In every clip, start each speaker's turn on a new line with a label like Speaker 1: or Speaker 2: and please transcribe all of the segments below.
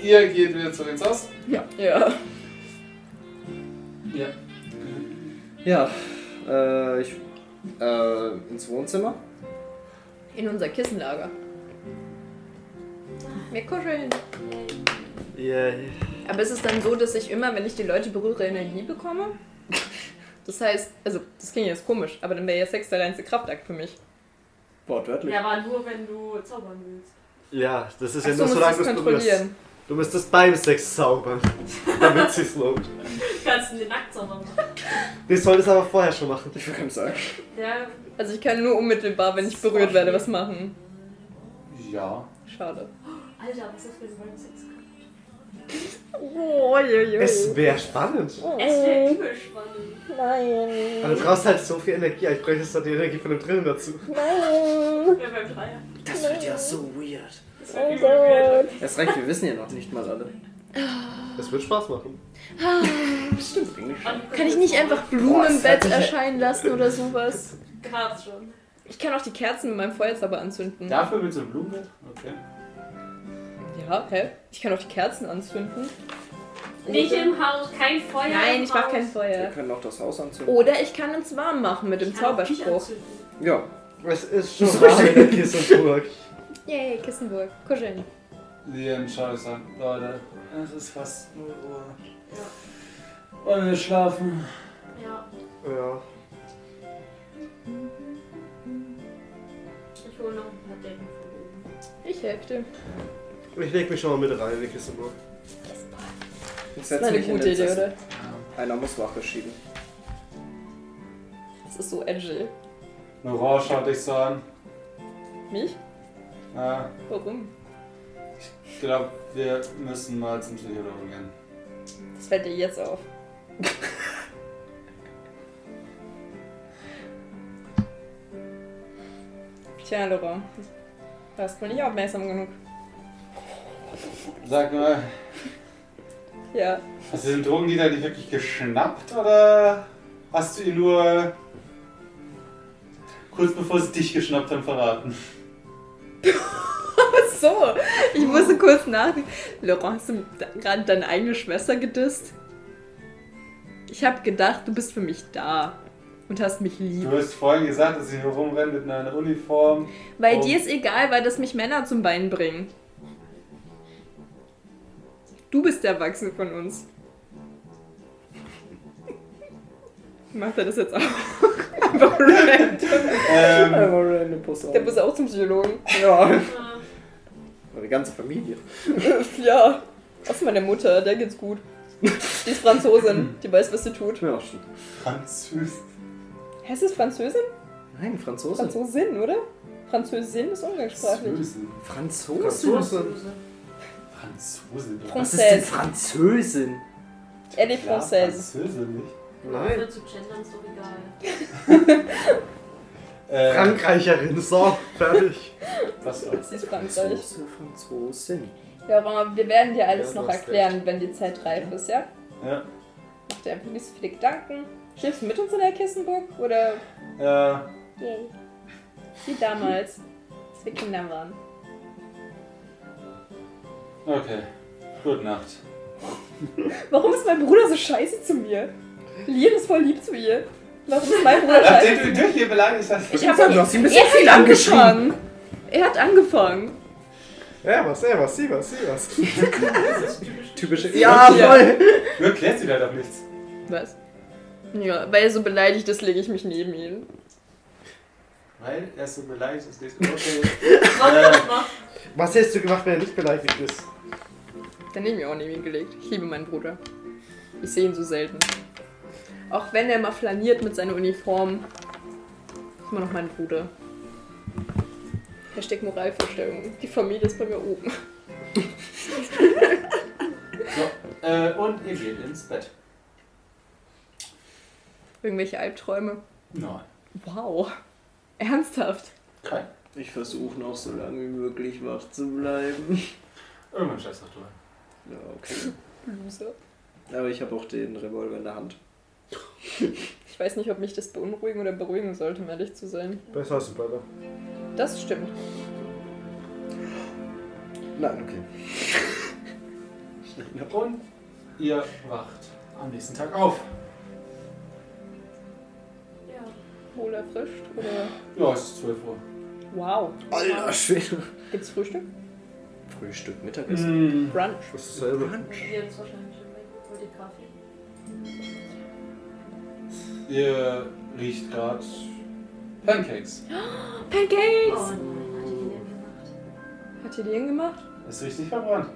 Speaker 1: ihr geht wieder zu den Zoss.
Speaker 2: Ja.
Speaker 3: Ja.
Speaker 4: Ja, äh, ich, äh, ins Wohnzimmer.
Speaker 2: In unser Kissenlager. Wir kuscheln.
Speaker 4: Yay.
Speaker 2: Aber ist es dann so, dass ich immer, wenn ich die Leute berühre, Energie bekomme? Das heißt, also, das klingt jetzt komisch, aber dann wäre ja Sex der reinste Kraftakt für mich.
Speaker 4: Wortwörtlich.
Speaker 3: Ja, aber nur wenn du zaubern willst.
Speaker 5: Ja, das ist ja
Speaker 2: Ach
Speaker 5: nur
Speaker 2: musst
Speaker 5: so
Speaker 2: du's
Speaker 5: lange, bis du das.
Speaker 2: kontrollieren.
Speaker 5: Du musst das beim Sex zaubern, damit sich's lohnt.
Speaker 3: Du kannst den nackt zaubern machen.
Speaker 5: Wir sollen es aber vorher schon machen.
Speaker 4: Ich würde sagen.
Speaker 3: Ja,
Speaker 2: Also ich kann nur unmittelbar, wenn ich
Speaker 3: Das ist
Speaker 2: berührt werde,
Speaker 3: voll
Speaker 2: was machen.
Speaker 1: Ja.
Speaker 2: Schade.
Speaker 3: Alter, was ist das für ein Sex?
Speaker 2: Oh,
Speaker 5: Es wäre spannend.
Speaker 3: Oh. Es wäre übel spannend.
Speaker 2: Nein.
Speaker 5: Aber du brauchst halt so viel Energie. Ich bräuchte jetzt noch die Energie von dem Drillen dazu.
Speaker 2: Nein.
Speaker 3: Ja, beim Dreier.
Speaker 4: Das wird ja so weird.
Speaker 3: Das wäre übel weird.
Speaker 4: Erst recht, wir wissen ja noch nicht mal alle.
Speaker 5: Das wird Spaß machen.
Speaker 4: Stimmt, eigentlich schon.
Speaker 3: Und du
Speaker 2: Kann ich
Speaker 3: könntest
Speaker 2: nicht
Speaker 3: auch-
Speaker 4: Boah,
Speaker 2: einfach
Speaker 4: das hört
Speaker 2: Blumenbett
Speaker 4: sich-
Speaker 2: erscheinen lassen oder sowas?
Speaker 3: Gab's schon.
Speaker 2: Ich kann auch die Kerzen mit meinem Feuerzauber anzünden.
Speaker 1: Dafür willst du ein Blumenbett? Okay.
Speaker 2: Ja, hä? Ich kann auch die Kerzen anzünden.
Speaker 3: Nicht im Haus, kein Feuer.
Speaker 2: Nein,
Speaker 3: im
Speaker 2: ich mach
Speaker 3: Haus.
Speaker 2: kein
Speaker 4: Wir
Speaker 2: Feuer.
Speaker 4: können auch das Haus anzünden.
Speaker 2: Oder ich kann uns warm machen mit dem
Speaker 3: Ich kann auch dich
Speaker 2: Zauberspruch.
Speaker 3: anzünden.
Speaker 4: Ja.
Speaker 5: Es ist schon warm in der Kissenburg.
Speaker 2: Yay, Kissenburg. Kuscheln.
Speaker 1: Liam Charles sagt, Leute, es ist fast 0 Uhr. Wollen wir schlafen?
Speaker 3: Ja,
Speaker 5: Ja.
Speaker 3: ich hole noch ein paar Decken von oben.
Speaker 2: Ich helfe dir.
Speaker 5: Ich leg mich schon mal mit rein in die Kissenburg.
Speaker 4: Ich
Speaker 2: Das
Speaker 4: setze
Speaker 2: war eine
Speaker 4: mich in
Speaker 2: gute
Speaker 4: den
Speaker 2: Idee,
Speaker 4: Sessel.
Speaker 2: oder?
Speaker 4: Einer muss Wache schieben.
Speaker 2: Das ist so edgy.
Speaker 1: Nora schaut dich so an.
Speaker 2: Mich?
Speaker 1: Na,
Speaker 2: Warum?
Speaker 1: ich glaube, wir müssen mal zum Psychologen gehen.
Speaker 2: Das fällt dir jetzt auf. Tja, Laura. Warst wohl nicht aufmerksam genug.
Speaker 1: Sag mal,
Speaker 2: Ja.
Speaker 1: hast du den Drogendealer dich wirklich geschnappt oder hast du ihn nur kurz bevor sie dich geschnappt haben verraten?
Speaker 2: Ach so, ich musste kurz nachdenken. Laurent, hast du da- gerade deine eigene Schwester gedisst? Ich habe gedacht, du bist für mich da und hast mich lieb.
Speaker 1: Du hast vorhin gesagt, dass sie nur rumrennt mit einer Uniform.
Speaker 2: Weil
Speaker 1: Oh.
Speaker 2: dir ist egal, weil das mich Männer zum Bein bringen. Du bist der Erwachsene von uns. Macht er das jetzt auch? Einfach random.
Speaker 1: Ähm,
Speaker 4: Einmal random Bus auf.
Speaker 2: Der muss auch zum Psychologen.
Speaker 4: Ja.
Speaker 3: Ah,
Speaker 4: Die ganze Familie.
Speaker 2: Ja. Außer meiner Mutter, der geht's gut. Die ist Franzosin, die weiß, was sie tut.
Speaker 4: Ja, stimmt.
Speaker 1: Französisch.
Speaker 2: Heißt es Französin?
Speaker 4: Nein, Franzosen.
Speaker 2: Franzosin, oder? Französin ist umgangssprachlich.
Speaker 1: Französin.
Speaker 4: Franzosen?
Speaker 3: Soße.
Speaker 1: Französin.
Speaker 2: Franz-
Speaker 4: Was ist denn Französin?
Speaker 2: Elle est
Speaker 1: Klar,
Speaker 2: française.
Speaker 1: Französin nicht.
Speaker 5: Nein.
Speaker 3: Zu gendern ist doch egal.
Speaker 1: Äh,
Speaker 5: Frankreicherin, so, fertig.
Speaker 1: Was
Speaker 2: Sie ist Frankreich.
Speaker 4: Franzose, Franzosin.
Speaker 2: Ja, Laurent, wir werden dir alles
Speaker 5: Ja,
Speaker 2: noch
Speaker 5: du hast
Speaker 2: erklären, wenn die Zeit reif ist, ja?
Speaker 1: Ja.
Speaker 2: Mach dir einfach nicht so viele Gedanken. Schläfst du mit uns in der Kissenburg? Oder
Speaker 1: Ja.
Speaker 2: yay. Wie damals, als wir Kinder waren.
Speaker 1: Okay. Gute Nacht.
Speaker 2: Warum ist mein Bruder so scheiße zu mir? Lian ist voll lieb zu ihr. Warum ist mein Bruder
Speaker 1: Nachdem
Speaker 2: scheiße?
Speaker 1: du durch hier beleidigt hast.
Speaker 2: Ich hab
Speaker 4: Du hast ihn ein bisschen
Speaker 2: er hat
Speaker 4: viel angeschrieben.
Speaker 2: angefangen. Er hat angefangen.
Speaker 5: Er was, er was, sie was, sie was.
Speaker 4: Typische. Ja,
Speaker 2: Ja.
Speaker 4: voll!
Speaker 1: Du erklärst dir da doch nichts.
Speaker 2: Was? Ja, weil er so beleidigt ist, lege ich mich neben ihn.
Speaker 1: Weil er ist so beleidigt ist. Nicht okay.
Speaker 3: Was macht
Speaker 5: Was hättest du gemacht, wenn er nicht beleidigt ist?
Speaker 2: Dann neben mir auch neben ihn gelegt. Ich liebe meinen Bruder. Ich sehe ihn so selten. Auch wenn er mal flaniert mit seiner Uniform, ist immer noch mein Bruder. Hashtag Moralvorstellung. Die Familie ist bei mir oben.
Speaker 1: so, äh, und ihr geht ins Bett.
Speaker 2: Irgendwelche Albträume.
Speaker 1: Nein.
Speaker 2: Wow. Ernsthaft.
Speaker 1: Kein.
Speaker 4: Ich versuche noch so lange wie möglich wach zu bleiben.
Speaker 1: Irgendwann scheiß doch drüber.
Speaker 4: Ja, okay.
Speaker 2: Loser.
Speaker 4: Aber ich habe auch den Revolver in der Hand.
Speaker 2: Ich weiß nicht, ob mich das beunruhigen oder beruhigen sollte, um ehrlich zu sein.
Speaker 5: Besser als ein Brother.
Speaker 2: Das stimmt.
Speaker 4: Nein, okay.
Speaker 1: Und ihr wacht am nächsten Tag auf.
Speaker 3: Ja.
Speaker 2: Wohl erfrischt oder.
Speaker 1: Ja, es ist 12 Uhr.
Speaker 2: Wow.
Speaker 4: Alter Schwede.
Speaker 2: Gibt's Frühstück?
Speaker 4: Frühstück, Mittagessen.
Speaker 1: Mhm.
Speaker 2: Brunch.
Speaker 5: Das ist dasselbe.
Speaker 3: Wir jetzt wahrscheinlich schon weg. Hol dir Kaffee.
Speaker 1: Ihr riecht gerade Pancakes.
Speaker 3: Oh
Speaker 2: Pancakes!
Speaker 3: nein, hat die die denn gemacht?
Speaker 2: Hat ihr den gemacht?
Speaker 1: Ist richtig verbrannt.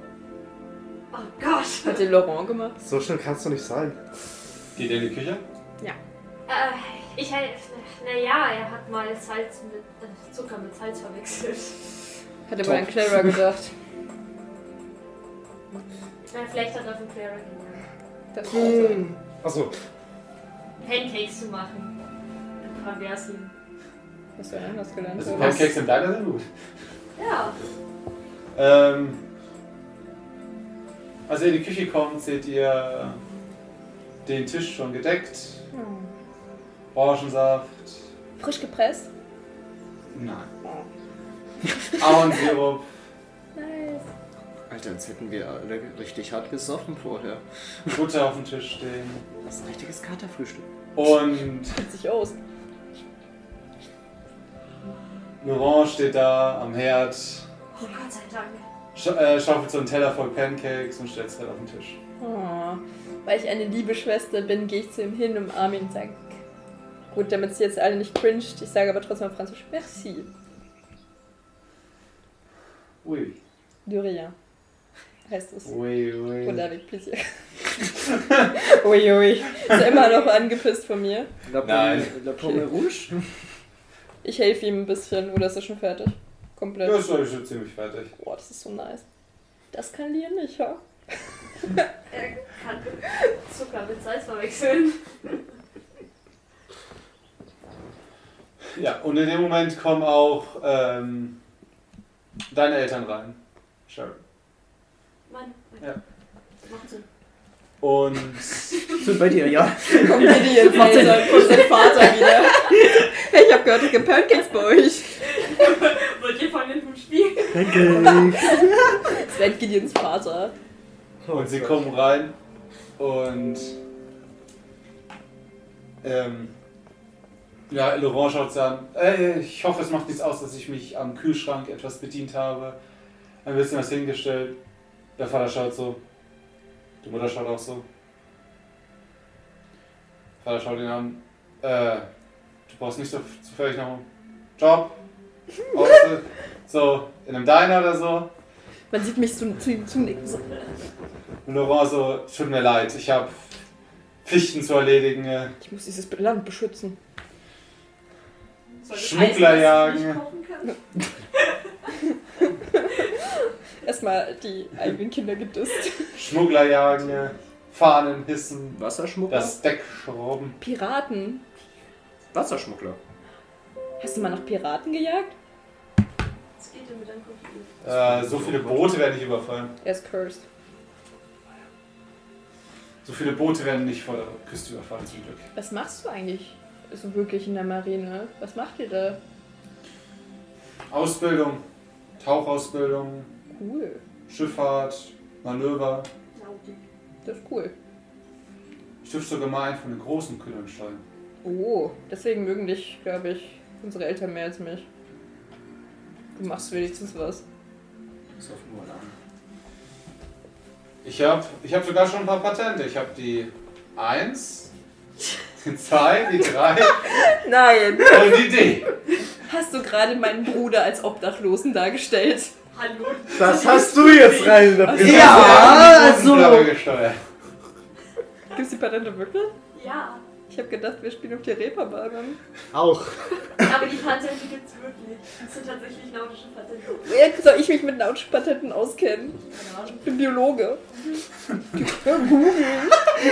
Speaker 3: Oh Gott!
Speaker 2: Hat ihr Laurent gemacht?
Speaker 5: So schnell kannst du nicht sein.
Speaker 1: Geht ihr in die Küche?
Speaker 3: Äh, ich halt. Naja, er hat mal Salz mit. Äh, Zucker mit Salz verwechselt.
Speaker 2: Hat er
Speaker 1: Top.
Speaker 2: wohl an Clara gedacht.
Speaker 3: Na, vielleicht hat er von Clara gelernt.
Speaker 2: Das war also.
Speaker 5: Achso,
Speaker 3: Pancakes zu machen. Ein paar Versen.
Speaker 2: Hast du anders gelernt?
Speaker 1: Also
Speaker 2: oder?
Speaker 1: Pancakes sind leider sehr gut.
Speaker 3: Ja.
Speaker 1: Ähm, als ihr in die Küche kommt, seht ihr den Tisch schon gedeckt.
Speaker 2: Hm.
Speaker 1: Orangensaft.
Speaker 2: Frisch gepresst?
Speaker 1: Nein. Ahornsirup.
Speaker 2: Nice.
Speaker 4: Alter, als hätten wir alle richtig hart gesoffen vorher.
Speaker 1: Butter auf dem Tisch stehen.
Speaker 4: Das ist ein richtiges Katerfrühstück.
Speaker 1: Und
Speaker 2: Sieht sich aus.
Speaker 1: Laurent steht da am Herd,
Speaker 3: Oh Gott sei Dank.
Speaker 1: scha äh, schaufelt so einen Teller voll Pancakes und stellt es halt auf den Tisch.
Speaker 2: Oh, weil ich eine liebe Schwester bin, gehe ich zu ihm hin, umarme ihn und sage, gut, damit sie jetzt alle nicht cringed, ich sage aber trotzdem auf Französisch, merci,
Speaker 1: Ui.
Speaker 2: de rien. Heißt es.
Speaker 1: Ui, ui.
Speaker 2: Und avec plaisir. ui, ui. Ist er immer noch angepisst von mir.
Speaker 4: La
Speaker 1: Nein.
Speaker 4: La Pomme Rouge?
Speaker 2: Ich helfe ihm ein bisschen, oder ist er schon fertig? Komplett.
Speaker 1: Ja, ist eigentlich schon ziemlich fertig.
Speaker 2: Boah, das ist so nice. Das kann Lian nicht, ha?
Speaker 3: Er kann Zucker mit Salz verwechseln.
Speaker 1: Ja, und in dem Moment kommen auch ähm, deine Eltern rein. Sharon.
Speaker 3: Mann,
Speaker 1: Ja.
Speaker 3: macht Sinn.
Speaker 1: Und
Speaker 4: Sind bei dir, ja.
Speaker 2: Kommt hier die jetzt mal sein Vater wieder. Hey, ich hab gehört, es gibt Pancakes bei euch.
Speaker 3: Wollt ihr von hinten spielen?
Speaker 5: Pancakes.
Speaker 2: Sven Gideons Vater.
Speaker 1: Und sie kommen rein und ähm, ja, Laurent schaut sie an. Ey, ich hoffe, es macht nichts aus, dass ich mich am Kühlschrank etwas bedient habe. Ein bisschen was hingestellt. Der Vater schaut so. Die Mutter schaut auch so. Vater schaut ihn an. Äh, du brauchst nicht so zufällig noch einen Job. Außer, so, in einem Diner oder so.
Speaker 2: Man sieht mich so zu ihm zunicken. So.
Speaker 1: Und Laurent so, tut mir leid, ich habe Pflichten zu erledigen. äh,
Speaker 2: Ich muss dieses Land beschützen.
Speaker 3: Soll das
Speaker 1: Schmuggler
Speaker 3: heißen, dass ich
Speaker 1: jagen.
Speaker 3: nicht kochen kann?
Speaker 2: Erstmal die eigenen Kinder gedisst.
Speaker 1: Schmuggler jagen, äh, Fahnen hissen,
Speaker 4: Wasserschmuggler?
Speaker 1: das Deck schrauben.
Speaker 2: Piraten?
Speaker 4: Wasserschmuggler.
Speaker 2: Hast du mal nach Piraten gejagt?
Speaker 3: Was geht denn mit deinem Computer?
Speaker 1: Äh, so viele Boote werden nicht überfallen.
Speaker 2: Er ist cursed.
Speaker 1: So viele Boote werden nicht von der Küste überfallen, zum Glück.
Speaker 2: Was machst du eigentlich so wirklich in der Marine? Was macht ihr da?
Speaker 1: Ausbildung, Tauchausbildung,
Speaker 2: Cool.
Speaker 1: Schifffahrt, Manöver.
Speaker 3: Nautik.
Speaker 2: Das ist cool.
Speaker 1: Ich dürfte sogar mal einen von den großen Kühlern steuern.
Speaker 2: Oh, deswegen mögen dich, glaube ich, unsere Eltern mehr als mich. Du machst wenigstens was.
Speaker 4: Ist auf dem Alarm.
Speaker 1: Ich habe ich hab sogar schon ein paar Patente. Ich habe die 1, die 2, die 3
Speaker 2: Nein!
Speaker 1: und die D.
Speaker 2: Hast du gerade meinen Bruder als Obdachlosen dargestellt?
Speaker 3: Hallo?
Speaker 5: Das hast du jetzt rein in der Prise.
Speaker 1: Ja,
Speaker 4: also-
Speaker 1: Gesteuert.
Speaker 2: Gibt's die Patente wirklich?
Speaker 3: Ja,
Speaker 2: Ich habe gedacht, wir spielen auf die Reeperbahn.
Speaker 5: Auch.
Speaker 3: aber die Patente gibt's wirklich. Das sind tatsächlich nautische Patente.
Speaker 2: Ja, soll ich mich mit Nautspatenten auskennen?
Speaker 3: Keine Ahnung.
Speaker 2: Ich bin Biologe. Googeln.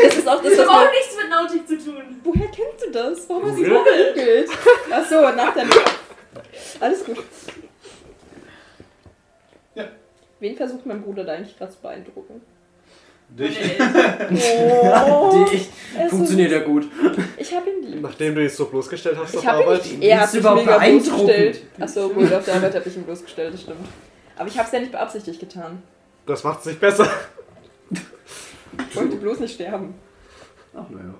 Speaker 2: Das ist auch das, was
Speaker 3: Das hat
Speaker 2: man...
Speaker 3: auch nichts mit Nautik zu tun.
Speaker 2: Woher kennst du das? Warum hast du
Speaker 5: Google?
Speaker 2: gegoogelt? Achso, nach der... Alles gut.
Speaker 1: Ja.
Speaker 2: Wen versucht mein Bruder da eigentlich gerade zu beeindrucken?
Speaker 1: Dich.
Speaker 2: Oh,
Speaker 4: Die
Speaker 2: er ist so-
Speaker 4: funktioniert ja gut.
Speaker 2: Ich hab ihn lieb.
Speaker 5: Nachdem du dich so bloßgestellt hast auf
Speaker 2: Ich hab ihn
Speaker 5: Arbeit.
Speaker 2: nicht... Er hat
Speaker 4: Ist
Speaker 2: mich
Speaker 4: überhaupt
Speaker 2: mega
Speaker 4: beeindruckend.
Speaker 2: bloßgestellt. Achso, gut, auf der Arbeit hab ich ihn bloßgestellt, das stimmt. Aber ich hab's ja nicht beabsichtigt getan.
Speaker 5: Das macht's nicht besser.
Speaker 2: Ich wollte bloß nicht sterben.
Speaker 4: Ach naja.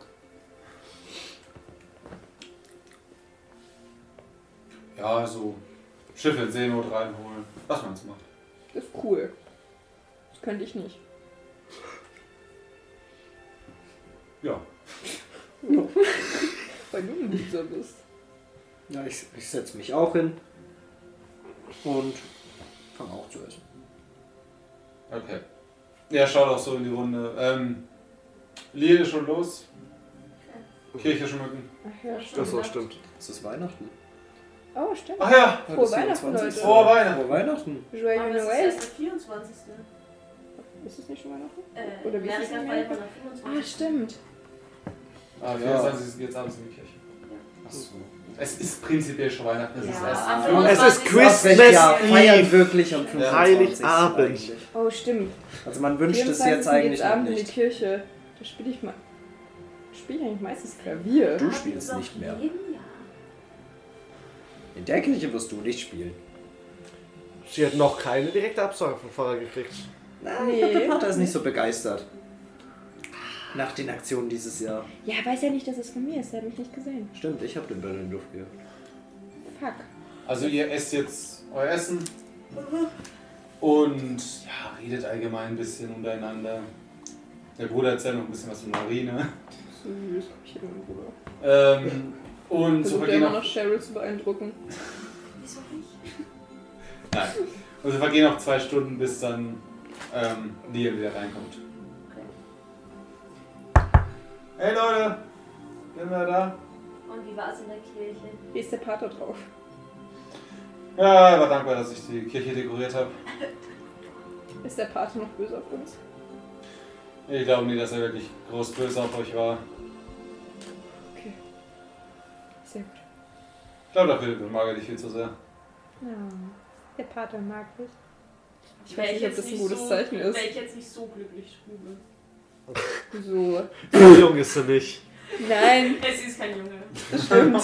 Speaker 1: Ja, so Schiffe in Seenot reinholen, was man jetzt macht.
Speaker 2: Das ist cool. Das könnte ich nicht.
Speaker 1: Ja.
Speaker 2: Weil du ein Loser bist.
Speaker 4: Ja, ich, ich setze mich auch hin und fange auch zu essen.
Speaker 1: Okay. Ja, schaut auch so in die Runde. Ähm, Lil ist schon los. Kirche schmücken.
Speaker 2: Ach ja,
Speaker 5: Das auch stimmt.
Speaker 4: Es ist Weihnachten.
Speaker 2: Oh, stimmt.
Speaker 1: Ach ja,
Speaker 4: Heute
Speaker 2: Frohe
Speaker 4: ist der
Speaker 2: Weihnachten,
Speaker 4: 20..
Speaker 1: Leute. Frohe Weihnachten.
Speaker 4: Frohe Weihnachten.
Speaker 2: Joel
Speaker 3: Aber das ist
Speaker 2: Noel.
Speaker 3: erst der 24.
Speaker 2: Ist es nicht schon Weihnachten?
Speaker 3: Äh,
Speaker 2: Oder wie ist es
Speaker 3: Amerika
Speaker 2: in
Speaker 3: feiert
Speaker 2: Amerika?
Speaker 3: man am
Speaker 2: Ah,
Speaker 3: 25.
Speaker 2: stimmt.
Speaker 1: ah,
Speaker 4: Ja.
Speaker 1: ja. sagen Sie, Sie gehen jetzt abends in die Kirche.
Speaker 4: Achso.
Speaker 1: Es ist prinzipiell schon Weihnachten, es ist
Speaker 3: Ja.
Speaker 1: erst.
Speaker 3: Am
Speaker 5: Es ist
Speaker 3: 25.
Speaker 5: Christmas
Speaker 4: ja, feiern
Speaker 5: Eve.
Speaker 4: wirklich am 25.
Speaker 5: Heiligabend.
Speaker 4: eigentlich.
Speaker 2: Oh, stimmt.
Speaker 4: Also man wünscht es
Speaker 2: 24.
Speaker 4: jetzt eigentlich
Speaker 2: geht's
Speaker 4: noch
Speaker 2: Abend in die
Speaker 4: nicht.
Speaker 2: Kirche. Da spiele ich mal. Spiele ich eigentlich meistens Klavier.
Speaker 4: Du spielst nicht mehr. In der Kirche wirst du nicht spielen.
Speaker 5: Sie hat noch keine direkte Absage vom Pfarrer gekriegt.
Speaker 4: Nein, ich glaube,
Speaker 2: Nee.
Speaker 4: der Vater ist nicht so begeistert. Nach den Aktionen dieses Jahr.
Speaker 2: Ja, er weiß ja nicht, dass es von mir ist. Er hat mich nicht gesehen.
Speaker 4: Stimmt, ich habe den Ball in die Luft gehabt.
Speaker 2: Fuck.
Speaker 1: Also ihr esst jetzt euer Essen und ja, redet allgemein ein bisschen untereinander. Der Bruder erzählt noch ein bisschen was von Marine.
Speaker 2: Süß. Ich hätte meinen Bruder.
Speaker 1: Ähm, und so
Speaker 2: Versucht
Speaker 1: vergehen
Speaker 2: immer
Speaker 1: noch
Speaker 2: noch Cheryl zu beeindrucken.
Speaker 3: Wieso nicht?
Speaker 1: Nein. Und so vergehen noch zwei Stunden, bis dann ähm, Neil wieder reinkommt. Hey Leute, sind wir da?
Speaker 3: Und wie war es in der Kirche?
Speaker 2: Hier ist der Pater drauf.
Speaker 1: Ja, ich war dankbar, dass ich die Kirche dekoriert habe.
Speaker 2: Ist der Pater noch böse auf uns?
Speaker 1: Ich glaube nie, dass er wirklich groß böse auf euch war.
Speaker 2: Okay. Sehr gut.
Speaker 1: Ich glaube, dafür mag er dich viel zu sehr.
Speaker 2: Ja. Der Pater mag mich. Ich
Speaker 3: Wär
Speaker 2: weiß nicht, ob
Speaker 3: jetzt
Speaker 2: das ein
Speaker 3: nicht
Speaker 2: gutes
Speaker 3: so,
Speaker 2: Zeichen ist.
Speaker 3: Wäre ich jetzt nicht so glücklich drüber.
Speaker 2: So.
Speaker 5: So jung ist er nicht.
Speaker 2: Nein.
Speaker 3: Es ist kein Junge.
Speaker 2: Das stimmt.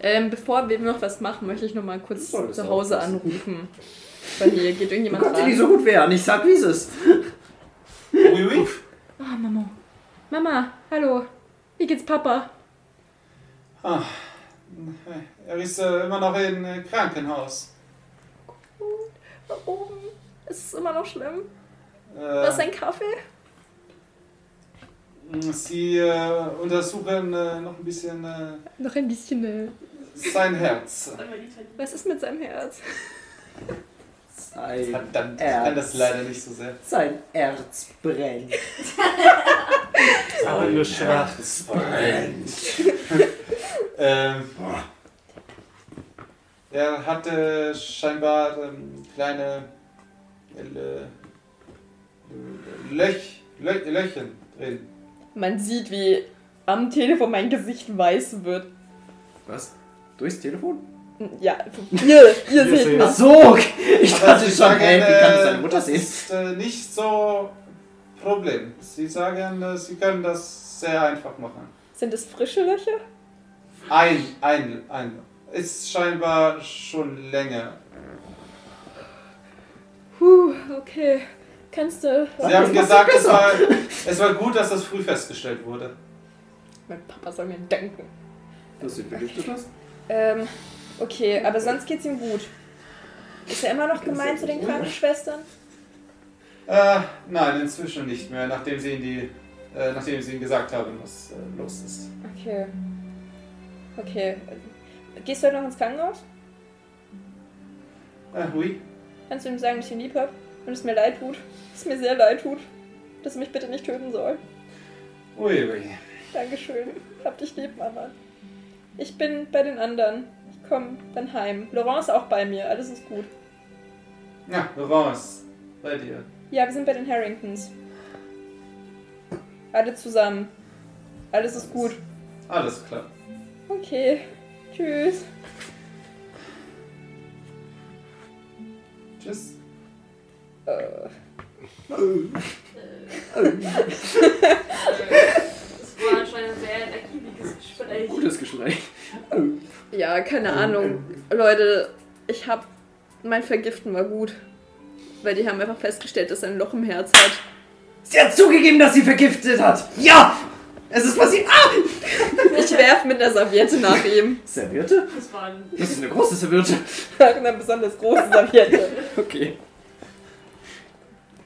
Speaker 2: ähm, bevor wir noch was machen, möchte ich noch mal kurz
Speaker 4: Du solltest
Speaker 2: zu Hause
Speaker 4: auch was.
Speaker 2: anrufen. Weil hier geht
Speaker 4: Du
Speaker 2: irgendjemand
Speaker 4: kannst dir
Speaker 2: ran.
Speaker 4: nicht so gut wehren, ich sag wie es ist.
Speaker 1: Ui, ui.
Speaker 2: Ah, Mama. Mama, hallo. Wie geht's Papa?
Speaker 1: Ah, er ist äh, immer noch im äh, Krankenhaus.
Speaker 2: Da oben. Ist es immer noch schlimm?
Speaker 1: Äh,
Speaker 2: Was ist ein Kaffee?
Speaker 1: Sie äh, untersuchen äh, noch ein bisschen äh,
Speaker 2: Noch ein bisschen. Äh,
Speaker 1: sein Herz.
Speaker 3: Sag mal Italien.
Speaker 2: was ist mit seinem Herz?
Speaker 4: Sein,
Speaker 1: Verdammt, ich kann das leider nicht so sehr.
Speaker 4: sein Erz brennt.
Speaker 5: Alle Schwach.
Speaker 1: Ähm, er hatte scheinbar ähm, kleine äh, Löch, Löch, Löchen drin.
Speaker 2: Man sieht, wie am Telefon mein Gesicht weiß wird.
Speaker 4: Was? Durchs Telefon?
Speaker 2: Ja, ihr, ihr
Speaker 5: Wir
Speaker 2: seht
Speaker 5: sehen
Speaker 2: mich.
Speaker 5: es.
Speaker 4: so, ich
Speaker 1: Aber
Speaker 4: dachte
Speaker 1: sie
Speaker 4: schon,
Speaker 1: sagen,
Speaker 4: hey, wie kann das
Speaker 1: äh,
Speaker 4: seine Mutter
Speaker 1: das
Speaker 4: sehen?
Speaker 1: ist äh, nicht so Problem. Sie sagen, äh, sie können das sehr einfach machen.
Speaker 2: Sind es frische Löcher?
Speaker 1: Ein, ein, ein. Ist scheinbar schon länger.
Speaker 2: Puh, okay. Kannst du.
Speaker 1: Sie haben gesagt, es war, es war gut, dass das früh festgestellt wurde.
Speaker 2: Mein Papa soll mir danken.
Speaker 4: Dass du vergiftet hast?
Speaker 2: Ähm, okay, aber sonst geht's ihm gut. Ist er immer noch gemein zu den Krankenschwestern?
Speaker 1: Äh, nein, inzwischen nicht mehr, nachdem sie ihn die, äh, nachdem sie ihnen gesagt haben, was äh, los ist.
Speaker 2: Okay. Okay. Gehst du heute noch ins Krankenhaus?
Speaker 1: Äh, hui.
Speaker 2: Kannst du ihm sagen, dass ich ihn lieb hab und es mir leid tut? Es mir sehr leid tut, dass er mich bitte nicht töten soll.
Speaker 1: Ui, ui.
Speaker 2: Dankeschön. Hab dich lieb, Mama. Ich bin bei den anderen. Ich komm dann heim. Laurent ist auch bei mir. Alles ist gut.
Speaker 1: Na, Laurence, bei dir.
Speaker 2: Ja, wir sind bei den Harringtons. Alle zusammen. Alles ist gut.
Speaker 1: Alles klar.
Speaker 2: Okay. Tschüss.
Speaker 1: Tschüss.
Speaker 2: Äh,
Speaker 3: Äh. Das war anscheinend ein sehr ergiebiges Gespräch.
Speaker 4: Gutes Äh. Gespräch.
Speaker 2: ja, keine Ahnung. Leute, ich hab. Mein Vergiften war gut. Weil die haben einfach festgestellt, dass er ein Loch im Herz hat.
Speaker 4: Sie hat zugegeben, dass sie vergiftet hat. Ja! Es ist passiert. Ah!
Speaker 2: Ich werf mit einer Serviette nach ihm.
Speaker 4: Serviette?
Speaker 3: Das war ein.
Speaker 4: Das ist eine große Serviette.
Speaker 2: Nach einer besonders großen Serviette.
Speaker 4: Okay.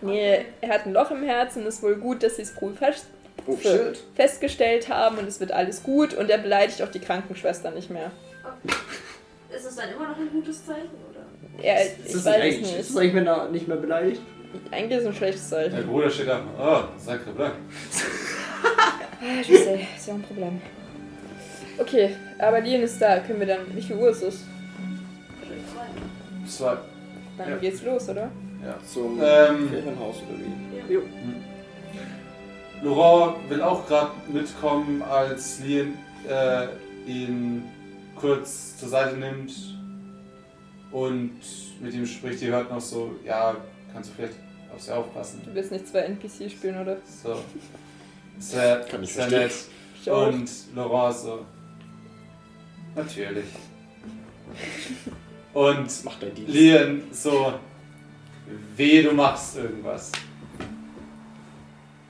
Speaker 2: Nee, er hat ein Loch im Herzen. Ist wohl gut, dass sie es früh fest
Speaker 4: Oh shit.
Speaker 2: festgestellt haben und es wird alles gut. Und er beleidigt auch die Krankenschwester nicht mehr.
Speaker 3: Ist es dann immer noch ein gutes Zeichen, oder?
Speaker 2: Er,
Speaker 4: Ist
Speaker 2: ich
Speaker 4: das
Speaker 2: weiß
Speaker 4: eigentlich-
Speaker 2: es
Speaker 4: Ist das
Speaker 2: nicht.
Speaker 4: eigentlich, wenn er nicht mehr beleidigt?
Speaker 2: Eigentlich ist es ein schlechtes
Speaker 1: Der
Speaker 2: Zeichen.
Speaker 1: Bruder steht da. Oh, sacre blanc.
Speaker 2: Ah, ich weiß, ey, ist ja auch ein Problem. Okay, aber Lien ist da. Können wir dann. Wie viel Uhr ist es?
Speaker 3: Wahrscheinlich zwei.
Speaker 1: Zwei.
Speaker 2: Dann
Speaker 4: Ja.
Speaker 2: geht's los, oder?
Speaker 1: Ja.
Speaker 4: Zum
Speaker 1: Ähm.
Speaker 4: Ferienhaus oder wie?
Speaker 1: Laurent will auch gerade mitkommen, als Lien äh, ihn kurz zur Seite nimmt und mit ihm spricht. Die hört noch so, ja, kannst du vielleicht auf sie aufpassen.
Speaker 2: Du willst nicht zwei NPC spielen, oder?
Speaker 1: So. Sehr,
Speaker 5: Kann ich
Speaker 1: sehr
Speaker 5: verstehen.
Speaker 1: nett.
Speaker 2: Ich auch.
Speaker 1: Und Laurent so, natürlich. Und
Speaker 5: Macht dein Dienst.
Speaker 1: Lien so, weh, du machst irgendwas.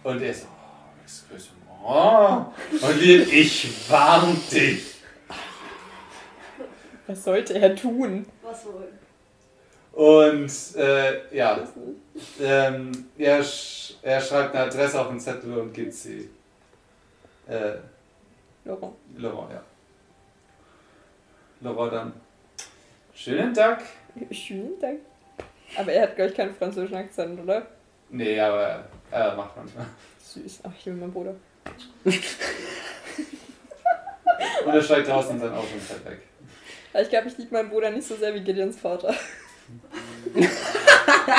Speaker 1: Und er so, oh, excuse me. Oh. Und Lien, ich warn dich.
Speaker 2: Was sollte er tun?
Speaker 3: Was wohl?
Speaker 1: Und äh, ja, ähm, er, sch er schreibt eine Adresse auf den Zettel und gibt sie. Äh,
Speaker 2: Laurent.
Speaker 1: Laurent, ja. Laurent dann. Schönen Tag.
Speaker 2: Schön, danke. Aber er hat, glaube ich, keinen französischen Akzent, oder?
Speaker 1: Nee, aber er macht manchmal.
Speaker 2: Süß. Ach, ich will meinen Bruder.
Speaker 1: Und er steigt raus in sein Auto und fährt weg.
Speaker 2: Aber Ich glaube, ich liebe meinen Bruder nicht so sehr wie Gideons Vater.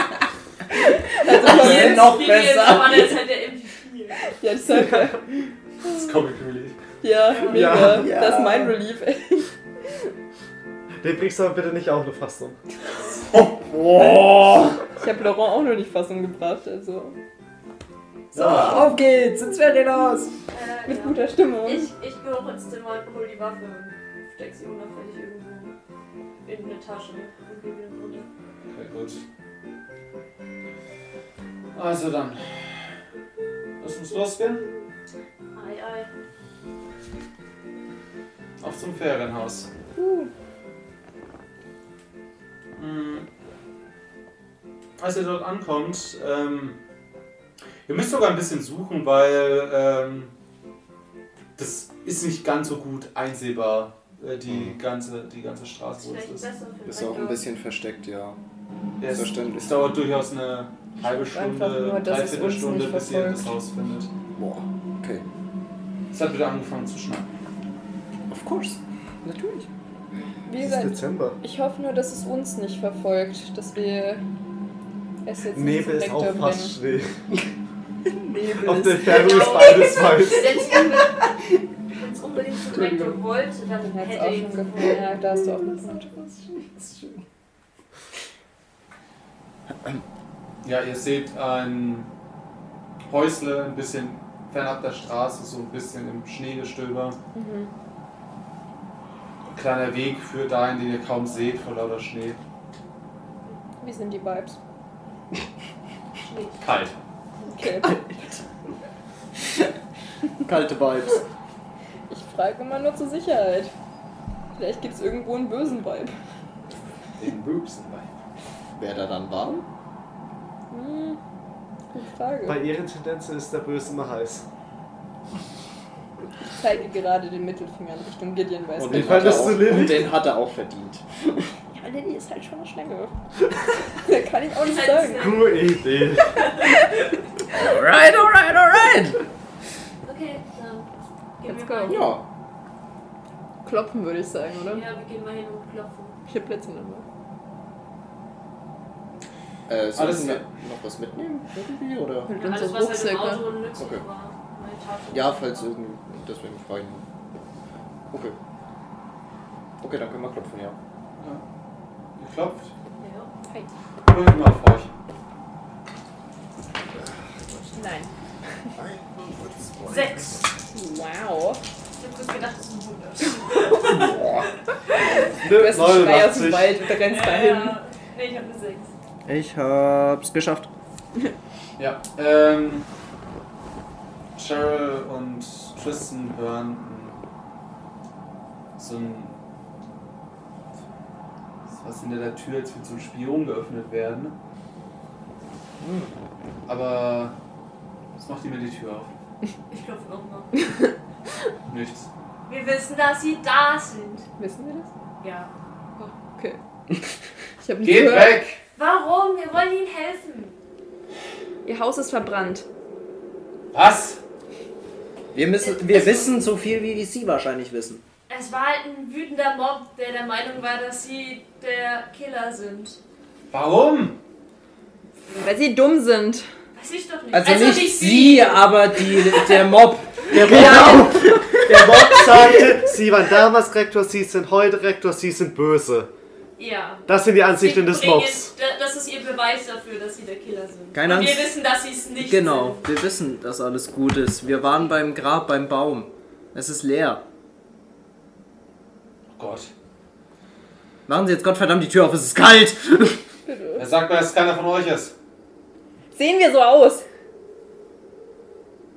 Speaker 2: also,
Speaker 4: Das
Speaker 2: komm,
Speaker 4: ist noch
Speaker 3: Wie wir jetzt
Speaker 4: besser.
Speaker 3: waren, als hätte er MVP.
Speaker 2: ja, das ist halt-
Speaker 1: Das ist Comic Relief.
Speaker 2: ja, mega.
Speaker 4: Ja, ja.
Speaker 2: Das ist mein Relief.
Speaker 5: Den bringst du aber bitte nicht auch eine Fassung.
Speaker 2: Ich habe Laurent auch noch nicht Fassung gebracht, also.
Speaker 4: So, auf geht's ins Ferienhaus.
Speaker 3: Äh,
Speaker 2: Mit
Speaker 3: ja.
Speaker 2: guter Stimmung.
Speaker 3: Ich, ich gehe hoch ins Zimmer und hol die Waffe und steck sie unauffällig irgendwo in eine Tasche und geh wieder runter.
Speaker 1: Okay, gut. Also dann. Lass uns losgehen.
Speaker 3: Ei, ei.
Speaker 1: Auf zum Ferienhaus.
Speaker 2: Uh,
Speaker 1: Mhm. Als ihr dort ankommt, ähm, ihr müsst sogar ein bisschen suchen, weil ähm, das ist nicht ganz so gut einsehbar, äh, die,
Speaker 6: Mhm.
Speaker 1: ganze, die ganze Straße,
Speaker 3: Ist
Speaker 1: wo es
Speaker 3: vielleicht
Speaker 1: ist.
Speaker 3: besser für
Speaker 6: Ist auch ein
Speaker 3: Rektor.
Speaker 6: bisschen versteckt, ja.
Speaker 1: Ja, es,
Speaker 6: verständlich.
Speaker 1: es dauert durchaus eine halbe
Speaker 2: hoffe einfach nur,
Speaker 1: Stunde,
Speaker 2: dass es
Speaker 1: dreiviertel
Speaker 2: uns
Speaker 1: Stunde,
Speaker 2: nicht
Speaker 1: bis ihr das
Speaker 2: verfolgt.
Speaker 1: Haus findet.
Speaker 6: Boah, okay.
Speaker 1: Es hat wieder angefangen zu schneien.
Speaker 4: Of course. Natürlich.
Speaker 2: wie
Speaker 5: Es ist
Speaker 2: gesagt,
Speaker 5: Dezember.
Speaker 2: ich hoffe nur, dass es uns nicht verfolgt, dass wir es jetzt nicht
Speaker 5: Nebel ist auch fast Schnee.
Speaker 2: Nebel
Speaker 5: Auf
Speaker 2: ist
Speaker 5: der Fähre ist
Speaker 3: Genau.
Speaker 5: beides weiß.
Speaker 3: Selbst wenn wir uns unbedingt zum Rektor wollte, dann
Speaker 2: Hat's
Speaker 3: hätte
Speaker 2: auch
Speaker 3: ich ihn
Speaker 2: schon
Speaker 3: gefunden.
Speaker 2: gefunden. Ja, da hast du auch einen Punkt.
Speaker 1: Ja, ihr seht ein Häusle ein bisschen fernab der Straße, so ein bisschen im Schneegestöber.
Speaker 2: Mhm.
Speaker 1: Ein kleiner Weg führt dahin, den ihr kaum seht vor lauter Schnee.
Speaker 2: Wie sind die Vibes?
Speaker 1: Kalt.
Speaker 2: Okay.
Speaker 4: Kalte Vibes.
Speaker 2: Ich frage immer nur zur Sicherheit. Vielleicht gibt es irgendwo einen bösen Vibe.
Speaker 1: Den Boobs dabei.
Speaker 4: Wäre da dann warm?
Speaker 2: Hm, gute Frage.
Speaker 5: Bei ihren Tendenzen ist der Böse immer heiß.
Speaker 2: Ich zeige gerade den Mittelfinger in Richtung Gideon, weil es
Speaker 4: Und
Speaker 5: den
Speaker 4: den, hat er
Speaker 5: fandest
Speaker 4: auch,
Speaker 5: du ledig?
Speaker 4: und den hat er auch verdient.
Speaker 2: Ja, Lilly ist halt schon eine Schlange. da kann ich auch nicht
Speaker 3: Ist halt
Speaker 2: sagen.
Speaker 5: Gute Idee.
Speaker 4: Alright, alright, alright.
Speaker 3: Okay, dann gehen
Speaker 2: Let's
Speaker 3: wir mal
Speaker 2: go.
Speaker 3: hin.
Speaker 4: Ja.
Speaker 2: Klopfen würde ich sagen, oder?
Speaker 3: Ja, wir gehen mal hin und klopfen.
Speaker 2: Ich habe letzte Nummer.
Speaker 4: Äh,
Speaker 1: Alles
Speaker 4: sollten wir noch was mitnehmen? Irgendwie, oder?
Speaker 2: Mit
Speaker 3: Ja, alles,
Speaker 2: unserem ne?
Speaker 3: was halt im
Speaker 2: Rucksäcker.
Speaker 3: Auto nützlich
Speaker 4: Okay.
Speaker 3: war. Meine Tasche.
Speaker 4: Ja, falls irgendwie. Deswegen frage ich nur. Okay. Okay, dann können wir klopfen, ja.
Speaker 1: Ihr klopft.
Speaker 3: Ja.
Speaker 1: Hört mal auf euch.
Speaker 2: Nein.
Speaker 3: Sechs.
Speaker 2: Wow.
Speaker 3: Ich hab kurz gedacht, das ist ein Wunder.
Speaker 2: Du hast einen Schrei aus dem
Speaker 5: 89.
Speaker 2: Wald und rennst dahin.
Speaker 3: Ja. Nee, ich hab eine Sechs.
Speaker 4: Ich hab's geschafft.
Speaker 1: Ja, ähm, Cheryl und Tristan hören so ein. was hinter der Tür, als wird so ein Spion geöffnet werden. Hm. Aber. was macht die mir die Tür auf?
Speaker 7: Ich klopfe nochmal.
Speaker 1: Nichts.
Speaker 7: Wir wissen, dass sie da sind.
Speaker 2: Wissen wir das?
Speaker 7: Ja.
Speaker 2: Okay. Ich hab nicht
Speaker 1: Geht
Speaker 2: gehört.
Speaker 1: weg!
Speaker 7: Warum? Wir wollen ihnen helfen.
Speaker 2: Ihr Haus ist verbrannt.
Speaker 1: Was?
Speaker 4: Wir, müssen, wir wissen so viel, wie Sie wahrscheinlich wissen.
Speaker 7: Es war halt ein wütender Mob, der der Meinung war, dass sie der Killer sind.
Speaker 1: Warum?
Speaker 2: Weil sie dumm sind.
Speaker 7: Weiß ich doch nicht.
Speaker 4: Also, nicht, Sie, aber die, der Mob.
Speaker 5: Der Mob, Genau. der Mob sagte, sie waren damals Rektor, sie sind heute Rektor, sie sind böse.
Speaker 7: Ja.
Speaker 5: Das sind die
Speaker 7: Sie
Speaker 5: Ansichten des
Speaker 7: bringen-
Speaker 5: Mobs.
Speaker 7: da- Das ist ihr Beweis dafür, dass sie der Killer sind.
Speaker 4: Keine
Speaker 7: Und wir
Speaker 4: Angst.
Speaker 7: wissen, dass sie es nicht
Speaker 4: Genau, wir wissen, dass alles gut ist. Wir waren beim Grab, beim Baum. Es ist leer.
Speaker 1: Oh Gott.
Speaker 4: Machen Sie jetzt Gottverdammt die Tür auf, es ist kalt!
Speaker 1: Er sagt mir, dass keiner von euch ist.
Speaker 2: Sehen wir so aus?
Speaker 7: sind.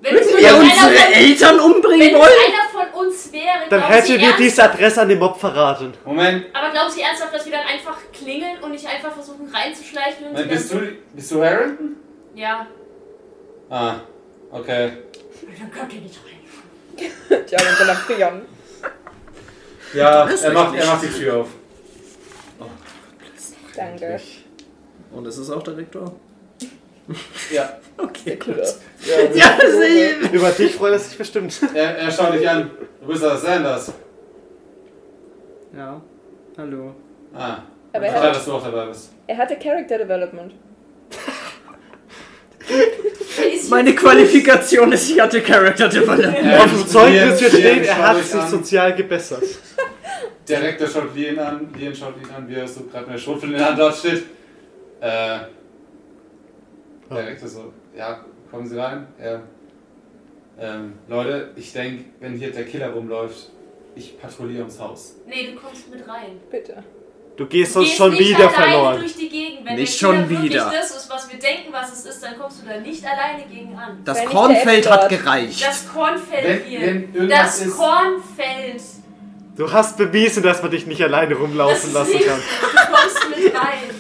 Speaker 7: Wenn es
Speaker 4: Wenn
Speaker 7: nur
Speaker 4: wir
Speaker 7: einer
Speaker 4: unsere
Speaker 7: von-
Speaker 4: Eltern
Speaker 7: wenn
Speaker 4: umbringen
Speaker 7: es
Speaker 4: wollen?
Speaker 7: einer von uns wäre,
Speaker 5: Dann
Speaker 7: glauben sie
Speaker 5: hätte wir
Speaker 7: ernsthaft-
Speaker 5: diese Adresse an den Mob verraten.
Speaker 1: Moment,
Speaker 7: Aber glauben Sie ernsthaft, dass wir dann einfach klingeln und nicht einfach versuchen reinzuschleichen und
Speaker 1: Moment
Speaker 7: sie
Speaker 1: bist
Speaker 7: dann-
Speaker 1: du, bist du Harrington?
Speaker 7: Ja.
Speaker 1: Ah, okay.
Speaker 7: Dann kommt ihr nicht rein.
Speaker 2: Tja, wir sind am Frieren.
Speaker 1: Ja,
Speaker 4: weißt
Speaker 1: er
Speaker 4: mich
Speaker 1: macht, er
Speaker 4: nicht.
Speaker 1: macht die Tür auf.
Speaker 2: Danke.
Speaker 4: Und es ist auch der Rektor.
Speaker 1: Ja.
Speaker 4: Okay.
Speaker 1: ja.
Speaker 4: Ja, sie.
Speaker 5: Über dich freut er sich bestimmt.
Speaker 1: Er, er schaut dich an. Du bist doch Sanders.
Speaker 4: Ja. Hallo.
Speaker 1: Ah.
Speaker 2: Aber
Speaker 1: ich
Speaker 2: er
Speaker 1: dachte,
Speaker 2: hat,
Speaker 1: dass du auch dabei bist.
Speaker 2: er hatte Character Development.
Speaker 7: Ist
Speaker 4: Meine Qualifikation ist, ich hatte Character Development.
Speaker 1: Ja,
Speaker 5: Auf dem Zeugnis wird
Speaker 1: Lien-
Speaker 5: stehen,
Speaker 1: Lien
Speaker 5: er hat
Speaker 1: schaut
Speaker 5: sich
Speaker 1: an.
Speaker 5: sozial gebessert.
Speaker 1: Der Rektor schaut Lien an. Lien schaut ihn an, wie er so gerade mit der Schrotflinte in der Hand dort steht. Äh. Der Rektor so, ja, kommen Sie rein. Ja. Ähm, Leute, ich denke, wenn hier der Killer rumläuft, ich patrouilliere ums Haus.
Speaker 7: Nee, du kommst mit rein.
Speaker 2: Bitte.
Speaker 5: Du gehst
Speaker 7: Du
Speaker 5: sonst
Speaker 7: gehst
Speaker 5: schon
Speaker 7: nicht
Speaker 5: wieder
Speaker 7: alleine
Speaker 5: verloren.
Speaker 7: durch die Gegend. Wenn
Speaker 4: Nicht
Speaker 7: der Killer
Speaker 4: schon wieder.
Speaker 7: wirklich das ist, was wir denken, was es ist, dann kommst du da nicht alleine gegen an.
Speaker 4: Das
Speaker 2: Sei nicht
Speaker 4: Kornfeld
Speaker 2: der
Speaker 4: hat
Speaker 2: Edward.
Speaker 4: gereicht.
Speaker 7: Das Kornfeld
Speaker 1: Wenn-
Speaker 7: hier.
Speaker 1: wenn irgendwas
Speaker 7: das
Speaker 1: ist-
Speaker 7: Kornfeld.
Speaker 5: Du hast bewiesen, dass man dich nicht alleine
Speaker 7: Das
Speaker 5: rumlaufen
Speaker 7: ist
Speaker 5: lassen
Speaker 7: richtig.
Speaker 5: kann.
Speaker 7: Du kommst mit rein.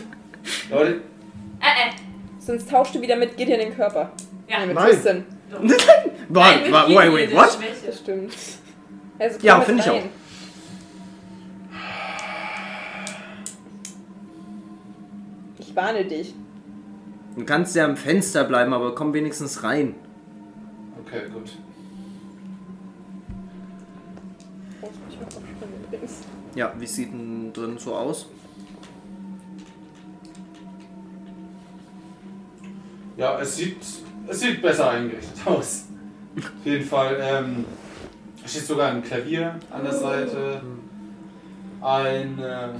Speaker 7: Äh,
Speaker 1: Leute,
Speaker 7: äh.
Speaker 2: Sonst tauschst du wieder mit Gideon den Körper.
Speaker 7: Ja.
Speaker 2: mit
Speaker 5: Nein.
Speaker 2: Tristan.
Speaker 7: Doch. Nein,
Speaker 4: Wait,
Speaker 7: mit
Speaker 4: wait,
Speaker 7: jedem
Speaker 4: wait, wait,
Speaker 7: jede
Speaker 4: what?
Speaker 7: Schwäche.
Speaker 2: Das stimmt. Also komm
Speaker 4: Ja,
Speaker 2: mit
Speaker 4: finde ich
Speaker 2: rein.
Speaker 4: auch.
Speaker 2: Ich warne dich.
Speaker 4: Du kannst ja am Fenster bleiben, aber komm wenigstens rein.
Speaker 1: okay, gut.
Speaker 4: Ja, wie sieht denn drin so aus?
Speaker 1: Ja, es sieht, es sieht besser eingerichtet aus. Auf jeden Fall. Ähm, es steht sogar ein Klavier an der Seite. Ein. Äh,
Speaker 2: Das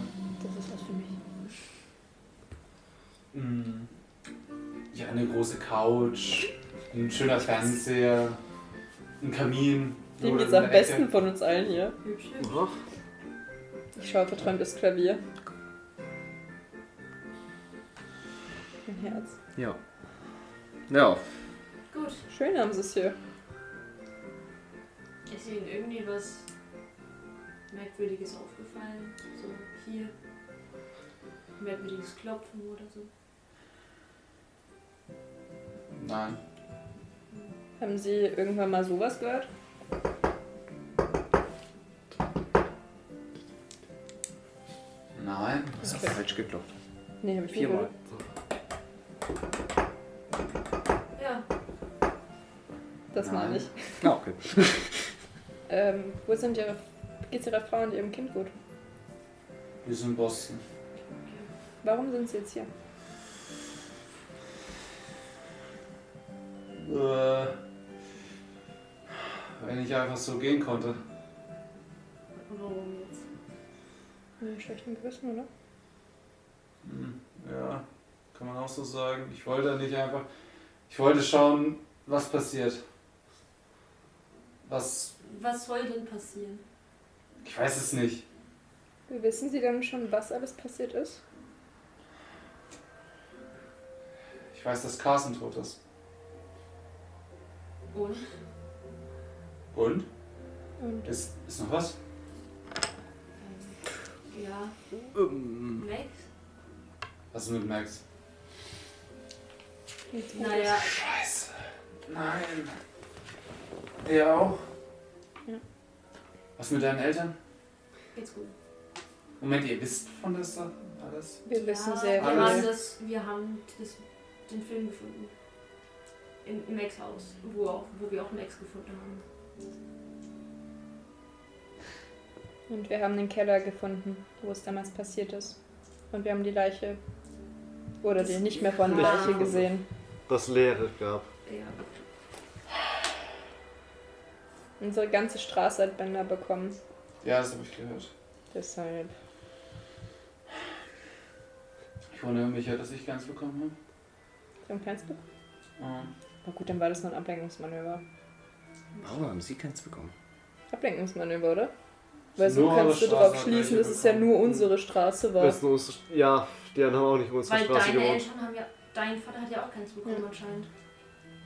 Speaker 2: ist was für mich.
Speaker 1: mh, mm, ja, eine große Couch. Ein schöner Fernseher. Ein Kamin.
Speaker 2: Dem
Speaker 1: nur
Speaker 2: geht's
Speaker 1: in
Speaker 2: am
Speaker 1: der Ecke.
Speaker 2: besten von uns allen hier.
Speaker 7: Hübsch, hübsch.
Speaker 2: Ich schaue verträumt das Klavier. Mein Herz.
Speaker 4: Ja. Ja.
Speaker 7: Gut.
Speaker 2: Schön haben sie es hier.
Speaker 7: Ist Ihnen irgendwie was Merkwürdiges aufgefallen? So hier? Merkwürdiges Klopfen oder so?
Speaker 1: Nein.
Speaker 2: Haben sie irgendwann mal sowas gehört?
Speaker 1: Nein.
Speaker 4: Das ist
Speaker 2: Okay.
Speaker 4: falsch geklopft.
Speaker 2: Nee, hab ich nie
Speaker 4: Viermal.
Speaker 2: gehört.
Speaker 7: Ja.
Speaker 2: Das meine
Speaker 1: Nein.
Speaker 2: ich.
Speaker 4: Ah, okay.
Speaker 2: Ähm, wo sind ihre. Geht's ihrer Frau und ihrem Kind gut?
Speaker 1: Wir sind in Boston.
Speaker 2: Warum sind sie jetzt hier?
Speaker 1: Äh, wenn ich einfach so gehen konnte.
Speaker 7: Warum jetzt?
Speaker 2: Mit einem schlechten Gewissen, oder?
Speaker 1: Hm, Ja, kann man auch so sagen. Ich wollte nicht einfach. Ich wollte schauen, was passiert. Was.
Speaker 7: Was soll denn passieren?
Speaker 1: Ich weiß es nicht.
Speaker 2: Wissen Sie dann schon, was alles passiert ist?
Speaker 1: Ich weiß, dass Carson tot ist.
Speaker 7: Und?
Speaker 1: Und?
Speaker 2: Und?
Speaker 1: Ist, ist noch was?
Speaker 7: ähm, Ja.
Speaker 4: Ähm,
Speaker 7: Max?
Speaker 1: Was ist mit Max?
Speaker 7: Naja,
Speaker 1: Scheiße. Nein. Er auch?
Speaker 2: Ja.
Speaker 1: Was mit deinen Eltern?
Speaker 7: geht's gut.
Speaker 1: Moment, ihr wisst von der Sache alles?
Speaker 2: Wir wissen sehr
Speaker 7: wir haben,
Speaker 2: viel.
Speaker 1: Alles.
Speaker 7: das, wir haben das, den Film gefunden. In Max Haus, wo, auch, wo wir auch Max gefunden haben.
Speaker 2: Und wir haben den Keller gefunden, wo es damals passiert ist. Und wir haben die Leiche. Oder die nicht mehr vorhandene
Speaker 7: Ah.
Speaker 2: Leiche gesehen.
Speaker 5: Das Leere gab.
Speaker 7: Ja.
Speaker 2: Unsere ganze Straße hat Bänder bekommen.
Speaker 1: Ja, das habe ich gehört.
Speaker 2: Deshalb.
Speaker 1: Ich wundere mich ja, dass ich keins bekommen
Speaker 2: Wir haben keins bekommen.
Speaker 1: habe. Ah.
Speaker 2: Na gut, dann war das nur ein Ablenkungsmanöver.
Speaker 4: Warum haben Sie keins bekommen?
Speaker 2: Ablenkungsmanöver, oder? Weil so
Speaker 1: Nur
Speaker 2: kannst du
Speaker 1: eure
Speaker 2: darauf
Speaker 1: Straße
Speaker 2: schließen,
Speaker 1: hat
Speaker 2: dass es ja
Speaker 1: welche
Speaker 2: nur unsere Straße war.
Speaker 5: Wissen uns, ja, die anderen haben auch nicht in unserer
Speaker 7: Weil
Speaker 5: Straße
Speaker 7: deine
Speaker 5: gewohnt.
Speaker 7: Eltern haben ja. Dein Vater hat ja auch keins bekommen
Speaker 2: Ja.
Speaker 7: anscheinend.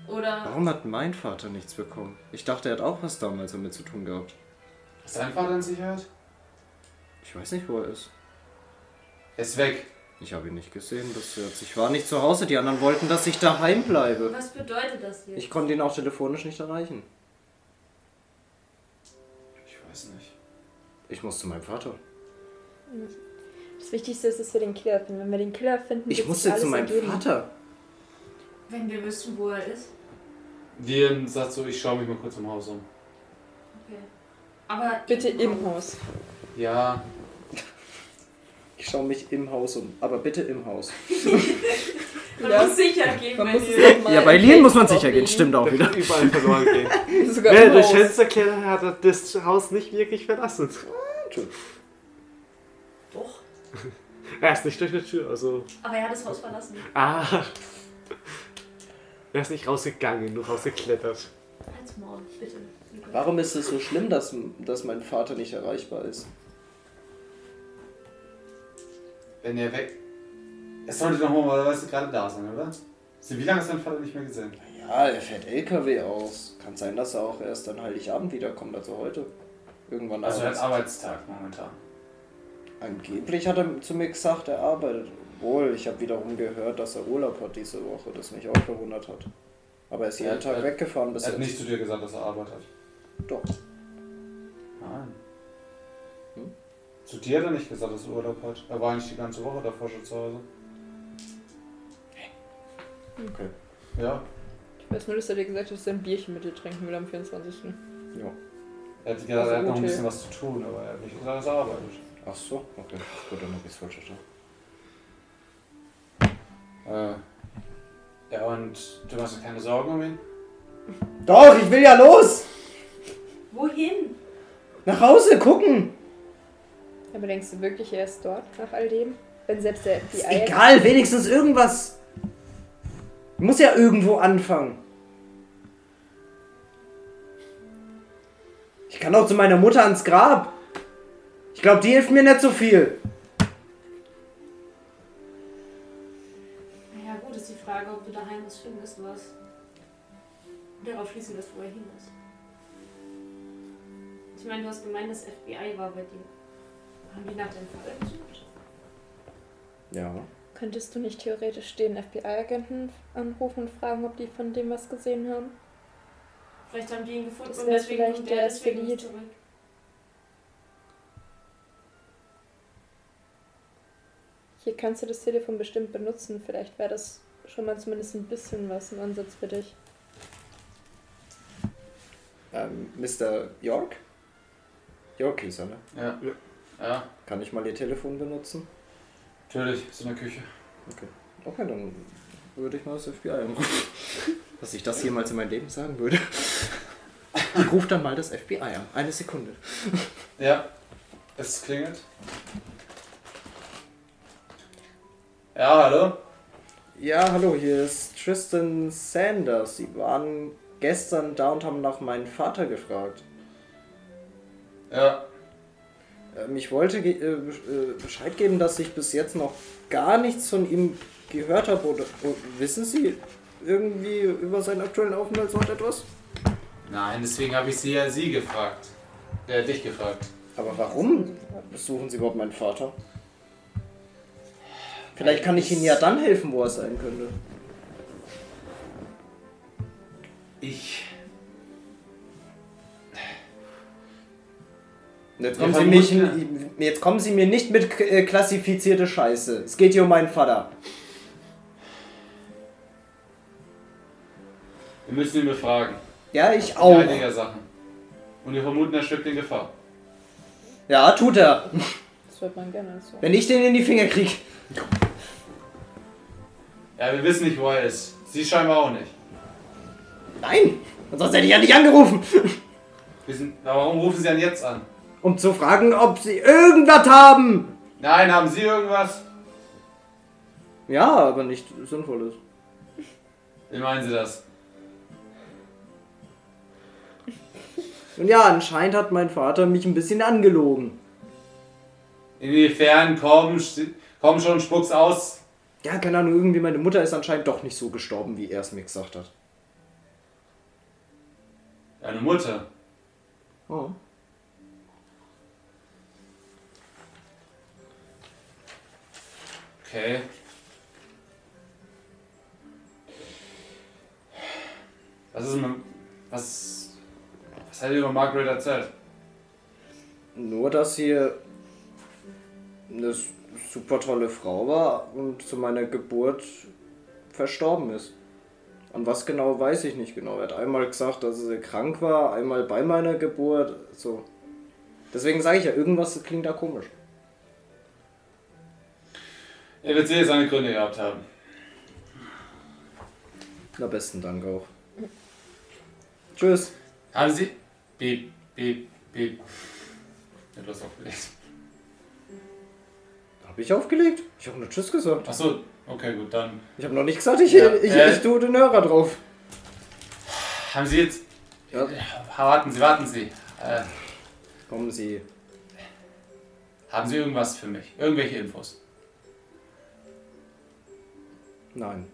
Speaker 7: Oder.
Speaker 4: Warum hat mein Vater nichts bekommen? Ich dachte, er hat auch was damals damit zu tun gehabt.
Speaker 1: Ist dein Vater in Sicherheit?
Speaker 4: Ich weiß nicht, wo er ist.
Speaker 1: Er ist weg.
Speaker 4: Ich habe ihn nicht gesehen bis jetzt. Ich war nicht zu Hause. Die anderen wollten, dass ich daheim bleibe.
Speaker 7: Was bedeutet das jetzt?
Speaker 4: Ich konnte ihn auch telefonisch nicht erreichen.
Speaker 1: Ich weiß nicht.
Speaker 4: Ich muss zu meinem Vater.
Speaker 2: Das Wichtigste ist, dass wir den Killer finden. Wenn wir den Killer finden,
Speaker 4: Ich
Speaker 2: wird sich
Speaker 4: musste zu
Speaker 2: alles
Speaker 4: meinem
Speaker 2: ergeben.
Speaker 4: Vater.
Speaker 7: Wenn wir wüssten, wo er ist.
Speaker 1: Liam sagt so, ich schaue mich mal kurz im Haus um.
Speaker 7: Okay. Aber.
Speaker 2: Bitte im Haus.
Speaker 1: Ja,
Speaker 4: Ich schaue mich im Haus um. Aber bitte im Haus.
Speaker 7: Man
Speaker 2: Ja.
Speaker 7: muss sicher gehen,
Speaker 2: Man
Speaker 7: wenn
Speaker 2: muss
Speaker 7: ihr-
Speaker 2: es auch mal
Speaker 4: Ja, bei
Speaker 2: im
Speaker 4: Lien muss man
Speaker 2: Text
Speaker 4: sicher gehen. Stimmt auch
Speaker 5: Der
Speaker 4: wieder.
Speaker 5: wird überall verloren gehen.
Speaker 2: aufnehmen. Sogar
Speaker 5: Wer
Speaker 2: im
Speaker 5: durch
Speaker 2: Haus.
Speaker 5: Fenster klettert, hat er das Haus nicht wirklich verlassen.
Speaker 7: Doch.
Speaker 5: Er ist nicht durch die Tür, also.
Speaker 7: Aber er hat das Haus verlassen.
Speaker 5: Ah. Er ist nicht rausgegangen, nur rausgeklettert.
Speaker 7: Halt's Maul, bitte. Lukas.
Speaker 4: Warum ist es so schlimm, dass, dass mein Vater nicht erreichbar ist?
Speaker 1: wenn er weg. Es sollte doch normalerweise gerade da sein, oder? Sie, wie lange hast du deinen Vater nicht mehr gesehen?
Speaker 4: Ja, er fährt LKW aus. Kann sein, dass er auch erst an Heiligabend wiederkommt, also heute. Irgendwann
Speaker 1: Also ein
Speaker 4: abends.
Speaker 1: Arbeitstag momentan.
Speaker 4: Angeblich hat er zu mir gesagt, er arbeitet. Obwohl, ich habe wiederum gehört, dass er Urlaub hat diese Woche, das mich auch verwundert hat. Aber er ist jeden
Speaker 1: Er-
Speaker 4: Tag
Speaker 1: er-
Speaker 4: weggefahren bis
Speaker 1: Er hat
Speaker 4: jetzt.
Speaker 1: nicht zu dir gesagt, dass er Arbeit hat.
Speaker 4: Doch.
Speaker 1: Nein.
Speaker 4: Hm?
Speaker 1: Zu dir hat er nicht gesagt, dass er Urlaub hat. Er war eigentlich die ganze Woche davor schon zu Hause.
Speaker 4: Okay.
Speaker 1: Ja.
Speaker 2: Ich weiß nur, dass er dir gesagt hat, dass er ein Bierchen mit dir trinken will am 24.
Speaker 4: Ja.
Speaker 1: Er hat gesagt, er hat noch ein
Speaker 2: Hotel.
Speaker 1: bisschen was zu tun, aber er hat nicht gesagt, dass er arbeitet.
Speaker 4: Ach so, okay. Gut, dann habe ich es falsch verstanden.
Speaker 1: Äh. Ja, und du machst dir keine Sorgen um ihn?
Speaker 4: Doch, ich will ja los!
Speaker 7: Wohin?
Speaker 4: Nach Hause gucken!
Speaker 2: Aber denkst du wirklich, er ist dort nach all dem? Wenn selbst der
Speaker 4: Ist
Speaker 2: FBI.
Speaker 4: egal, wenigstens irgendwas. Muss ja irgendwo anfangen. Ich kann auch zu meiner Mutter ans Grab. Ich glaube, die hilft mir nicht so viel.
Speaker 7: Naja, gut, ist die Frage, ob du daheim was findest, was darauf schließen lässt, wo er hin ist. Ich meine, du hast gemeint, das FBI war bei dir. Haben die nach dem Fall gesucht?
Speaker 4: Ja.
Speaker 2: Könntest du nicht theoretisch den FBI-Agenten anrufen und fragen, ob die von dem was gesehen haben?
Speaker 7: Vielleicht haben die ihn gefunden
Speaker 2: Das
Speaker 7: und
Speaker 2: wäre
Speaker 7: deswegen
Speaker 2: vielleicht
Speaker 7: kommt
Speaker 2: der
Speaker 7: der deswegen nicht
Speaker 2: Affiliate.
Speaker 7: zurück.
Speaker 2: Hier kannst du das Telefon bestimmt benutzen. Vielleicht wäre das schon mal zumindest ein bisschen was, ein Ansatz für dich.
Speaker 4: Ähm, Mr. York? York hieß er, ne?
Speaker 1: Ja. Ja,
Speaker 4: Kann ich mal Ihr Telefon benutzen?
Speaker 1: natürlich, ist in der Küche.
Speaker 4: Okay, dann würde ich mal das FBI anrufen. Dass ich das jemals in meinem Leben sagen würde. Ich rufe dann mal das FBI an. Eine Sekunde.
Speaker 1: Ja, es klingelt. Ja, hallo?
Speaker 4: Ja, hallo, hier ist Tristan Sanders. Sie waren gestern da und haben nach meinem Vater gefragt.
Speaker 1: Ja,
Speaker 4: Ähm, ich wollte ge äh, besch- äh, Bescheid geben, dass ich bis jetzt noch gar nichts von ihm gehört oh, habe. Oder, oder wissen Sie irgendwie über seinen aktuellen Aufenthaltsort etwas?
Speaker 1: Nein, deswegen habe ich sie ja sie gefragt. Äh, dich gefragt.
Speaker 4: Aber warum besuchen Sie überhaupt meinen Vater? Vielleicht kann ich Ihnen ja dann helfen, wo er sein könnte.
Speaker 1: Ich.
Speaker 4: Und Jetzt
Speaker 1: Ja,
Speaker 4: kommen, Sie
Speaker 1: vermuten-
Speaker 4: mich, jetzt kommen Sie mir nicht mit k- äh, klassifizierte Scheiße. Es geht hier um meinen Vater.
Speaker 1: Wir müssen ihn befragen.
Speaker 4: Ja, ich
Speaker 1: Oh.
Speaker 4: auch.
Speaker 1: Einiger Sachen. Und wir vermuten, er schwebt in Gefahr.
Speaker 4: Ja, tut er.
Speaker 2: Das hört man gerne so.
Speaker 4: Wenn ich den in die Finger kriege.
Speaker 1: Ja, wir wissen nicht, wo er ist. Sie scheinbar auch nicht.
Speaker 4: Nein, sonst hätte ich ja nicht angerufen.
Speaker 1: Wir sind, Na, warum rufen Sie denn jetzt an?
Speaker 4: Um zu fragen, ob Sie irgendwas haben.
Speaker 1: Nein, haben Sie irgendwas?
Speaker 4: Ja, aber nicht Sinnvolles.
Speaker 1: Wie meinen Sie das?
Speaker 4: Und ja, anscheinend hat mein Vater mich ein bisschen angelogen.
Speaker 1: Inwiefern komm, sch- komm schon, spuck's aus.
Speaker 4: Ja, keine Ahnung, irgendwie meine Mutter ist anscheinend doch nicht so gestorben, wie er es mir gesagt hat.
Speaker 1: Deine Mutter.
Speaker 4: Oh.
Speaker 1: Okay. Was ist mit. Was. Was hat er über Margaret erzählt?
Speaker 4: Nur, dass hier eine super tolle Frau war und zu meiner Geburt verstorben ist. An was genau weiß ich nicht genau. Er hat einmal gesagt, dass sie krank war, einmal bei meiner Geburt, so. Deswegen sage ich ja, irgendwas klingt da komisch.
Speaker 1: Er wird sicher seine Gründe gehabt haben.
Speaker 4: Na, besten Dank auch. Tschüss.
Speaker 1: Haben Sie. Beep, beep, beep. Etwas aufgelegt.
Speaker 4: Hab ich aufgelegt? Ich habe nur Tschüss gesagt.
Speaker 1: Achso, okay, gut, dann.
Speaker 4: Ich habe noch nicht gesagt, ich,
Speaker 1: Ja,
Speaker 4: ich, ich,
Speaker 1: äh.
Speaker 4: tue den Hörer drauf.
Speaker 1: Haben Sie jetzt.
Speaker 4: Ja.
Speaker 1: Warten Sie, warten Sie. Äh,
Speaker 4: Kommen Sie.
Speaker 1: haben Sie irgendwas für mich? Irgendwelche Infos?
Speaker 4: Nein.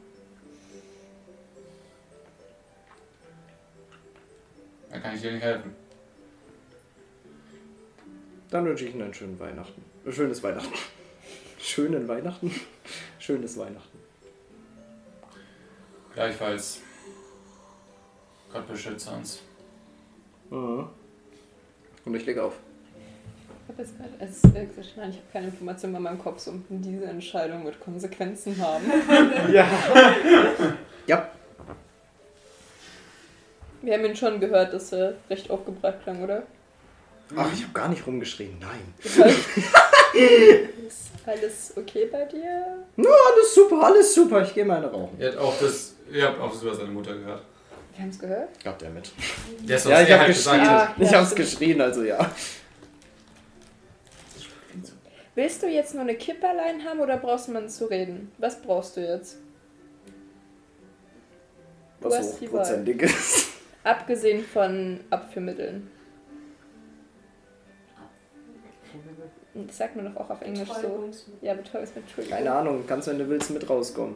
Speaker 1: Dann kann ich dir nicht helfen.
Speaker 4: Dann wünsche ich Ihnen einen schönen Weihnachten. Äh, Schönes Weihnachten. Schönen Weihnachten? Schönes Weihnachten.
Speaker 1: Gleichfalls. Gott beschütze uns.
Speaker 4: Und ich lege auf.
Speaker 2: Ich habe jetzt gerade erst äh, gesagt, nein, ich habe keine Informationen mehr in meinem Kopf, so diese Entscheidung wird Konsequenzen haben.
Speaker 4: Ja.
Speaker 2: Wir haben ihn schon gehört, dass er recht aufgebracht klang, oder?
Speaker 4: Ach, ich habe gar nicht rumgeschrien. Nein.
Speaker 2: Ist alles okay bei dir?
Speaker 4: Alles super, alles super. Ich gehe mal eine rauchen.
Speaker 1: Ihr habt auch das. Ihr habt auch das über seine Mutter gehört.
Speaker 2: Wir haben es gehört.
Speaker 4: Gott damit.
Speaker 1: Das,
Speaker 4: Ja, ich
Speaker 1: er
Speaker 4: habe
Speaker 1: halt
Speaker 4: geschrien.
Speaker 1: gesagt
Speaker 2: hat.
Speaker 1: hat.
Speaker 2: Ah,
Speaker 4: ich
Speaker 2: ja,
Speaker 4: habe es
Speaker 2: stimmt.
Speaker 4: geschrien, also ja.
Speaker 2: Willst du jetzt nur eine Kippe allein haben oder brauchst du jemanden zu reden? Was brauchst du jetzt? Du
Speaker 4: Was
Speaker 2: hast die
Speaker 4: hochprozentiges.
Speaker 2: Abgesehen von Abführmitteln. Das sagt man doch auch auf Englisch so.
Speaker 7: Betäubungsmittel.
Speaker 2: Ja, Betäubungsmittel. Entschuldigung.
Speaker 4: Keine Ahnung, kannst wenn du willst mit rauskommen.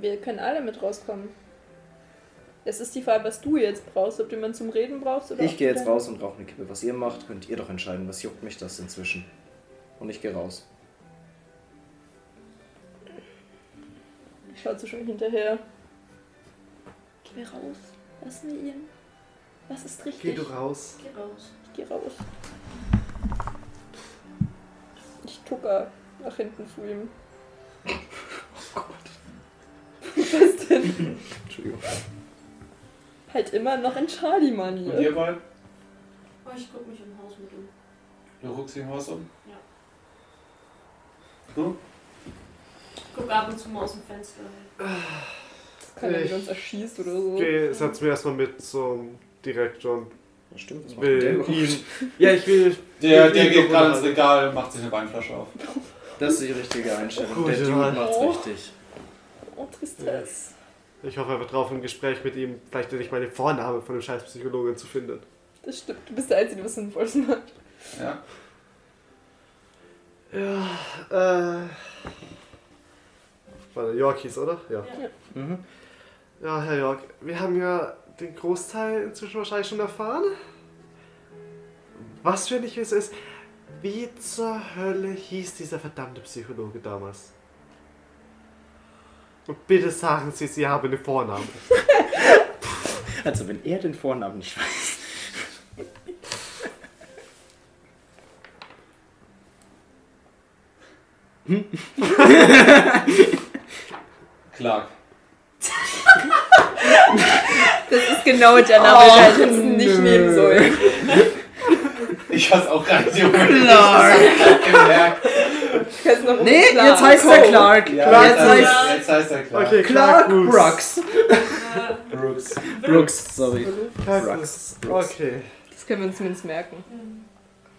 Speaker 2: Wir können alle mit rauskommen. Es ist die Frage, was du jetzt brauchst, ob du jemanden zum Reden brauchst oder
Speaker 4: Ich
Speaker 2: ob
Speaker 4: gehe
Speaker 2: du
Speaker 4: jetzt
Speaker 2: dein-
Speaker 4: raus und rauche eine Kippe. Was ihr macht, könnt ihr doch entscheiden. Was juckt mich das inzwischen? Und ich gehe raus.
Speaker 2: Ich schaue zu schon hinterher. Geh mir raus. Lass mir ihn. Was ist richtig?
Speaker 5: Geh du raus.
Speaker 7: Geh raus.
Speaker 2: Ich geh raus. Ich tucker nach hinten zu ihm. Oh Gott. Was denn?
Speaker 4: Entschuldigung.
Speaker 2: Halt immer noch in
Speaker 1: Und ihr
Speaker 2: Charlie-Manier.
Speaker 1: wollt?
Speaker 7: Oh, ich guck mich im Haus mit um.
Speaker 1: Du guckst dich im Haus um?
Speaker 7: Ja.
Speaker 1: Du?
Speaker 7: Ich guck ab und zu mal aus dem Fenster.
Speaker 2: Keiner,
Speaker 5: Ich-
Speaker 2: der uns erschießt oder so.
Speaker 5: Geh, setz mich erstmal mit zum Direktor und
Speaker 4: Das stimmt, was macht denn der
Speaker 5: will
Speaker 4: überhaupt?
Speaker 5: ihn. Ja, ich will.
Speaker 1: Der,
Speaker 5: ich
Speaker 1: der
Speaker 5: will ihn
Speaker 1: geht gerade ins
Speaker 5: unterhalten.
Speaker 1: Regal und macht sich eine Weinflasche auf.
Speaker 4: Das ist die richtige Einstellung.
Speaker 5: Gut,
Speaker 4: der Dude
Speaker 5: ja.
Speaker 4: macht's
Speaker 2: Oh.
Speaker 4: richtig.
Speaker 2: Oh, Tristesse.
Speaker 5: Ich hoffe einfach drauf, ein Gespräch mit ihm, vielleicht endlich mal den Vornamen von dem scheiß Psychologen zu finden.
Speaker 2: Das stimmt. Du bist der Einzige, der was Sinnvolles macht.
Speaker 1: Ja.
Speaker 5: Ja, äh. War der Yorkies, oder? Ja. Mhm.
Speaker 7: Ja.
Speaker 5: Ja, Herr York, wir haben ja den Großteil inzwischen wahrscheinlich schon erfahren. Was für nicht es ist. Wie zur Hölle hieß dieser verdammte Psychologe damals? Und bitte sagen Sie, Sie haben einen Vornamen.
Speaker 4: Also wenn er den Vornamen nicht weiß.
Speaker 1: Clark.
Speaker 2: Das ist genau der Name, der ich jetzt nicht nehmen soll.
Speaker 1: Ich hab's auch gar nicht gemerkt.
Speaker 2: Ich kann's noch
Speaker 4: Nee,
Speaker 2: Clark.
Speaker 4: jetzt heißt er Clark.
Speaker 1: Ja,
Speaker 4: Clark
Speaker 1: jetzt,
Speaker 4: heißt
Speaker 1: heißt, jetzt heißt er Clark.
Speaker 5: Okay,
Speaker 4: Clark
Speaker 5: Brooks.
Speaker 4: Brooks.
Speaker 1: Brooks.
Speaker 4: Brooks, sorry.
Speaker 5: Clark
Speaker 4: Brooks.
Speaker 5: Brooks.
Speaker 4: Brooks.
Speaker 5: Okay.
Speaker 2: Das können wir uns zumindest merken.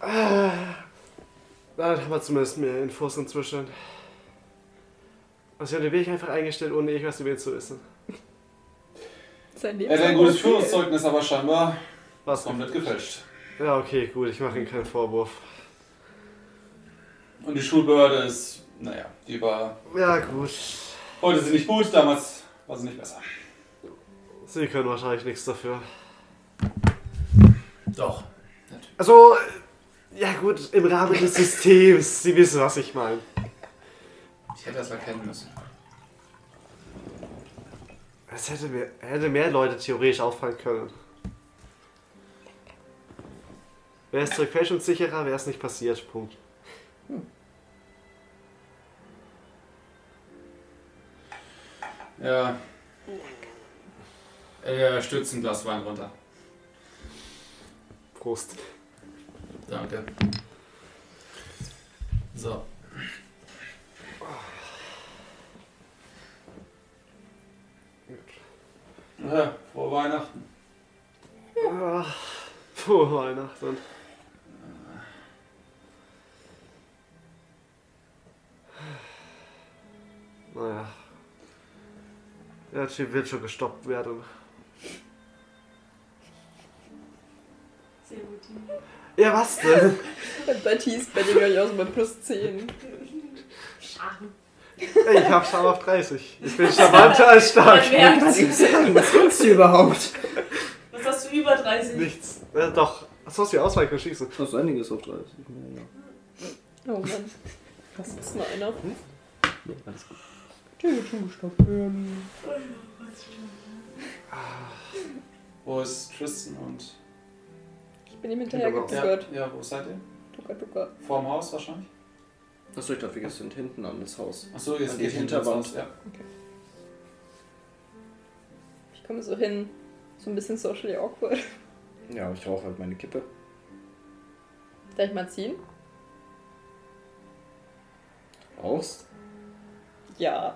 Speaker 5: Na, dann haben wir zumindest mehr Infos inzwischen. Also ich habe den Weg einfach eingestellt, ohne irgendwas über ihn zu wissen.
Speaker 2: Sein
Speaker 1: Er hat ein gutes Führungszeugnis, aber scheinbar
Speaker 5: Was?
Speaker 1: komplett gefälscht.
Speaker 5: Ja, okay, gut, ich mache ihm keinen Vorwurf.
Speaker 1: Und die Schulbehörde ist, naja, die war.
Speaker 5: Ja, gut.
Speaker 1: Heute sind nicht gut, damals war sie nicht besser.
Speaker 5: Sie können wahrscheinlich nichts dafür.
Speaker 1: Doch.
Speaker 5: Also, ja gut, im Rahmen des Systems. Sie wissen, was ich meine.
Speaker 1: Ich hätte das erkennen müssen.
Speaker 5: Es hätte mehr, hätte mehr Leute theoretisch auffallen können. Wäre es zurückfälschungssicherer, wäre es nicht passiert. Punkt.
Speaker 1: Ja. Er stürzt ein Glas Wein runter.
Speaker 5: Prost.
Speaker 1: Danke. So. Ja, frohe Weihnachten.
Speaker 5: Ah, frohe Weihnachten. Naja. Der Typ wird schon gestoppt werden.
Speaker 7: Sehr gut.
Speaker 5: Ja, was denn?
Speaker 2: Baptiste, bei dem ich auch so bei plus 10.
Speaker 7: Schaden.
Speaker 5: Ey, ich hab Scham auf 30. Ich bin charmanter als
Speaker 7: Ah,
Speaker 5: stark.
Speaker 4: Was soll ich sagen? Was willst du überhaupt?
Speaker 7: Was hast du über 30?
Speaker 5: Nichts. Äh, doch. Was hast du hier ausweichen und schießen?
Speaker 4: Das ist einiges auf 30. Ja, ja.
Speaker 2: Oh Mann. Das ist mal einer.
Speaker 4: alles gut.
Speaker 1: Wo ist Tristan und.
Speaker 2: Ich bin ihm Oh hinterhergezögert.
Speaker 1: ja, wo seid ihr?
Speaker 2: Tucker, tucker.
Speaker 1: Vorm Haus wahrscheinlich?
Speaker 4: Achso, ich dachte, wir sind hinten an das Haus.
Speaker 1: Achso,
Speaker 4: An
Speaker 1: jetzt
Speaker 4: die
Speaker 1: geht hinter ins
Speaker 4: Hinterwand.
Speaker 1: Haus. Ja.
Speaker 2: Ich komme so hin. So ein bisschen socially awkward.
Speaker 4: Ja, ich rauche halt meine Kippe.
Speaker 2: Darf ich mal ziehen?
Speaker 4: Rauchst?
Speaker 2: Ja.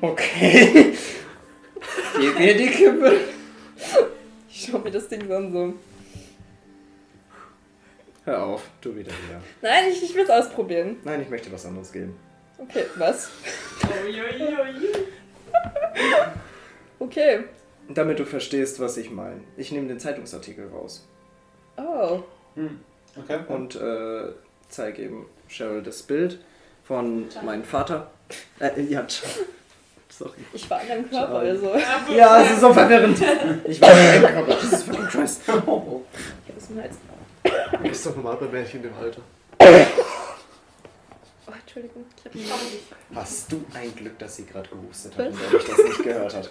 Speaker 4: Okay. Gib mir die Kippe.
Speaker 2: Ich schaue mir das Ding so an so.
Speaker 4: Hör auf, du wieder wieder.
Speaker 2: Nein, ich, ich will es ausprobieren.
Speaker 4: Nein, ich möchte was anderes geben.
Speaker 2: Okay, was?
Speaker 7: Uiuiui.
Speaker 2: Okay.
Speaker 4: Damit du verstehst, was ich meine. Ich nehme den Zeitungsartikel raus
Speaker 2: Oh.
Speaker 1: Hm. Okay.
Speaker 4: und äh, zeige eben Cheryl das Bild von meinem Vater. Äh, ja, Ch- sorry.
Speaker 2: Ich war an deinem Körper,
Speaker 4: Schade.
Speaker 2: also. Ich
Speaker 4: Ja, es ist so verwirrend. Ich war im Körper. Jesus fucking Christ.
Speaker 2: hab das im Hals.
Speaker 5: Du bist doch normal bei Mädchen in dem Alter.
Speaker 2: Oh, Entschuldigung. Ich hab
Speaker 7: Aber nicht.
Speaker 4: Hast du ein Glück, dass sie gerade gehustet hat
Speaker 2: Was?
Speaker 4: und er mich das nicht gehört hat.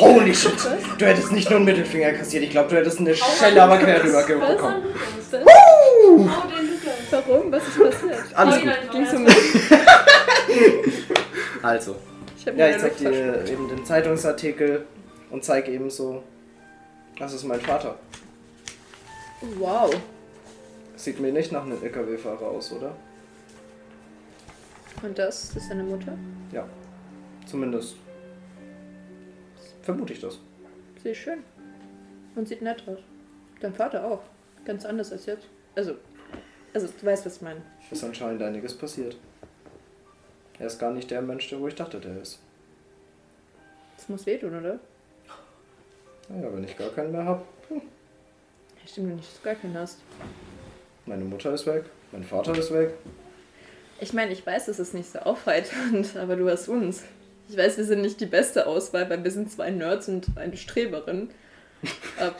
Speaker 4: Holy shit! Du hättest nicht nur einen Mittelfinger kassiert, ich glaube, du hättest eine Schelle aber quer drüber
Speaker 7: Hau
Speaker 4: bekommen.
Speaker 7: den Lukas.
Speaker 2: das.
Speaker 7: Hau den Lukas.
Speaker 2: Warum? Was ist passiert?
Speaker 4: Alles
Speaker 7: Hau ihn
Speaker 4: gut.
Speaker 7: einfach.
Speaker 2: Ging's um mich?
Speaker 4: Also,
Speaker 2: Ich hab
Speaker 4: ja,
Speaker 2: mir
Speaker 4: ich
Speaker 2: eine
Speaker 4: zeig
Speaker 2: Luft verschluckt.
Speaker 4: dir eben den Zeitungsartikel und zeig eben so, das ist mein Vater.
Speaker 2: Wow.
Speaker 4: Sieht mir nicht nach einem LKW-Fahrer aus, oder?
Speaker 2: Und das ist deine Mutter?
Speaker 4: Ja. Zumindest vermute ich das.
Speaker 2: Sie ist schön. Und sieht nett aus. Dein Vater auch. Ganz anders als jetzt. Also, also du weißt, was ich meine.
Speaker 4: Ist anscheinend einiges passiert. Er ist gar nicht der Mensch, der wo ich dachte, der ist.
Speaker 2: Das muss wehtun, oder?
Speaker 4: Naja, wenn ich gar keinen mehr habe.
Speaker 2: Ja, stimmt, wenn ich das gar keinen hast.
Speaker 4: Meine Mutter ist weg, mein Vater ist weg.
Speaker 2: Ich meine, ich weiß, es ist nicht so aufheiternd, aber du hast uns. Ich weiß, wir sind nicht die beste Auswahl, weil wir sind zwei Nerds und eine Streberin. Aber,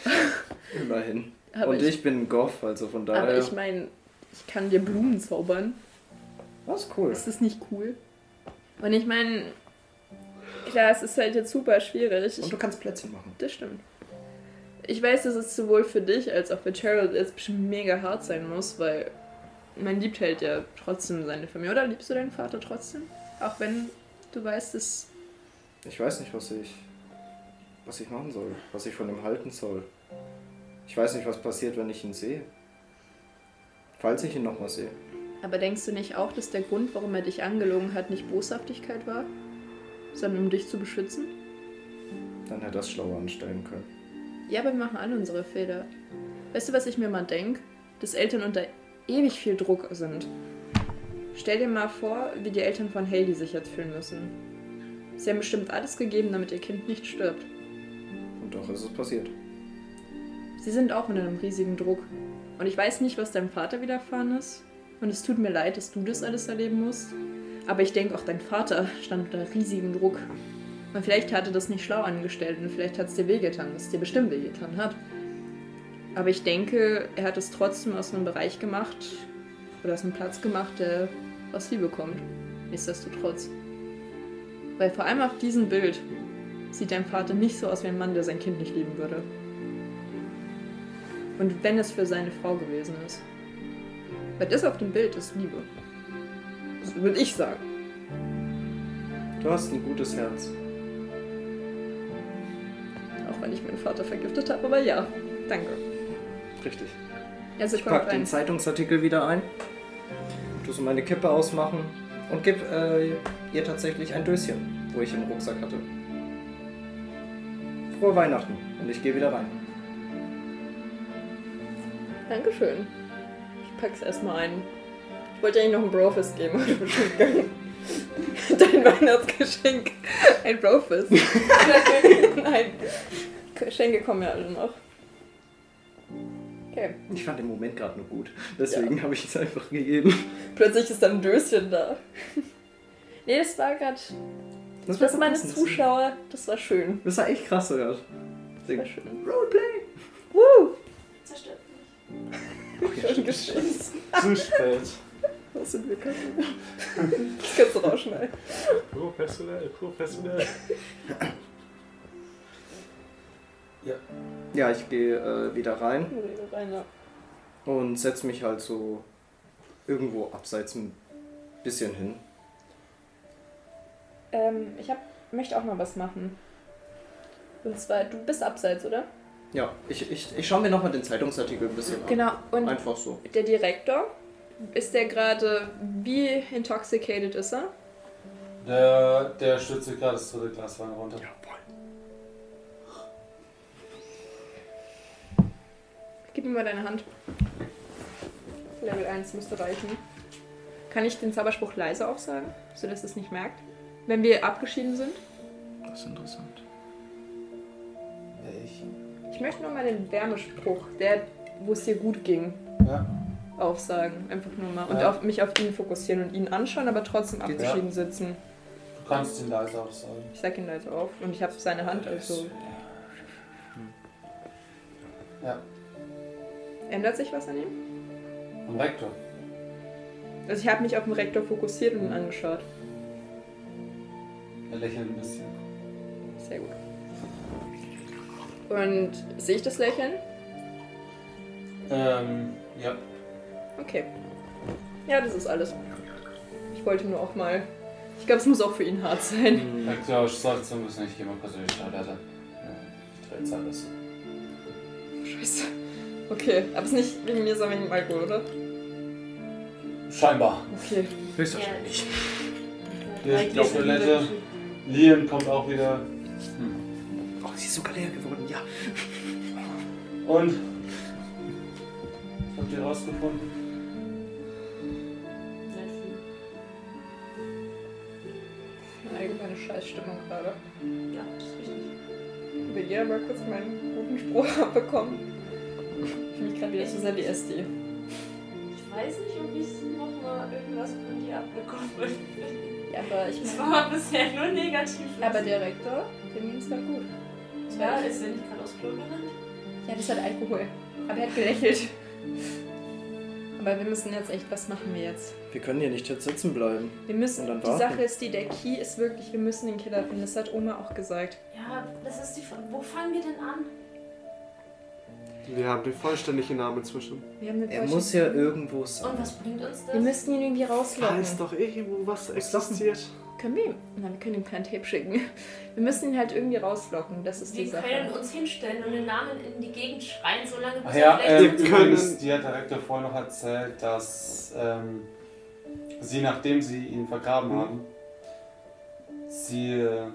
Speaker 4: Immerhin.
Speaker 2: aber
Speaker 4: Und ich bin ein Goff, also von
Speaker 2: aber
Speaker 4: daher.
Speaker 2: ich meine, ich kann dir Blumen zaubern.
Speaker 4: Was cool.
Speaker 2: Ist das nicht cool? Und ich meine, klar, es ist halt jetzt super schwierig. Ich,
Speaker 4: Und du kannst Plätzchen machen.
Speaker 2: das stimmt. Ich weiß, dass es sowohl für dich als auch für Gerald jetzt bestimmt mega hart sein muss, weil man liebt halt ja trotzdem seine Familie. Oder liebst du deinen Vater trotzdem? Auch wenn du weißt, dass.
Speaker 4: Ich weiß nicht, was ich. was ich machen soll. Was ich von ihm halten soll. Ich weiß nicht, was passiert, wenn ich ihn sehe. Falls ich ihn nochmal sehe.
Speaker 2: Aber denkst du nicht auch, dass der Grund, warum er dich angelogen hat, nicht Boshaftigkeit war? Sondern um dich zu beschützen?
Speaker 4: Dann hätte er das schlauer anstellen können.
Speaker 2: Ja, aber wir machen alle unsere Fehler. Weißt du, was ich mir mal denke? Dass Eltern unter ewig viel Druck sind. Stell dir mal vor, wie die Eltern von Haley sich jetzt fühlen müssen. Sie haben bestimmt alles gegeben, damit ihr Kind nicht stirbt.
Speaker 4: Und doch ist es passiert.
Speaker 2: Sie sind auch unter einem riesigen Druck. Und ich weiß nicht, was deinem Vater widerfahren ist. Und es tut mir leid, dass du das alles erleben musst. Aber ich denke, auch dein Vater stand unter riesigem Druck. Und vielleicht hat er das nicht schlau angestellt und vielleicht hat es dir wehgetan, was dir bestimmt wehgetan hat. Aber ich denke, er hat es trotzdem aus einem Bereich gemacht oder aus einem Platz gemacht, der aus Liebe kommt. Nichtsdestotrotz. Weil vor allem auf diesem Bild sieht dein Vater nicht so aus wie ein Mann, der sein Kind nicht lieben würde. Und wenn es für seine Frau gewesen ist. Weil das auf dem Bild ist Liebe. Das würde ich sagen.
Speaker 4: Du hast ein gutes Herz.
Speaker 2: Auch wenn ich meinen Vater vergiftet habe, aber ja. Danke.
Speaker 4: Richtig.
Speaker 2: Also
Speaker 4: Ich pack
Speaker 2: kommt
Speaker 4: den
Speaker 2: rein.
Speaker 4: Zeitungsartikel wieder ein, tu so meine Kippe ausmachen und gib äh, ihr tatsächlich ein Döschen, wo ich im Rucksack hatte. Frohe Weihnachten und ich gehe wieder rein.
Speaker 2: Dankeschön. Ich pack's erstmal ein. Ich wollte eigentlich noch ein Brofist geben, aber du bist schon gegangen. Dein Weihnachtsgeschenk. Ein Brofist. Nein. Geschenke kommen ja alle noch. Okay.
Speaker 4: Ich fand den Moment gerade nur gut, deswegen habe ich es einfach gegeben.
Speaker 2: Plötzlich ist dann ein Döschen da. nee, das war gerade.
Speaker 4: Das
Speaker 2: Das meine
Speaker 4: passend.
Speaker 2: Zuschauer, das war schön.
Speaker 4: Das war echt krass sogar.
Speaker 2: Das
Speaker 4: Deswegen-
Speaker 2: war schön.
Speaker 4: Roleplay!
Speaker 2: Woo!
Speaker 7: Zerstört mich.
Speaker 2: Schön geschissen.
Speaker 1: Zu spät.
Speaker 2: Was sind wir können? Das kannst du rausschneiden.
Speaker 5: Professionell, professionell.
Speaker 4: Ja, ich gehe äh, wieder rein
Speaker 2: Rainer.
Speaker 4: und setze mich halt so irgendwo abseits ein bisschen hin.
Speaker 2: Ähm, ich hab, möchte auch mal was machen. Und zwar, du bist abseits, oder?
Speaker 4: Ja, ich, ich, ich schaue mir nochmal den Zeitungsartikel ein bisschen an.
Speaker 2: Genau. Und
Speaker 4: Einfach so.
Speaker 2: der Direktor, ist der gerade, wie intoxicated ist er?
Speaker 1: Der, der stürzt sich gerade das dritte Glas Wein runter.
Speaker 2: Gib mir mal deine Hand. Level 1 müsste reichen. Kann ich den Zauberspruch leise aufsagen, sodass es nicht merkt? Wenn wir abgeschieden sind?
Speaker 4: Das ist interessant.
Speaker 1: Ich.
Speaker 2: Ich möchte nur mal den Wärmespruch, der, wo es dir gut ging,
Speaker 1: Ja.
Speaker 2: aufsagen. Einfach nur mal. Und
Speaker 1: Ja.
Speaker 2: auf, mich auf ihn fokussieren und ihn anschauen, aber trotzdem abgeschieden sitzen.
Speaker 1: Du kannst ihn leise aufsagen.
Speaker 2: Ich sag ihn leise auf und ich habe seine Hand, also.
Speaker 1: Ja.
Speaker 2: Ändert sich was an ihm?
Speaker 1: Am Rektor.
Speaker 2: Also ich habe mich auf den Rektor fokussiert
Speaker 1: Mhm.
Speaker 2: und ihn angeschaut.
Speaker 1: Er lächelt ein bisschen.
Speaker 2: Sehr gut. Und sehe ich das Lächeln?
Speaker 1: Ähm, ja.
Speaker 2: Okay. Ja, das ist alles. Ich wollte nur auch mal. Ich glaube, es muss auch für ihn hart sein.
Speaker 1: Rektor, ich sag's so müssen nicht jemand persönlich da, der hat. Ich drehe jetzt alles.
Speaker 2: Scheiße. Okay, aber es ist nicht wegen mir, sondern wegen dem Alkohol, oder?
Speaker 1: Scheinbar.
Speaker 2: Okay.
Speaker 7: Höchstwahrscheinlich.
Speaker 1: Ja, ich glaub, Violette. Liam kommt auch wieder. Hm.
Speaker 4: Oh, sie ist sogar leer geworden, ja.
Speaker 1: Und. Was habt ihr rausgefunden?
Speaker 2: Allgemeine Scheißstimmung gerade.
Speaker 7: Ja, das ist richtig.
Speaker 2: Will jeder mal kurz meinen guten Spruch abbekommen? Ich fühle mich gerade wieder so sehr wie SD.
Speaker 7: Ich weiß nicht, ob ich nochmal irgendwas von dir abbekomme.
Speaker 2: Ja, aber ich
Speaker 7: Das
Speaker 2: meine.
Speaker 7: war bisher nur negativ.
Speaker 2: Aber der Rektor, dem ging's halt gut. Das
Speaker 7: ja,
Speaker 2: war
Speaker 7: ist er nicht gerade aus Klo gerannt?
Speaker 2: Ja, das hat Alkohol. Aber er hat gelächelt. Aber wir müssen jetzt echt, was machen wir jetzt?
Speaker 4: Wir können hier nicht jetzt sitzen bleiben.
Speaker 2: Wir müssen,
Speaker 4: Und dann
Speaker 2: die
Speaker 4: warten.
Speaker 2: Sache ist die, der Key ist wirklich, wir müssen den Killer finden. Das hat Oma auch gesagt.
Speaker 7: Ja, das ist die Frage. Wo fangen wir denn an?
Speaker 5: Wir haben den vollständigen Namen inzwischen.
Speaker 2: Wir haben eine
Speaker 4: Er
Speaker 2: falsche-
Speaker 4: muss ja irgendwo sein.
Speaker 7: Und was bringt uns das?
Speaker 2: Wir müssen ihn irgendwie
Speaker 5: Da ist
Speaker 2: rauslocken.
Speaker 5: doch irgendwo was existiert.
Speaker 2: Können wir ihm? Nein, wir können ihm kein Tape schicken. Wir müssen ihn halt irgendwie rauslocken. Das ist die
Speaker 7: wir können
Speaker 2: Sache.
Speaker 7: uns hinstellen und den Namen in die Gegend schreien, solange bis
Speaker 1: Ach ja,
Speaker 7: wir
Speaker 1: ähm,
Speaker 7: vielleicht...
Speaker 5: Wir können-
Speaker 1: übrigens, dir hat der Rektor vorhin noch erzählt, dass ähm, sie, nachdem sie ihn vergraben
Speaker 5: Mhm.
Speaker 1: haben, sie äh,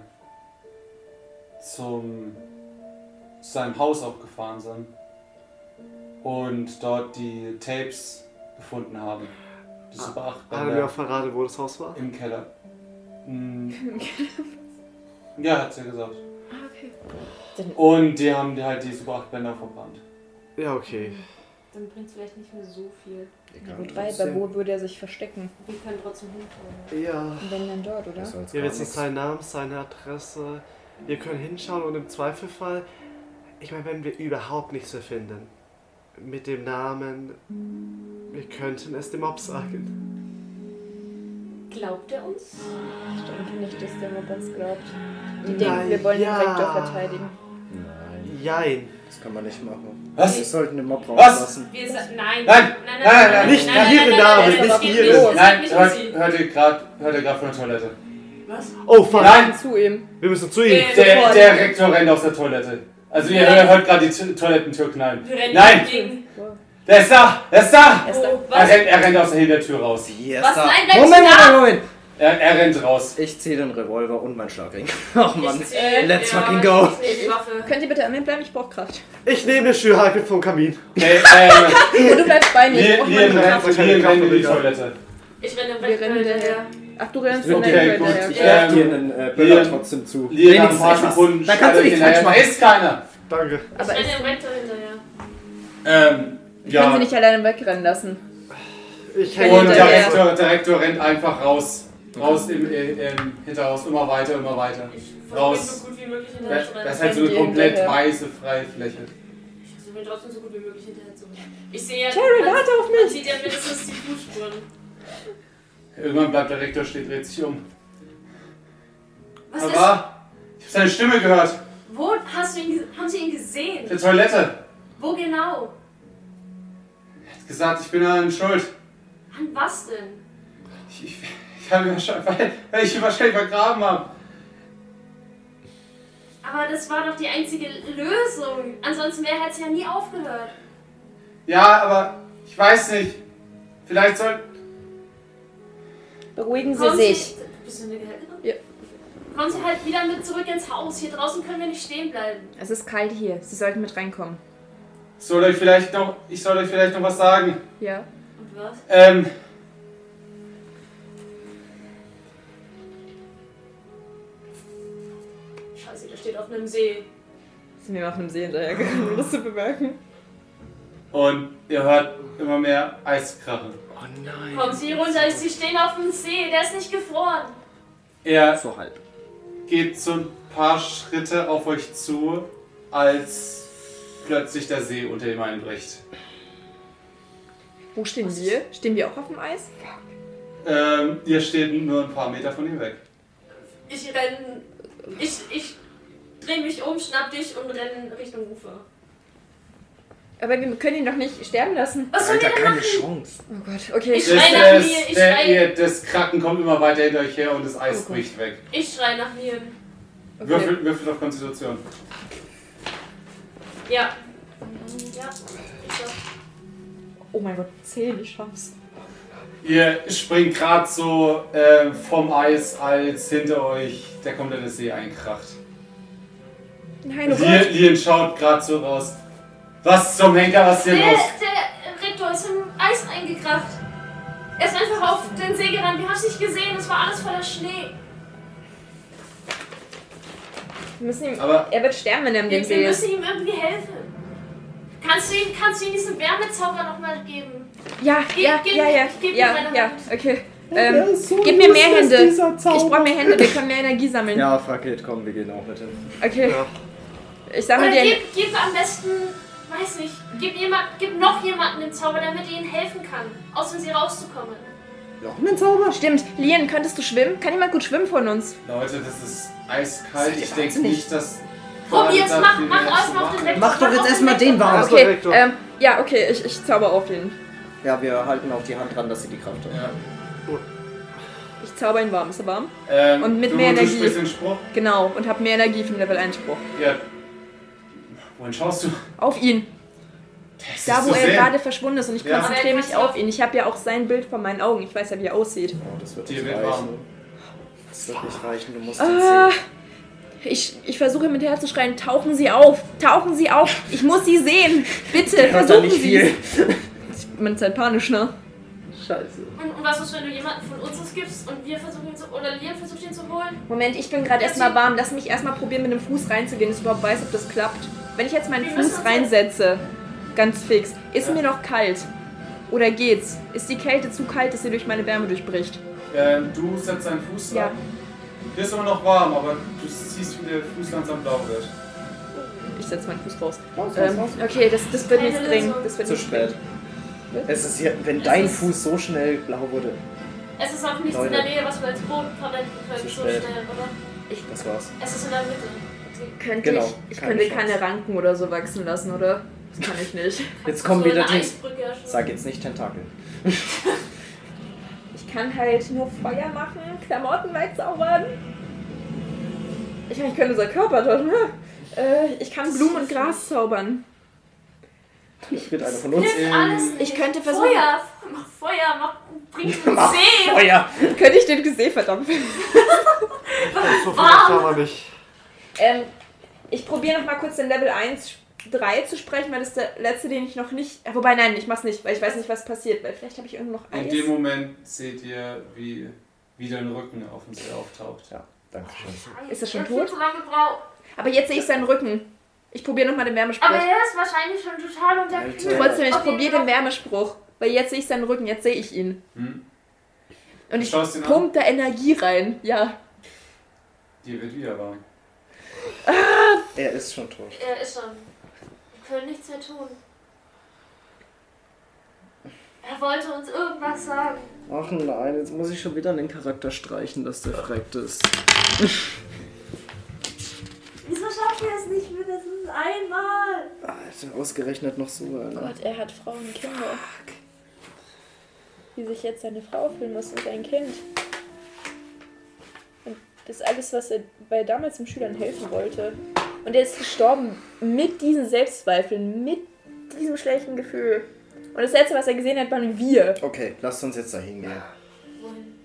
Speaker 1: zum, zu seinem Haus auch gefahren sind und dort die Tapes gefunden haben. Das
Speaker 5: Ah,
Speaker 1: ist beachtbar.
Speaker 5: Hat er mir auch verraten, wo das Haus war?
Speaker 1: Im Keller. Mhm. ja, hat sie gesagt.
Speaker 2: Ah, okay. Dann
Speaker 1: Und die haben die halt die Super 8 Bänder verbrannt.
Speaker 5: Ja, okay.
Speaker 7: Dann bringt es vielleicht nicht mehr so viel.
Speaker 2: Ja, gut, weil, bei wo würde er sich verstecken?
Speaker 7: Wir können trotzdem hinfahren.
Speaker 5: Ja.
Speaker 2: Und wenn dann dort, oder?
Speaker 4: Das soll's
Speaker 5: Ihr
Speaker 4: gar
Speaker 5: wisst
Speaker 4: nichts.
Speaker 5: jetzt seinen Namen, seine Adresse. Ihr könnt hinschauen und im Zweifelfall, ich meine, wenn wir überhaupt nichts erfinden, mit dem Namen, wir könnten es dem Mob sagen.
Speaker 7: Glaubt er uns?
Speaker 2: Ich denke nicht, dass der Mob uns glaubt. Die
Speaker 5: Na
Speaker 2: denken, wir wollen
Speaker 5: ja.
Speaker 2: den Rektor verteidigen.
Speaker 4: Nein,
Speaker 5: Jein.
Speaker 4: das kann man nicht machen.
Speaker 1: Was?
Speaker 4: Wir sollten den Mob
Speaker 1: Was?
Speaker 4: rauslassen.
Speaker 7: Wir sa- nein.
Speaker 1: Nein, nein, nein,
Speaker 5: nicht Ihre Namen,
Speaker 7: nein,
Speaker 5: nicht
Speaker 7: das geht
Speaker 5: Ihre.
Speaker 7: nicht. Das
Speaker 1: Nein,
Speaker 7: geht
Speaker 1: hört,
Speaker 7: nicht.
Speaker 1: hört ihr gerade von der Toilette.
Speaker 7: Was?
Speaker 5: Oh, fuck.
Speaker 1: Nein!
Speaker 2: Zu ihm.
Speaker 5: Wir müssen zu ihm.
Speaker 7: Äh,
Speaker 1: Der,
Speaker 2: Sofort.
Speaker 1: der Rektor rennt aus der Toilette. Also ihr
Speaker 7: Nein.
Speaker 1: hört gerade die To- Toilettentür knallen.
Speaker 7: Wir rennen
Speaker 1: Nein!
Speaker 7: gegen.
Speaker 2: Wow.
Speaker 1: Der ist da! Der ist da!
Speaker 2: Er ist da.
Speaker 7: Oh,
Speaker 1: Er
Speaker 7: was?
Speaker 1: rennt, er rennt aus der Hintertür raus.
Speaker 4: Yes,
Speaker 7: Was?
Speaker 4: da-
Speaker 7: Nein, bleib
Speaker 4: Moment,
Speaker 7: stehen.
Speaker 4: Moment, Moment.
Speaker 1: Er, er rennt raus.
Speaker 4: Ich ziehe den Revolver und mein Schlagring. Oh Mann.
Speaker 7: Ich zähl.
Speaker 4: Let's
Speaker 7: Ja,
Speaker 4: fucking go.
Speaker 7: ich nehm die Waffe.
Speaker 2: Könnt ihr bitte an mir bleiben? Ich brauche Kraft.
Speaker 5: Ich nehme den Schürhaken vom Kamin.
Speaker 1: Okay, ähm,
Speaker 2: Und du bleibst bei mir. Ich
Speaker 7: Oh
Speaker 2: brauch
Speaker 1: Lien
Speaker 2: meine
Speaker 1: rennt
Speaker 2: Kraft.
Speaker 1: Lien rennt in die Toilette.
Speaker 7: Ich renne im
Speaker 2: Wir
Speaker 7: Bett
Speaker 2: rennen hinterher.
Speaker 7: hinterher.
Speaker 2: Ach, du rennst
Speaker 4: Ich
Speaker 2: in
Speaker 4: bin
Speaker 2: der
Speaker 1: okay,
Speaker 2: Welt,
Speaker 1: gut.
Speaker 2: ja.
Speaker 4: Ich
Speaker 1: Ähm,
Speaker 4: werfe dir einen äh, Böller
Speaker 1: hier-
Speaker 4: trotzdem zu.
Speaker 1: Lien nach ein
Speaker 4: Wenigstens
Speaker 1: paar
Speaker 4: etwas.
Speaker 1: Sekunden
Speaker 4: Da kannst du
Speaker 1: schneidet
Speaker 4: nichts falsch
Speaker 1: hinterher.
Speaker 4: machen.
Speaker 1: Da ist keiner!
Speaker 5: Danke.
Speaker 7: Ich
Speaker 2: Aber
Speaker 7: renne
Speaker 2: ich
Speaker 7: im Rektor hinterher.
Speaker 1: Ähm,
Speaker 2: kann
Speaker 1: ja.
Speaker 2: sie nicht alleine wegrennen lassen.
Speaker 5: Ich
Speaker 2: Ja,
Speaker 5: hänge
Speaker 1: Und der
Speaker 2: hinterher.
Speaker 1: Rektor, der Rektor rennt einfach raus. Raus im, im, im Hinterhaus, immer weiter, immer weiter.
Speaker 7: Ich versuche
Speaker 1: Raus.
Speaker 7: mich so gut wie möglich hinterher
Speaker 1: Das
Speaker 7: zu
Speaker 1: das ist
Speaker 7: rennen.
Speaker 1: halt so eine
Speaker 2: Rennt ihr
Speaker 1: komplett
Speaker 2: hinterher?
Speaker 1: weiße Freifläche.
Speaker 7: Ich versuche mich trotzdem so gut wie möglich hinterher zu rennen. Ich sehe ja.
Speaker 2: Terry,
Speaker 7: man,
Speaker 2: warte auf
Speaker 7: man
Speaker 2: mich!
Speaker 7: sieht ja mindestens die Fußspuren.
Speaker 1: Irgendwann bleibt der Rektor stehen, dreht sich um.
Speaker 7: Was
Speaker 1: Aber ich habe seine Stimme gehört.
Speaker 7: ist. Wo hast du ihn, ge- haben sie ihn gesehen?
Speaker 1: Der Toilette.
Speaker 7: Wo genau?
Speaker 1: Er hat gesagt, ich bin daran schuld.
Speaker 7: An was denn?
Speaker 1: Ich, ich, ich habe ihn wahrscheinlich, weil, weil ich ihn wahrscheinlich vergraben habe.
Speaker 7: Aber das war doch die einzige Lösung. Ansonsten wäre es ja nie aufgehört.
Speaker 1: Ja, aber ich weiß nicht. Vielleicht soll.
Speaker 2: Beruhigen Sie
Speaker 7: Kommen
Speaker 2: sich.
Speaker 7: Bist du in der Gehalterin?
Speaker 2: Ja.
Speaker 7: Kommen Sie halt wieder mit zurück ins Haus. Hier draußen können wir nicht stehen bleiben.
Speaker 2: Es ist kalt hier. Sie sollten mit reinkommen.
Speaker 1: Soll euch vielleicht noch. Ich soll euch vielleicht noch was sagen.
Speaker 2: Ja.
Speaker 7: Und was?
Speaker 1: Ähm.
Speaker 7: Scheiße, der steht auf einem See.
Speaker 2: Sind wir auf einem See hinterhergegangen, um das zu bemerken.
Speaker 1: Und ihr hört immer mehr Eiskrachen.
Speaker 4: Oh nein.
Speaker 7: Kommen Sie runter, Sie stehen auf dem See. Der ist nicht gefroren.
Speaker 1: Er
Speaker 4: So halb.
Speaker 1: geht so ein paar Schritte auf euch zu, als plötzlich der See unter ihm einbricht.
Speaker 2: Wo stehen wir? Stehen wir auch auf dem Eis?
Speaker 1: Ähm, ihr steht nur ein paar Meter von ihm weg.
Speaker 7: Ich renn. Ich, ich dreh mich um, schnapp dich und renn Richtung Ufer.
Speaker 2: Aber wir können ihn doch nicht sterben lassen.
Speaker 7: Was sollen wir
Speaker 4: Alter,
Speaker 7: denn
Speaker 4: keine
Speaker 7: machen?
Speaker 4: Chance.
Speaker 2: Oh Gott, okay.
Speaker 7: Ich-
Speaker 1: Das,
Speaker 7: schrei nach
Speaker 1: das,
Speaker 7: mir, ich
Speaker 1: der,
Speaker 7: schrei.
Speaker 1: ihr, das Kraken kommt immer weiter hinter euch her und das Eis
Speaker 2: Oh Gott.
Speaker 1: bricht weg.
Speaker 7: Ich schrei nach Nieren.
Speaker 2: okay.
Speaker 1: Würfelt, würfelt auf Konstitution.
Speaker 7: Ja. Ja. Ich glaub,
Speaker 2: Oh mein Gott, zehn, ich schaff's.
Speaker 1: Ihr springt gerade so äh, vom Eis, als hinter euch der komplette See einkracht.
Speaker 2: Nein, oh
Speaker 1: Lien,
Speaker 2: Gott.
Speaker 1: Lien schaut gerade so raus. Was zum Henker, was ist
Speaker 7: der,
Speaker 1: hier los?
Speaker 7: der Rektor ist im Eis eingekracht. Er ist einfach auf den See gerannt. Wir haben es nicht gesehen. Es war alles voller Schnee.
Speaker 2: Wir müssen ihm.
Speaker 1: Aber
Speaker 2: Er wird sterben, wenn er im
Speaker 7: Wir,
Speaker 2: Ding See
Speaker 7: wir
Speaker 2: ist.
Speaker 7: müssen ihm irgendwie helfen. Kannst du ihm, kannst du ihm diesen Wärmezauber nochmal geben?
Speaker 2: Ja,
Speaker 7: Gib-
Speaker 2: ja,
Speaker 7: gib-
Speaker 2: ja, ja.
Speaker 7: gib mir
Speaker 2: Ja,
Speaker 7: meine
Speaker 2: ja,
Speaker 7: Hand.
Speaker 2: okay. Ähm, gib mir mehr Hände. Ich brauche mehr Hände, wir können mehr Energie sammeln.
Speaker 4: Ja, fuck it, komm, wir gehen auch mit hin.
Speaker 2: Okay,
Speaker 5: Ja.
Speaker 2: ich sammle
Speaker 7: Oder
Speaker 2: dir.
Speaker 7: gib, gib am besten, weiß nicht, gib, jemand, gib noch jemanden den Zauber, damit ihr ihnen helfen kann, aus dem sie rauszukommen.
Speaker 8: Noch einen Zauber?
Speaker 2: Stimmt, Lien, könntest du schwimmen? Kann jemand gut schwimmen von uns?
Speaker 1: Leute, das ist eiskalt. Ich
Speaker 2: wahnsinnig?
Speaker 1: denke nicht, dass.
Speaker 7: Probier's,
Speaker 1: gerade
Speaker 7: mach,
Speaker 1: dafür
Speaker 7: mach
Speaker 1: mehr zu
Speaker 7: euch noch
Speaker 1: machen.
Speaker 7: den Weg.
Speaker 8: Mach doch jetzt erstmal den warm.
Speaker 5: Also
Speaker 2: Okay,
Speaker 5: Rektor.
Speaker 2: ähm, ja, okay, ich, ich zauber auf ihn.
Speaker 4: Ja, wir halten auch die Hand dran, dass sie die Kraft hat.
Speaker 1: Ja.
Speaker 2: Ich zauber ihn warm. Ist er warm?
Speaker 1: Ähm,
Speaker 2: Und mit
Speaker 1: du,
Speaker 2: mehr
Speaker 1: du
Speaker 2: Energie.
Speaker 1: sprichst den Spruch.
Speaker 2: Genau, und hab mehr Energie für den Level 1 Spruch.
Speaker 1: Ja. Wohin schaust du?
Speaker 2: Auf ihn.
Speaker 1: Das
Speaker 2: Da,
Speaker 1: ist
Speaker 2: wo
Speaker 1: zu
Speaker 2: er
Speaker 1: sehen.
Speaker 2: gerade verschwunden ist und ich
Speaker 1: Ja.
Speaker 2: konzentriere mich auf ihn. Ich habe ja auch sein Bild vor meinen Augen. Ich weiß ja, wie er aussieht.
Speaker 4: Oh, das wird
Speaker 1: Dir
Speaker 4: nicht
Speaker 1: wird
Speaker 4: reichen.
Speaker 1: warm.
Speaker 4: Das wird nicht reichen, du musst den
Speaker 2: Ah,
Speaker 4: sehen.
Speaker 2: ich, ich versuche mit Herz zu schreien, tauchen Sie auf, tauchen Sie auf. Ich muss Sie sehen. Bitte,
Speaker 4: Hört da
Speaker 2: versuchen
Speaker 4: nicht
Speaker 2: Sie es.
Speaker 4: viel.
Speaker 2: Man ist halt panisch, ne?
Speaker 8: Scheiße.
Speaker 7: Und, und was ist, wenn du jemanden von uns das gibst und wir versuchen ihn zu, oder Lian versucht ihn zu holen?
Speaker 2: Moment, ich bin gerade erstmal warm. Lass mich erstmal probieren, mit dem Fuß reinzugehen, dass ich überhaupt weiß, ob das klappt. Wenn ich jetzt meinen
Speaker 7: Wir müssen
Speaker 2: Fuß
Speaker 7: uns-
Speaker 2: reinsetze, ganz fix, ist
Speaker 1: Ja.
Speaker 2: mir noch kalt? Oder geht's? Ist die Kälte zu kalt, dass sie durch meine Wärme durchbricht?
Speaker 1: Ähm, du setzt deinen Fuß
Speaker 2: Ja.
Speaker 1: ab. Hier ist immer noch warm, aber du siehst, wie der Fuß langsam blau wird.
Speaker 2: Ich setze meinen Fuß raus.
Speaker 4: Raus, raus,
Speaker 2: Ähm,
Speaker 4: raus.
Speaker 2: okay, das, das wird
Speaker 7: Keine
Speaker 2: nichts bringen.
Speaker 7: Lösung.
Speaker 2: Das wird
Speaker 4: Zu
Speaker 2: nichts
Speaker 4: spät.
Speaker 2: bringen.
Speaker 4: Es ist hier, wenn
Speaker 7: Es
Speaker 4: dein
Speaker 7: ist-
Speaker 4: Fuß so schnell blau wurde,
Speaker 7: Es ist auch nichts in
Speaker 4: Leute.
Speaker 7: der Nähe, was wir als Boden verwenden
Speaker 4: Zu
Speaker 7: können, so
Speaker 4: spät.
Speaker 7: schnell, oder?
Speaker 4: das war's.
Speaker 7: Es ist in der Mitte.
Speaker 2: Könnte
Speaker 4: Genau,
Speaker 2: ich, ich
Speaker 4: keine
Speaker 2: könnte
Speaker 4: Chance.
Speaker 2: keine Ranken oder so wachsen lassen, oder? Das kann ich nicht.
Speaker 4: Jetzt kommen
Speaker 7: so
Speaker 4: wieder
Speaker 7: eine
Speaker 4: die-
Speaker 7: Eisbrücke erstellen.
Speaker 4: Sag jetzt nicht Tentakel.
Speaker 2: Ich kann halt nur Feuer machen, Klamotten weit zaubern. Ich meine, ich könnte unser Körper dort, ne? Äh, ich kann Blumen und Gras zaubern.
Speaker 4: Das wird einer von uns. ähm,
Speaker 7: Hilft alles nicht.
Speaker 2: Ich könnte versuchen-
Speaker 7: Feuer, mach Feuer, mach, bring uns See.
Speaker 4: Oh ja!
Speaker 2: Könnte ich den Gesee verdampfen?
Speaker 5: So viel Kraft haben wir nicht.
Speaker 2: Ähm, ich probiere nochmal kurz den Level 1, 3 zu sprechen, weil das ist der letzte, den ich noch nicht. äh, Wobei, nein, ich mach's nicht, weil ich weiß nicht, was passiert. Weil vielleicht habe ich irgendwo noch
Speaker 1: In
Speaker 2: Eis.
Speaker 1: dem Moment seht ihr, wie wieder ein Rücken auf uns auftaucht.
Speaker 4: Ja, danke schön.
Speaker 2: Ist er schon
Speaker 7: Ich hab viel
Speaker 2: tot?
Speaker 7: zu lange gebraucht.
Speaker 2: Aber jetzt sehe ich seinen Rücken. Ich probiere nochmal den
Speaker 7: Aber
Speaker 2: Wärmespruch.
Speaker 7: er ist wahrscheinlich schon total unter
Speaker 4: Alter.
Speaker 7: Kühl.
Speaker 2: Trotzdem, ich
Speaker 7: Auf jeden
Speaker 2: probiere den
Speaker 7: Fall.
Speaker 2: Wärmespruch. Weil jetzt sehe ich seinen Rücken, jetzt sehe ich ihn.
Speaker 1: Hm?
Speaker 2: Und ich
Speaker 1: Schaust ihn an.
Speaker 2: pump da Energie rein. Ja.
Speaker 1: Dir wird wieder warm.
Speaker 4: Er ist schon tot.
Speaker 7: Er ist schon. Wir können nichts mehr tun. Er wollte uns irgendwas sagen.
Speaker 4: Ach nein, jetzt muss ich schon wieder an den Charakter streichen, dass der freckt ist.
Speaker 7: Wieso schaffen wir es nicht mindestens einmal?
Speaker 4: Alter, ausgerechnet noch so einer.
Speaker 2: Gott, er hat Frauen und Kinder. Wie sich jetzt seine Frau fühlen muss und sein Kind. Und das alles, was er bei damals den Schülern helfen wollte. Und er ist gestorben mit diesen Selbstzweifeln, mit diesem schlechten Gefühl. Und das Letzte, was er gesehen hat, waren wir.
Speaker 4: Okay, lasst uns jetzt da hingehen.
Speaker 7: Wohin?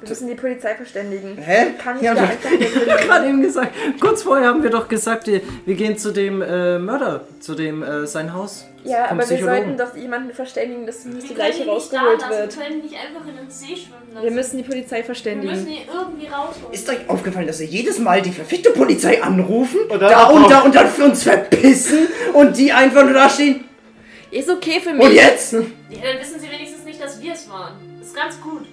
Speaker 2: Wir müssen die Polizei verständigen.
Speaker 4: Hä?
Speaker 2: Kann ich
Speaker 4: Ja,
Speaker 2: da
Speaker 4: wir-
Speaker 2: einfach nicht
Speaker 4: Ich hab gerade eben gesagt, kurz vorher haben wir doch gesagt, wir, wir gehen zu dem äh, Mörder, zu dem äh, sein Haus.
Speaker 2: Ja,
Speaker 4: vom
Speaker 2: aber wir
Speaker 4: Psychologen.
Speaker 2: sollten doch jemanden verständigen, dass nicht die
Speaker 7: Wir
Speaker 2: Leiche
Speaker 7: können ihn nicht da
Speaker 2: rausgeholt
Speaker 7: lassen.
Speaker 2: wird.
Speaker 7: Wir können ihn nicht einfach in den See schwimmen lassen.
Speaker 2: Wir müssen die Polizei
Speaker 7: Wir müssen
Speaker 2: verständigen.
Speaker 7: ihn irgendwie rausholen.
Speaker 4: Ist euch aufgefallen, dass wir jedes Mal die verfickte Polizei anrufen,
Speaker 5: Und dann
Speaker 4: da
Speaker 5: abhauen.
Speaker 4: und da und dann für uns verpissen und die einfach nur da stehen?
Speaker 2: Ist okay für mich.
Speaker 4: Und jetzt?
Speaker 7: ja, dann äh, wissen sie wenigstens nicht, dass wir es waren. Ist ganz gut.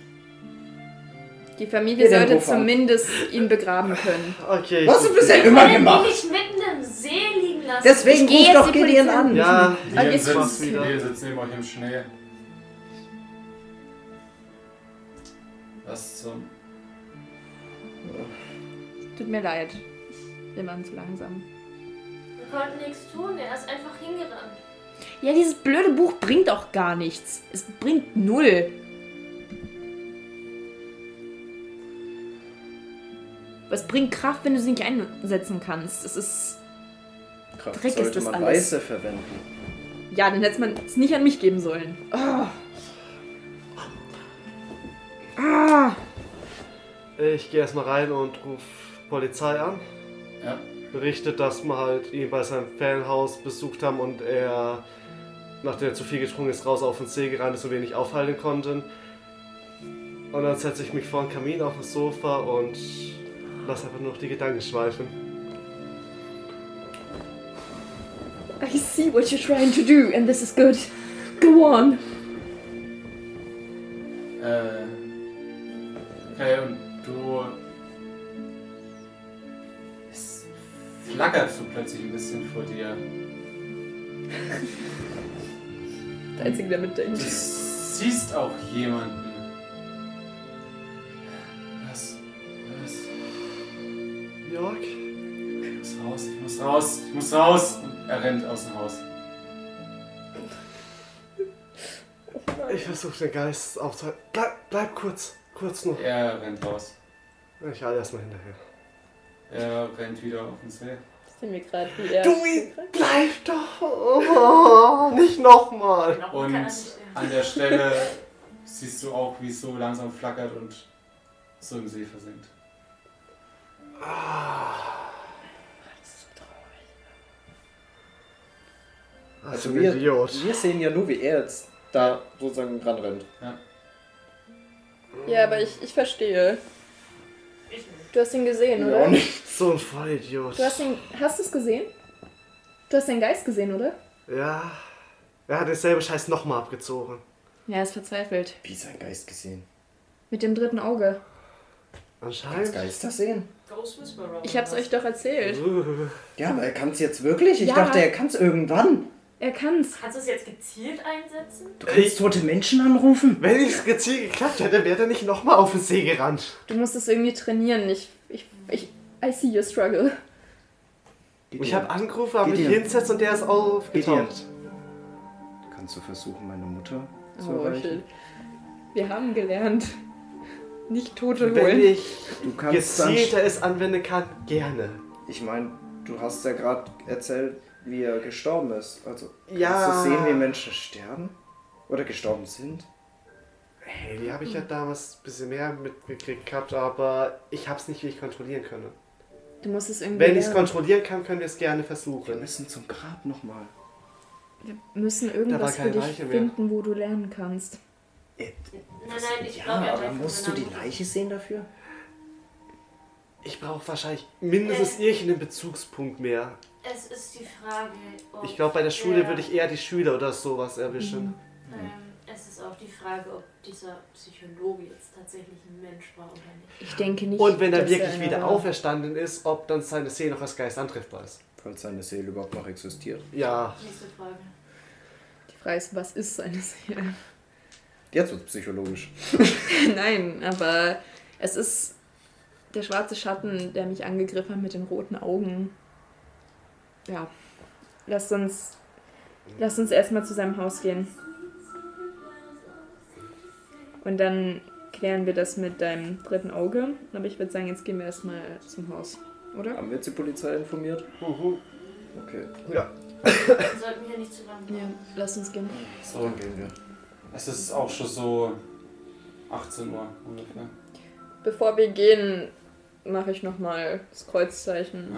Speaker 2: Die
Speaker 4: Wir
Speaker 2: Familie
Speaker 4: den
Speaker 2: sollte
Speaker 4: Hof haben.
Speaker 2: zumindest ihn begraben können.
Speaker 5: Okay.
Speaker 4: Was hast du bisher
Speaker 7: Wir
Speaker 4: immer
Speaker 7: können ihn
Speaker 4: gemacht?
Speaker 7: nicht mitten im See liegen lassen.
Speaker 4: Deswegen
Speaker 2: Ich geh
Speaker 4: ruf
Speaker 2: jetzt
Speaker 4: doch
Speaker 2: die
Speaker 4: Gideon
Speaker 2: Polizei
Speaker 4: an.
Speaker 5: Ja,
Speaker 2: Ah,
Speaker 1: Ihr
Speaker 2: jetzt
Speaker 1: sitzt,
Speaker 2: kommt's
Speaker 5: wieder.
Speaker 1: ihr sitzt neben euch im Schnee. Was zum.
Speaker 2: Tut mir leid. Wir waren zu langsam.
Speaker 7: Wir konnten nichts tun. Er ist einfach hingerannt.
Speaker 2: Ja, dieses blöde Buch bringt auch gar nichts. Es bringt null. Was bringt Kraft, wenn du sie nicht einsetzen kannst? Es ist.
Speaker 4: Kraft
Speaker 2: Dreck ist
Speaker 4: sollte
Speaker 2: das
Speaker 4: man
Speaker 2: alles.
Speaker 4: Weiße verwenden.
Speaker 2: Ja, dann hätte man es nicht an mich geben sollen. Ah. Ah.
Speaker 5: Ich gehe erstmal rein und rufe Polizei an.
Speaker 1: Ja.
Speaker 5: Berichtet, dass wir halt ihn bei seinem Fanhaus besucht haben und er, nachdem er zu viel getrunken ist, raus auf den See gerannt ist und wir ihn nicht aufhalten konnten. Und dann setze ich mich vor den Kamin auf das Sofa und lasse einfach nur noch die Gedanken schweifen.
Speaker 2: I see what you're trying to do, and this is good. Go on.
Speaker 1: äh, schlackerst du plötzlich ein bisschen vor dir.
Speaker 2: Der Einzige, der
Speaker 1: Du
Speaker 2: mitdenkt.
Speaker 1: siehst auch jemanden. Was? Was?
Speaker 5: Jörg?
Speaker 1: Ich muss raus, ich muss raus, ich muss raus. Und er rennt aus dem Haus.
Speaker 5: Ich versuche den Geist aufzuhalten. Bleib, bleib kurz. Kurz noch.
Speaker 1: Er rennt raus.
Speaker 5: Ich halte erstmal hinterher.
Speaker 1: Er rennt wieder auf uns her.
Speaker 2: Das sind wir gerade wie er.
Speaker 5: Dui, bleib doch! Oh, nicht nochmal!
Speaker 7: Noch kann
Speaker 1: Und
Speaker 7: er nicht sterben.
Speaker 1: an der Stelle siehst du auch, wie es so langsam flackert und so im See versinkt.
Speaker 5: Also,
Speaker 4: Also
Speaker 5: ein
Speaker 4: wir,
Speaker 5: Also Idiot.
Speaker 4: wir sehen ja nur, wie er jetzt da sozusagen dran rennt.
Speaker 2: Ja, aber ich, ich verstehe.
Speaker 7: Ich nicht.
Speaker 2: Du hast ihn gesehen,
Speaker 4: Wir auch
Speaker 2: oder?
Speaker 4: nicht.
Speaker 5: So ein Vollidiot.
Speaker 2: Du hast ihn. Hast du es gesehen? Du hast den Geist gesehen, oder?
Speaker 5: Ja. Er hat denselben Scheiß nochmal abgezogen.
Speaker 2: Ja, er ist verzweifelt.
Speaker 4: Wie sein Geist gesehen.
Speaker 2: Mit dem dritten Auge.
Speaker 4: Als
Speaker 5: Anscheinend.
Speaker 4: Geister sehen?
Speaker 7: Ghost Whisperer.
Speaker 2: Ich hab's euch doch erzählt.
Speaker 5: Uh,
Speaker 4: Ja, aber er kann es jetzt wirklich? Ich
Speaker 2: Ja.
Speaker 4: dachte, er kann es irgendwann.
Speaker 2: Er kann's.
Speaker 7: Kannst du es jetzt gezielt einsetzen?
Speaker 4: Du kannst tote Menschen anrufen?
Speaker 5: Wenn ich es gezielt geklappt hätte, wäre er nicht nochmal auf den See gerannt.
Speaker 2: Du musst es irgendwie trainieren. Ich. Ich. ich I see your struggle.
Speaker 5: Ich habe angerufen, habe mich
Speaker 4: Gideon.
Speaker 5: hingesetzt und der ist aufgetaucht.
Speaker 4: Kannst du versuchen, meine Mutter zu
Speaker 2: Oh, shit.
Speaker 4: erreichen?
Speaker 2: Wir haben gelernt. Nicht Tote
Speaker 5: Wenn
Speaker 2: holen.
Speaker 5: ich
Speaker 4: Du kannst dann...
Speaker 5: gezielter es anwenden kann, gerne.
Speaker 4: Ich meine, du hast ja gerade erzählt, wie er gestorben ist. Also, kannst
Speaker 5: Ja.
Speaker 4: du sehen, wie Menschen sterben? Oder gestorben sind?
Speaker 5: Hey, die habe ich ja damals ein bisschen mehr mitgekriegt gehabt, aber ich habe es nicht wirklich kontrollieren können.
Speaker 2: Du musst es irgendwie.
Speaker 5: Wenn ich es
Speaker 2: lernen.
Speaker 5: kontrollieren kann, können wir es gerne
Speaker 4: Wir
Speaker 5: versuchen.
Speaker 4: müssen zum Grab nochmal.
Speaker 2: Wir müssen
Speaker 5: Da war
Speaker 2: irgendwas für
Speaker 5: keine
Speaker 2: dich
Speaker 5: Leiche mehr.
Speaker 2: finden, wo du lernen kannst.
Speaker 7: Nein, nein, ich
Speaker 4: Äh, Ja,
Speaker 7: glaube, er hat
Speaker 4: aber
Speaker 7: einfach
Speaker 4: musst du die
Speaker 7: miteinander-
Speaker 4: Leiche sehen dafür?
Speaker 5: Ich brauche wahrscheinlich mindestens irgendeinen Bezugspunkt mehr.
Speaker 7: Es ist die Frage, ob.
Speaker 5: Ich glaube, bei der Schule
Speaker 7: der-
Speaker 5: würde ich eher die Schüler oder sowas erwischen.
Speaker 7: Ähm, es ist auch die Frage, ob dieser Psychologe jetzt tatsächlich ein Mensch war oder nicht.
Speaker 2: Ich denke nicht.
Speaker 5: Und wenn er
Speaker 2: dass
Speaker 5: wirklich
Speaker 2: einer
Speaker 5: wieder
Speaker 2: war.
Speaker 5: auferstanden ist, ob dann seine Seele noch als Geist antreffbar ist.
Speaker 4: Falls seine Seele überhaupt noch existiert.
Speaker 5: Ja,
Speaker 7: Nächste Frage.
Speaker 2: Die Frage ist, was ist seine Seele?
Speaker 4: Jetzt wird's psychologisch.
Speaker 2: Nein, aber es ist der schwarze Schatten, der mich angegriffen hat mit den roten Augen. Ja. Lasst uns, lasst uns erstmal zu seinem Haus gehen. Und dann klären wir das mit deinem dritten Auge. Aber ich würde sagen, jetzt gehen wir erstmal zum Haus, oder?
Speaker 4: Haben wir jetzt die Polizei informiert? Okay,
Speaker 7: Wir sollten hier nicht zu lang
Speaker 2: Ja, lasst uns gehen.
Speaker 1: So,
Speaker 4: gehen wir.
Speaker 1: es ist auch schon so 18 Uhr ungefähr.
Speaker 2: Bevor wir gehen, mache ich nochmal das Kreuzzeichen.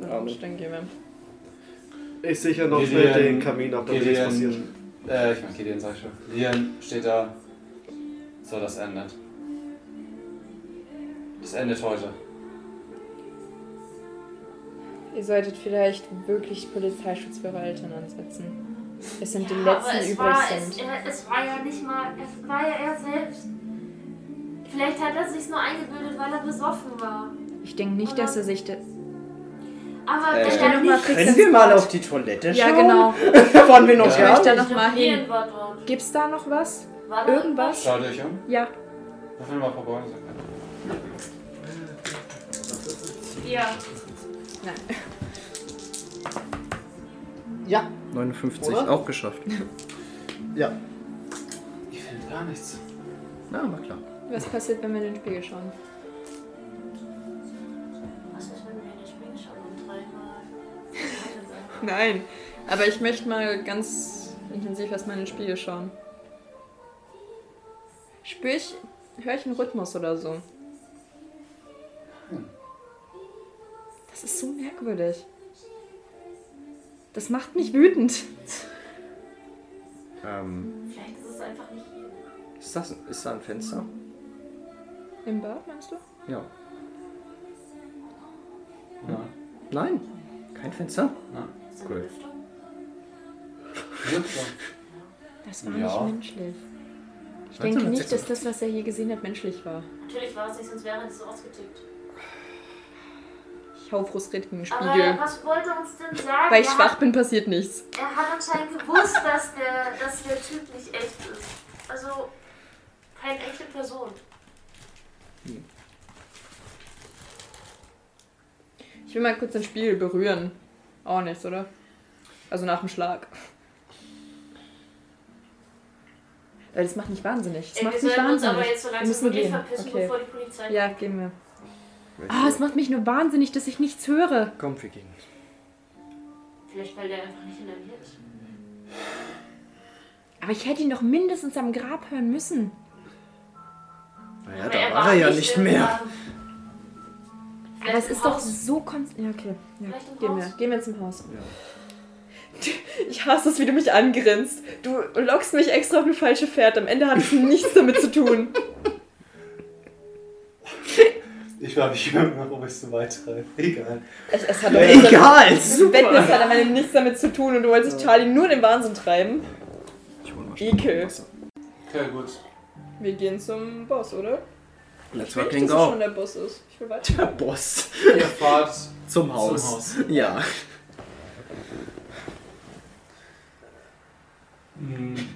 Speaker 1: Ja.
Speaker 4: Amen.
Speaker 2: Und dann gehen wir.
Speaker 5: ich sicher noch
Speaker 1: Gideon-
Speaker 5: mit den Kamin ab, damit nichts passiert.
Speaker 1: Gideon- Äh, ich mach Gideon, sag ich schon. Gideon steht da. So, das endet. Das endet heute.
Speaker 2: Ihr solltet vielleicht wirklich Polizeischutz für eure Eltern ansetzen. Es sind die
Speaker 7: aber
Speaker 2: letzten, die
Speaker 7: es
Speaker 2: übrig
Speaker 7: war, es,
Speaker 2: sind.
Speaker 7: er, es war ja nicht mal, es war ja er selbst. Vielleicht hat er sich's nur eingebildet, weil er besoffen war.
Speaker 2: Ich denke nicht, dass er sich das.
Speaker 7: Aber
Speaker 4: Äh,
Speaker 7: wenn
Speaker 4: stell
Speaker 7: er
Speaker 2: doch mal
Speaker 7: nicht
Speaker 2: fix-
Speaker 4: Können wir mal auf die Toilette
Speaker 2: Ja,
Speaker 4: schauen?
Speaker 2: genau.
Speaker 4: Da waren wir noch
Speaker 1: Ja.
Speaker 4: gar
Speaker 2: Ich da
Speaker 4: nicht.
Speaker 2: noch mal
Speaker 7: Ihren
Speaker 2: hin.
Speaker 7: war dort.
Speaker 2: Gibt's da noch was?
Speaker 7: War da
Speaker 2: Irgendwas?
Speaker 1: Schaut euch um.
Speaker 2: Ja.
Speaker 1: Würfel mal verborgen.
Speaker 7: Ja.
Speaker 2: Nein.
Speaker 5: Ja,
Speaker 4: 59,
Speaker 5: Oder?
Speaker 4: auch geschafft.
Speaker 5: ja.
Speaker 1: Ich finde gar nichts.
Speaker 4: Na, na klar.
Speaker 2: Was passiert, wenn wir in den Spiegel schauen?
Speaker 7: Was ist, wenn wir in den Spiegel schauen und dreimal?
Speaker 2: Nein. Aber ich möchte mal ganz intensiv erstmal in den Spiegel schauen. Spür ich, höre ich einen Rhythmus oder so? Das ist so merkwürdig. Das macht mich wütend.
Speaker 4: Ähm,
Speaker 7: Vielleicht ist es einfach nicht hier.
Speaker 4: ist, das, ist da ein Fenster?
Speaker 2: Im Bad, meinst du?
Speaker 4: Ja.
Speaker 1: Ja.
Speaker 4: Nein, kein Fenster.
Speaker 7: Ist da
Speaker 4: Cool.
Speaker 7: eine Lüftung?
Speaker 2: Das war
Speaker 1: Ja.
Speaker 2: nicht menschlich.
Speaker 4: Meinst
Speaker 2: Ich
Speaker 4: du,
Speaker 2: denke
Speaker 4: hat sie
Speaker 2: nicht, dass das, was er hier gesehen hat, menschlich war.
Speaker 7: Natürlich war es nicht, sonst wäre es so ausgetickt.
Speaker 2: Ich V frustriert gegen den
Speaker 7: Aber
Speaker 2: Spiegel.
Speaker 7: was wollte er uns denn sagen?
Speaker 2: Weil ich
Speaker 7: Er hat-
Speaker 2: schwach bin, passiert nichts.
Speaker 7: Er hat anscheinend gewusst, dass der, dass der Typ nicht echt ist. Also keine echte Person.
Speaker 2: Ich will mal kurz den Spiegel berühren. Auch nichts, oder? Also nach dem Schlag. Weil Äh, das macht mich wahnsinnig. Das
Speaker 7: Ey,
Speaker 2: macht
Speaker 7: wir
Speaker 2: mich
Speaker 7: sollten uns aber
Speaker 2: wahnsinnig.
Speaker 7: jetzt so
Speaker 2: müssen
Speaker 7: langsam wirklich
Speaker 2: gehen.
Speaker 7: verpissen,
Speaker 2: Okay.
Speaker 7: bevor die Polizei
Speaker 2: Ja, gehen wir. Ah, es macht mich nur wahnsinnig, dass ich nichts höre.
Speaker 4: Komm, wir gehen.
Speaker 7: Vielleicht weil der einfach nicht in der Nähe ist.
Speaker 2: Aber ich hätte ihn doch mindestens am Grab hören müssen.
Speaker 4: Naja,
Speaker 7: Aber
Speaker 4: da war er ja nicht
Speaker 7: im
Speaker 4: mehr.
Speaker 7: Laden.
Speaker 2: Aber es
Speaker 7: im
Speaker 2: ist doch
Speaker 7: Haus.
Speaker 2: so konstant. Ja, okay. Ja.
Speaker 7: Vielleicht im
Speaker 2: Gehen wir.
Speaker 7: Haus.
Speaker 2: Gehen wir zum Haus. Ich hasse es, wie du mich angrinst. Du lockst mich extra auf eine falsche Fährte. Am Ende hat es nichts damit zu tun.
Speaker 1: Ich glaube, ich höre noch, ob ich so weiter. Egal.
Speaker 2: Es, es hat doch nichts damit-
Speaker 4: Egal!
Speaker 2: Das Bettnis hat am Ende nichts damit zu tun und du wolltest Charlie nur in den Wahnsinn treiben.
Speaker 4: Ich hol mal
Speaker 2: Ekel.
Speaker 1: Okay, gut.
Speaker 2: Wir gehen zum Boss, oder?
Speaker 4: Let's
Speaker 2: Ich will
Speaker 4: fucking
Speaker 2: nicht, dass es schon
Speaker 4: go.
Speaker 2: der Boss ist. Ich will weiter.
Speaker 4: Boss.
Speaker 1: Ihr fahrt
Speaker 4: Zum
Speaker 1: zum
Speaker 4: Haus.
Speaker 1: Haus.
Speaker 4: Ja.
Speaker 1: Ein Hm,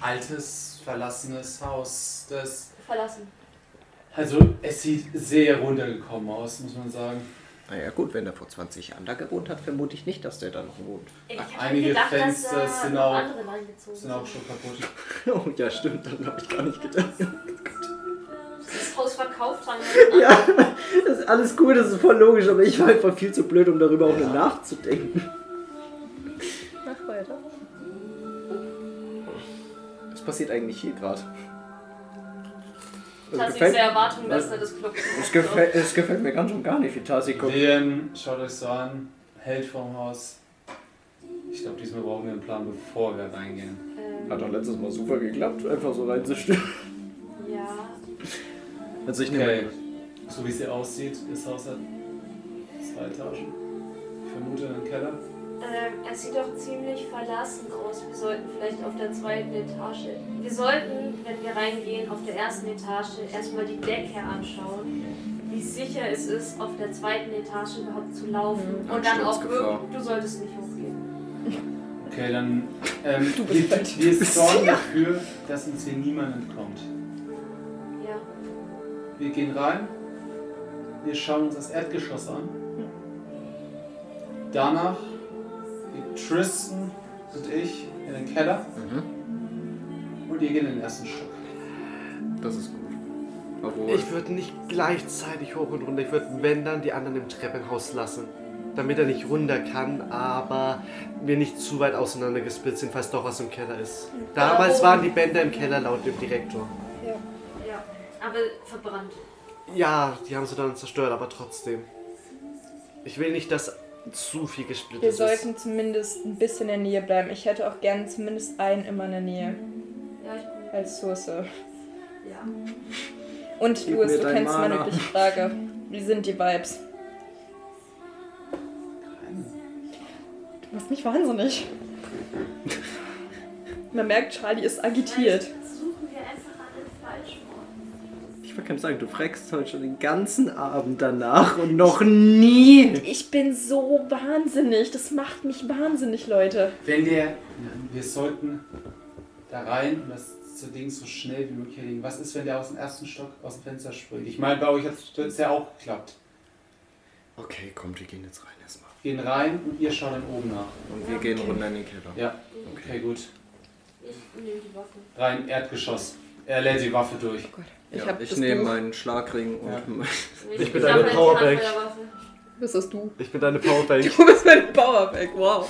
Speaker 1: altes, verlassenes Haus. Das
Speaker 7: Verlassen.
Speaker 1: also, es sieht sehr runtergekommen aus, muss man sagen.
Speaker 4: Naja, gut, wenn er vor 20 Jahren da gewohnt hat, vermute ich nicht, dass der da noch wohnt.
Speaker 7: Ich hab
Speaker 1: Einige
Speaker 7: gedacht,
Speaker 1: Fenster
Speaker 7: dass, äh,
Speaker 1: sind
Speaker 7: noch
Speaker 1: auch-
Speaker 7: andere reingezogen
Speaker 1: Sind auch schon kaputt.
Speaker 4: Oh ja, stimmt, dann habe ich gar nicht gedacht.
Speaker 7: Dass das Haus verkauft haben.
Speaker 4: Ja, das ist alles gut, das ist voll logisch, aber ich war einfach viel zu blöd, um darüber auch nur nachzudenken.
Speaker 2: Mach weiter.
Speaker 4: Was passiert eigentlich hier gerade?
Speaker 7: Ich hatte diese Erwartung, dass er das klopft.
Speaker 4: es, gefällt, es gefällt mir ganz und gar nicht, wie Tasi guckt.
Speaker 1: Lien, schaut euch so an. Held vorm Haus. Ich glaube, diesmal brauchen wir einen Plan, bevor wir reingehen.
Speaker 7: Ähm,
Speaker 4: Hat doch letztes Mal super geklappt, einfach so reinzustimmen.
Speaker 7: Ja.
Speaker 4: Also ich
Speaker 1: Okay. So wie es hier aussieht, das Haus hat zwei Etagen. Ich vermute einen Keller.
Speaker 7: Ähm, es sieht doch ziemlich verlassen aus. Wir sollten vielleicht auf der zweiten Etage. Wir sollten, wenn wir reingehen, auf der ersten Etage erstmal die Decke anschauen, wie sicher es ist, auf der zweiten Etage überhaupt zu laufen. Und dann auch
Speaker 4: Absturzgefahr.
Speaker 7: wirklich, du solltest nicht hochgehen.
Speaker 1: Okay, dann. Ähm, du bist wir, wir sorgen dafür, dass uns hier niemand entkommt.
Speaker 7: Ja.
Speaker 1: Wir gehen rein, wir schauen uns das Erdgeschoss an. Danach geht Tristan und ich in den Keller und ihr geht in den ersten Stock.
Speaker 4: Das ist gut. Obwohl,
Speaker 5: Ich würde nicht gleichzeitig hoch und runter. Ich würde, wenn dann, die anderen im Treppenhaus lassen. Damit er nicht runter kann, aber wir nicht zu weit auseinandergespitzt sind, falls doch was im Keller ist. Damals waren die Bänder im Keller laut dem Direktor.
Speaker 7: Ja. Aber verbrannt.
Speaker 5: Ja, die haben sie dann zerstört, aber trotzdem. Ich will nicht, dass zu viel gesplittet
Speaker 2: Wir
Speaker 5: ist.
Speaker 2: sollten zumindest ein bisschen in der Nähe bleiben. Ich hätte auch gern zumindest einen immer in der Nähe
Speaker 7: Mhm. Ja, ich bin.
Speaker 2: als Source.
Speaker 7: Ja.
Speaker 2: Und
Speaker 4: Gib
Speaker 2: Louis,
Speaker 4: mir
Speaker 2: du
Speaker 4: dein
Speaker 2: kennst meine
Speaker 4: Mana.
Speaker 2: wirkliche Frage. Wie sind die Vibes? Du machst mich wahnsinnig. Man merkt, Charlie ist agitiert.
Speaker 7: Vielleicht suchen wir einfach an den falschen Ort.
Speaker 4: ich kann sagen, du fragst heute schon den ganzen Abend danach und noch nie.
Speaker 2: Ich bin so wahnsinnig. Das macht mich wahnsinnig, Leute.
Speaker 1: Wenn wir, wir sollten da rein und das zu Ding so schnell wie möglich erledigen. Was ist, wenn der aus dem ersten Stock aus dem Fenster springt? Ich meine, bei euch hat es ja auch geklappt.
Speaker 4: Okay, kommt, wir gehen jetzt rein erstmal.
Speaker 1: Gehen rein und ihr schaut dann oben nach.
Speaker 4: Und wir gehen runter in den Keller.
Speaker 1: Ja, okay, gut.
Speaker 7: Ich nehme die Waffe.
Speaker 1: Rein, Erdgeschoss. Er lädt die Waffe durch.
Speaker 4: Ja,
Speaker 2: Oh hab
Speaker 4: ich
Speaker 2: das
Speaker 4: nehme
Speaker 2: Buch.
Speaker 4: meinen Schlagring und
Speaker 1: Ja.
Speaker 5: Ich bin
Speaker 7: hab
Speaker 5: eine
Speaker 7: halt die
Speaker 5: Powerbank.
Speaker 7: Handfeuerwaffe.
Speaker 2: Was hast du?
Speaker 5: Ich bin deine Powerbank.
Speaker 2: Du bist mein Powerbank, wow.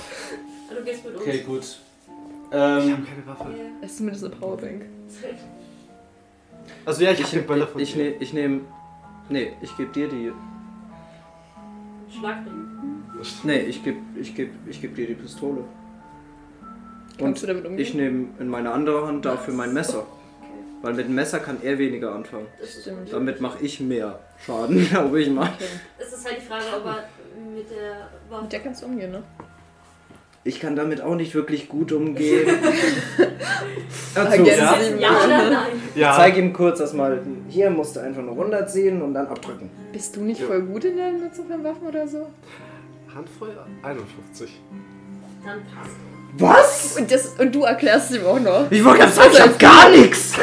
Speaker 7: Du gehst mit uns.
Speaker 1: Okay, gut.
Speaker 5: Ich habe
Speaker 1: Ähm,
Speaker 5: keine Waffe.
Speaker 7: Ja.
Speaker 2: Das ist zumindest eine Powerbank.
Speaker 5: Also ja, ich,
Speaker 4: ich,
Speaker 5: hab habe den Böller von
Speaker 4: ich,
Speaker 5: dir.
Speaker 4: ne- ich nehme. Nee, ich gebe dir die.
Speaker 7: Schlag den.
Speaker 4: Nee, ich gebe ich geb, ich geb dir die Pistole.
Speaker 2: Kannst du damit
Speaker 4: ich
Speaker 2: umgehen?
Speaker 4: nehme in meine andere Hand dafür mein Messer. Weil mit dem Messer kann er weniger anfangen.
Speaker 7: Das ist
Speaker 2: Stimmt.
Speaker 4: Damit mache ich mehr Schaden, glaube ich mal.
Speaker 7: Es ist halt die Frage, ob er mit der Waffe.
Speaker 2: Mit der kannst du umgehen, ne?
Speaker 6: Ich kann damit auch nicht wirklich gut umgehen. Hör zu,
Speaker 2: Vergessen
Speaker 6: ja?
Speaker 2: Sie
Speaker 7: Ja
Speaker 2: mich.
Speaker 7: oder nein?
Speaker 6: Ich
Speaker 5: Ja,
Speaker 6: zeige ihm kurz erstmal, hier musst du einfach nur runterziehen und dann abdrücken.
Speaker 2: Bist du nicht voll gut in der Nutzung von Waffen oder so?
Speaker 5: Handvoll 51.
Speaker 7: Dann passt.
Speaker 6: Was?
Speaker 2: Und, das, und du erklärst es ihm auch noch.
Speaker 6: Ich wollte gerade sagen, ich hab gar nichts.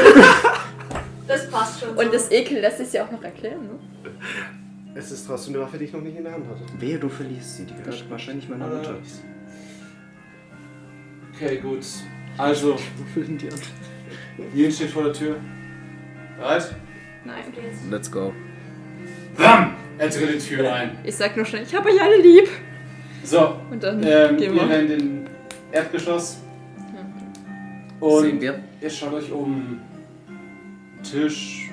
Speaker 7: Das passt schon.
Speaker 2: Und das Ekel lässt sich ja auch noch erklären, ne?
Speaker 5: Es ist trotzdem eine Waffe, die ich noch nicht in der Hand hatte.
Speaker 6: Wehe, du verlierst sie. Die gehört wahrscheinlich meiner
Speaker 1: Äh,
Speaker 6: Mutter.
Speaker 1: Okay, gut. Also,
Speaker 4: Würfeln die an.
Speaker 1: Jens steht vor der Tür. Bereit?
Speaker 2: Nein.
Speaker 7: Jetzt
Speaker 6: Let's go.
Speaker 1: Bam! Er tritt die Tür ein.
Speaker 2: Ich sag nur schnell, ich habe euch alle lieb.
Speaker 1: So,
Speaker 2: Und dann
Speaker 1: ähm,
Speaker 2: gehen
Speaker 1: wir
Speaker 2: wir.
Speaker 1: werden den Erdgeschoss.
Speaker 6: Sehen
Speaker 2: Mhm.
Speaker 1: Und
Speaker 6: wir?
Speaker 1: ihr schaut euch um einen Tisch,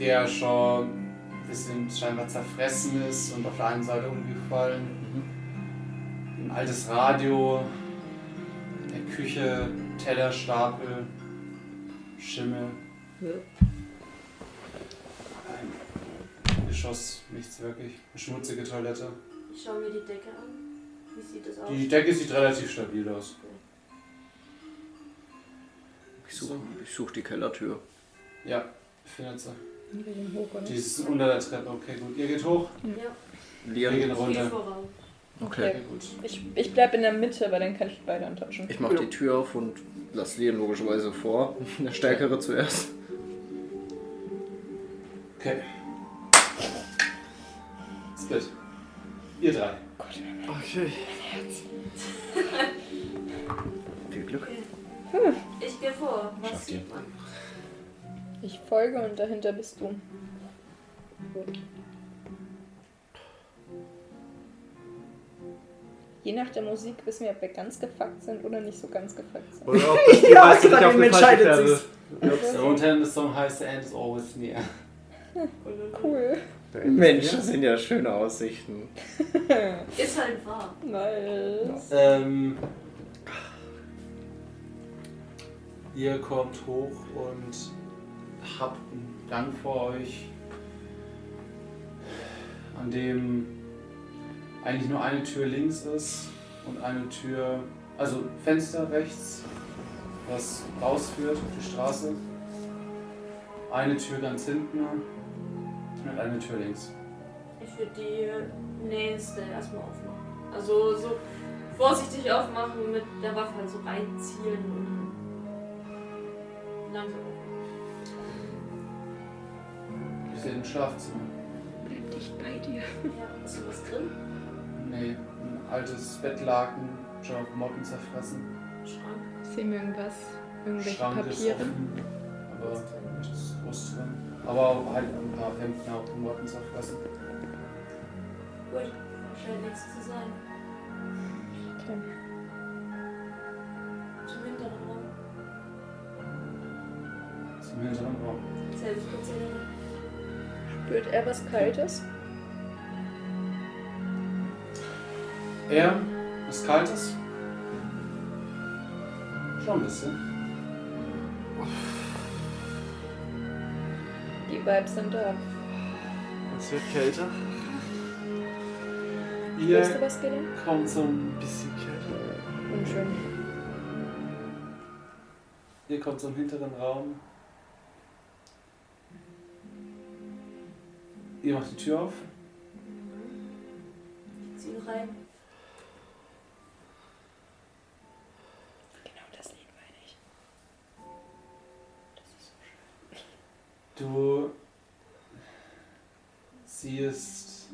Speaker 1: der schon ein bisschen scheinbar zerfressen ist und auf der einen Seite umgefallen. Ein altes Radio, in der Küche, Tellerstapel, Schimmel. Ein Geschoss, nichts wirklich. Eine schmutzige Toilette.
Speaker 7: Ich schau mir die Decke an. Wie sieht das aus?
Speaker 1: Die Decke sieht relativ stabil aus.
Speaker 6: Ich suche such die Kellertür.
Speaker 1: Ja, findet sie.
Speaker 2: Wir gehen hoch, oder?
Speaker 1: Die ist unter der Treppe. Okay, gut. Ihr geht hoch,
Speaker 7: ja,
Speaker 1: wir
Speaker 6: Lian.
Speaker 1: gehen
Speaker 7: viel
Speaker 1: runter.
Speaker 7: voraus.
Speaker 6: Okay.
Speaker 1: Okay, gut.
Speaker 2: Ich, ich bleib in der Mitte, weil dann kann ich beide antatschen.
Speaker 6: Ich mach die Tür auf und lass Lian logischerweise vor. Der Stärkere zuerst.
Speaker 1: Okay. Split. Ihr drei.
Speaker 5: Okay.
Speaker 6: Viel Glück.
Speaker 7: Ich gehe vor.
Speaker 6: Schafft
Speaker 7: Was sieht
Speaker 6: ihr.
Speaker 7: man?
Speaker 2: Ich folge und dahinter bist du. Je nach der Musik wissen wir, ob wir ganz gefuckt sind oder nicht so ganz gefuckt sind.
Speaker 5: Oder ob das die
Speaker 4: Ja,
Speaker 5: meiste nicht
Speaker 4: gerade
Speaker 5: auf
Speaker 4: eben
Speaker 5: den falschen
Speaker 4: entscheidet
Speaker 5: Pferde.
Speaker 4: sich's.
Speaker 1: So, und dann das Song heißt The End is Always Near.
Speaker 2: Cool.
Speaker 6: Mensch, das sind ja schöne Aussichten.
Speaker 7: Ist halt wahr.
Speaker 2: Nice.
Speaker 1: Ähm, ihr kommt hoch und habt einen Gang vor euch, an dem eigentlich nur eine Tür links ist und eine Tür, also Fenster rechts, was rausführt auf die Straße. Eine Tür ganz hinten und eine Tür links.
Speaker 7: Ich würde die nächste erstmal aufmachen. Also so vorsichtig aufmachen und mit der Waffe halt so reinzielen und dann langsam aufmachen.
Speaker 1: Ihr seht ein Schlafzimmer.
Speaker 2: Bleib dich bei dir.
Speaker 7: Ja, ist da was drin?
Speaker 1: Nee, ein altes Bettlaken, schon auf Motten zerfressen.
Speaker 7: Schrank.
Speaker 2: Sehen wir irgendwas? Irgendwelche
Speaker 1: Schrank ist
Speaker 2: Papiere?
Speaker 1: offen, aber nichts groß drin. Aber auch halt ein paar Hemden auf den Motten zerfressen.
Speaker 7: Gut. Scheint nichts zu sein.
Speaker 2: Okay.
Speaker 7: Zum hinteren Raum.
Speaker 1: Zum hinteren Raum.
Speaker 7: Selbes Prozedere.
Speaker 2: Spürt er was Kaltes?
Speaker 1: Er ist kaltes. Schon ein bisschen.
Speaker 2: Die Vibes sind da.
Speaker 5: Es wird kälter.
Speaker 2: Spürst du
Speaker 1: Ihr
Speaker 2: was, Gideon?
Speaker 1: kommt zum,
Speaker 5: Ein bisschen kälter.
Speaker 2: Unschön.
Speaker 1: ihr kommt zum hinteren Raum. Ihr macht die Tür auf.
Speaker 7: Zieh rein.
Speaker 2: Genau das Lied meine ich. Das ist so schön.
Speaker 1: Du siehst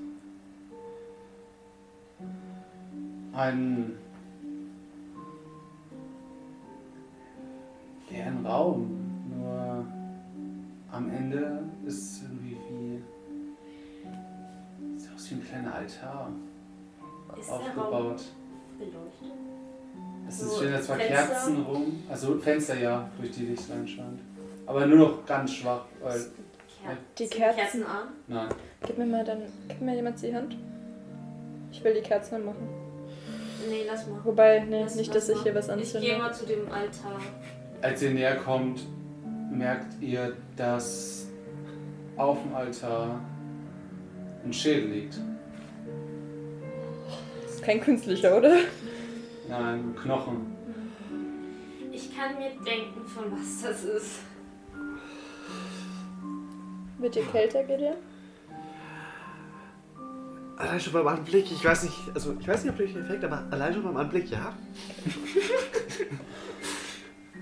Speaker 1: einen leeren Raum, nur am Ende ist es irgendwie wie sieht aus wie ein kleiner Altar
Speaker 7: Ist der Raum
Speaker 1: aufgebaut.
Speaker 7: beleuchtet?
Speaker 1: Es
Speaker 7: So,
Speaker 1: ist stehen jetzt zwar
Speaker 7: Fenster?
Speaker 1: Kerzen rum, also Fenster ja durch die Lichter anscheinend, aber nur noch ganz schwach, weil
Speaker 7: Kerzen.
Speaker 2: Die
Speaker 7: Sind
Speaker 2: Kerzen.
Speaker 7: an?
Speaker 1: nein.
Speaker 2: Gib mir mal dann. Gib mir jemand die Hand. Ich will die Kerzen anmachen.
Speaker 7: Nee, lass mal.
Speaker 2: Wobei, nee,
Speaker 7: Lass-
Speaker 2: nicht,
Speaker 7: lass
Speaker 2: dass ich hier
Speaker 7: mal.
Speaker 2: was
Speaker 7: Ich gehe
Speaker 2: anzünde.
Speaker 7: mal zu dem Altar.
Speaker 1: Als ihr näher kommt, merkt ihr, dass auf dem Altar ein Schädel liegt.
Speaker 2: Ist kein künstlicher, oder?
Speaker 1: Nein, Knochen.
Speaker 7: Ich kann mir denken, von was das ist.
Speaker 2: Wird dir kälter, Gideon?
Speaker 5: Allein schon beim Anblick, ich weiß nicht, also ich weiß nicht, ob durch den Effekt, aber allein schon beim Anblick, ja.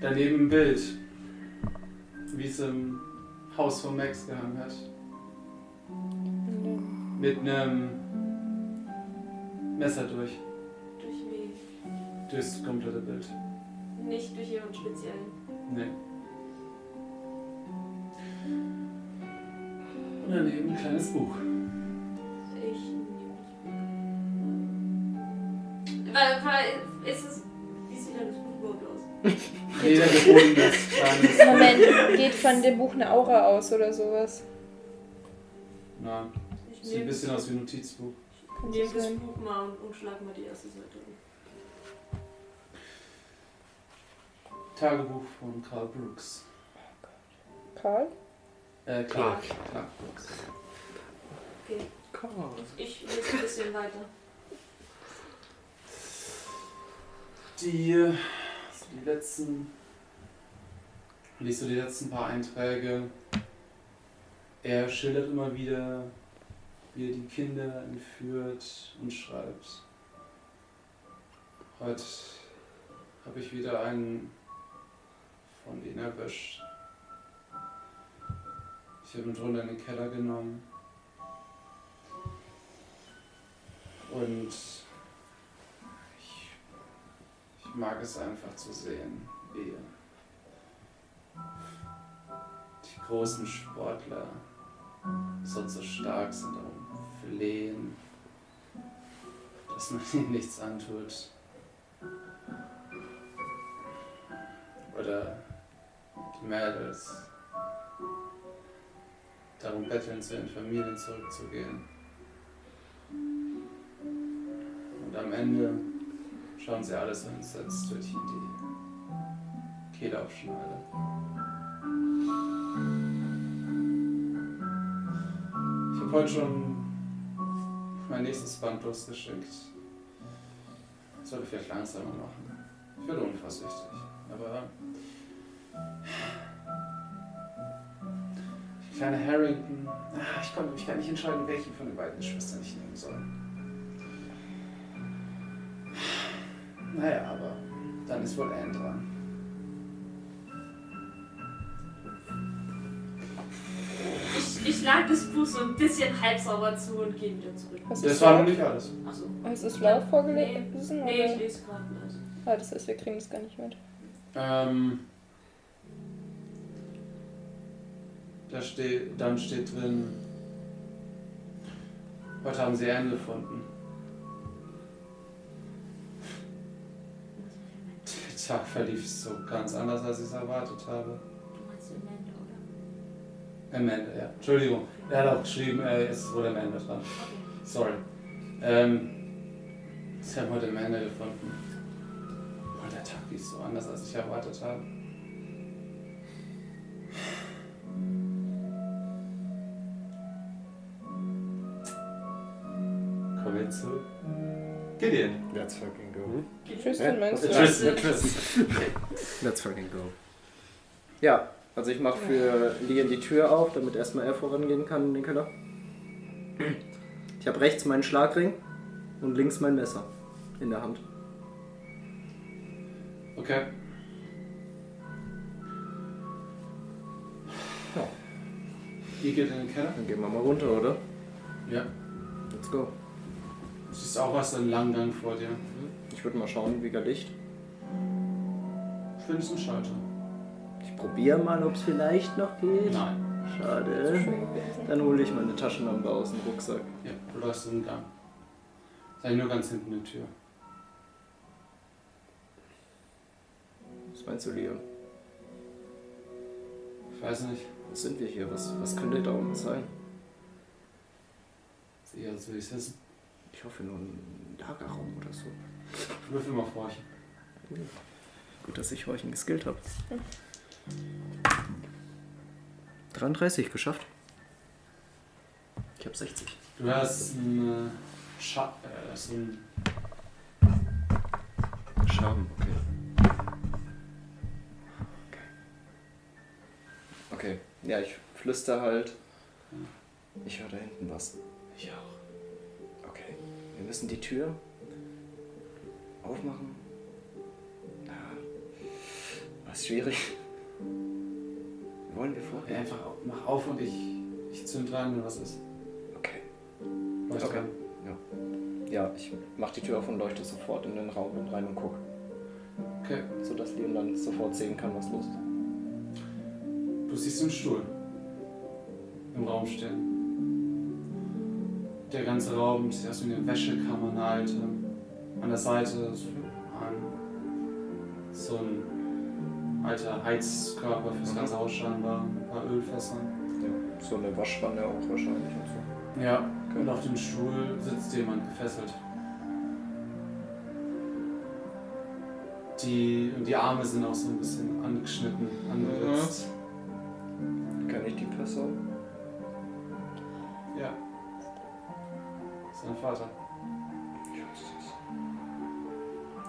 Speaker 1: Daneben ein Bild, wie es im Haus von Max gehangen hat. Mit einem Messer durch.
Speaker 7: Durch wen?
Speaker 1: Durchs komplette Bild.
Speaker 7: Nicht durch jemanden speziellen.
Speaker 1: Nee. Und daneben ein kleines Buch.
Speaker 7: Ich nehme nicht. Weil, weil ist es. Wie sieht denn das Buch überhaupt aus?
Speaker 1: Jeder gefundenes kleines.
Speaker 2: Moment, geht von dem Buch eine Aura aus oder sowas?
Speaker 1: Nein,
Speaker 7: Ich
Speaker 1: sieht ein
Speaker 7: nehme
Speaker 1: bisschen aus wie ein Notizbuch.
Speaker 2: Kann so
Speaker 7: nehm das
Speaker 2: sein.
Speaker 7: Buch mal und umschlag mal die erste Seite um.
Speaker 1: Tagebuch von Karl Brooks.
Speaker 2: Karl?
Speaker 1: Äh, Clark. Clark Brooks.
Speaker 7: Ich lese ein bisschen weiter.
Speaker 1: Die, die letzten. Liest du die letzten paar Einträge? Er schildert immer wieder, wie er die Kinder entführt und schreibt. Heute habe ich wieder einen von denen erwischt. Ich habe ihn drunter in den Keller genommen. Und ich ich mag es einfach zu sehen, wie die großen Sportler so so stark sind, darum flehen, dass man ihnen nichts antut. Oder die Mädels darum betteln, zu ihren Familien zurückzugehen. Und am Ende schauen sie alle so entsetzt durch in die Kehle aufschneide. Ich habe heute schon mein nächstes Band losgeschickt. Sollte vielleicht langsamer machen. Ich werde unvorsichtig. Aber die kleine Harrington. Ah, Ich konnte mich gar nicht entscheiden, welche von den beiden Schwestern ich nehmen soll. Naja, aber dann ist wohl Anne dran.
Speaker 7: Ich, ich schlag das Buch so ein bisschen halbsauber zu und gehe wieder zurück.
Speaker 2: Hast du
Speaker 1: Das war noch nicht alles.
Speaker 7: Achso.
Speaker 2: Hast du es laut vorgelesen?
Speaker 7: Nee, ich
Speaker 2: oder?
Speaker 7: lese gerade nicht.
Speaker 2: Ah, das heißt, wir kriegen das gar nicht mit.
Speaker 1: Ähm, da steht, dann steht drin, heute haben sie Anne gefunden. Der Tag verlief so ganz anders, als ich es erwartet habe.
Speaker 7: Du meinst Amanda, oder?
Speaker 1: Amanda, ja. Entschuldigung. Er hat auch geschrieben, äh, es wurde Amanda dran.
Speaker 7: Okay.
Speaker 1: Sorry. Ähm, sie haben heute Amanda gefunden. Und der Tag lief so anders, als ich erwartet habe. Kommen wir zu Gideon.
Speaker 4: Let's fucking go.
Speaker 2: Tristan, meinst du?
Speaker 1: Tschüss.
Speaker 4: Let's fucking go. Ja, also ich mache für Lian die Tür auf, damit erstmal er vorangehen kann in den Keller. Ich habe rechts meinen Schlagring und links mein Messer in der Hand.
Speaker 1: Okay.
Speaker 4: Ja.
Speaker 1: Ihr geht in den Keller?
Speaker 4: Dann gehen wir mal runter, oder?
Speaker 1: Ja.
Speaker 4: Let's go.
Speaker 1: Du siehst auch was, einen langen Gang vor dir.
Speaker 4: Ich würde mal schauen, wie Licht.
Speaker 1: Findest einen Schalter?
Speaker 4: Ich probiere mal, ob es vielleicht noch geht.
Speaker 1: Nein.
Speaker 4: Schade. Dann hole ich meine Taschenlampe aus dem Rucksack.
Speaker 1: Ja, du läufst in den Gang. Sei nur ganz hinten eine Tür.
Speaker 4: Was meinst du, Leon?
Speaker 1: Ich weiß nicht.
Speaker 4: Was sind wir hier? Was, was könnte da unten sein?
Speaker 1: Ist eher als würde ich wissen.
Speaker 4: Ich hoffe nur ein Lagerraum oder so.
Speaker 1: Würfel mal vor euch.
Speaker 4: Gut, dass ich Horchen geskillt habe. 33 geschafft. Ich habe 60.
Speaker 1: Du hörst einen äh, Scha äh, so ein
Speaker 4: Schaden, okay. Okay. Okay, ja, ich flüster halt. Ich höre da hinten was. Ich auch. Okay, wir müssen die Tür aufmachen. Ja, was schwierig. Wollen wir vorher?
Speaker 1: Ja, einfach au- mach auf und ich, ich zünd rein, wenn was ist.
Speaker 4: Okay.
Speaker 1: Leucht
Speaker 4: Okay.
Speaker 1: rein.
Speaker 4: Ja, ich mach die Tür auf und leuchte sofort in den Raum rein und guck.
Speaker 1: Okay.
Speaker 4: Sodass Leon dann sofort sehen kann, was los ist.
Speaker 1: Du siehst einen Stuhl im Raum stehen. Der ganze Raum sieht aus wie eine Wäschekammer, eine alte. An der Seite so, ein- so ein alter Heizkörper fürs
Speaker 4: Mhm.
Speaker 1: ganze Haus scheinbar, ein paar Ölfässer.
Speaker 4: Ja, so eine Waschwanne auch wahrscheinlich und so.
Speaker 1: Ja,
Speaker 4: Okay.
Speaker 1: und auf dem Stuhl sitzt jemand gefesselt. Die, und die Arme sind auch so ein bisschen angeschnitten, angeritzt.
Speaker 4: Kann ich die Person?
Speaker 1: Ja. Sein Vater.
Speaker 4: Ich weiß es.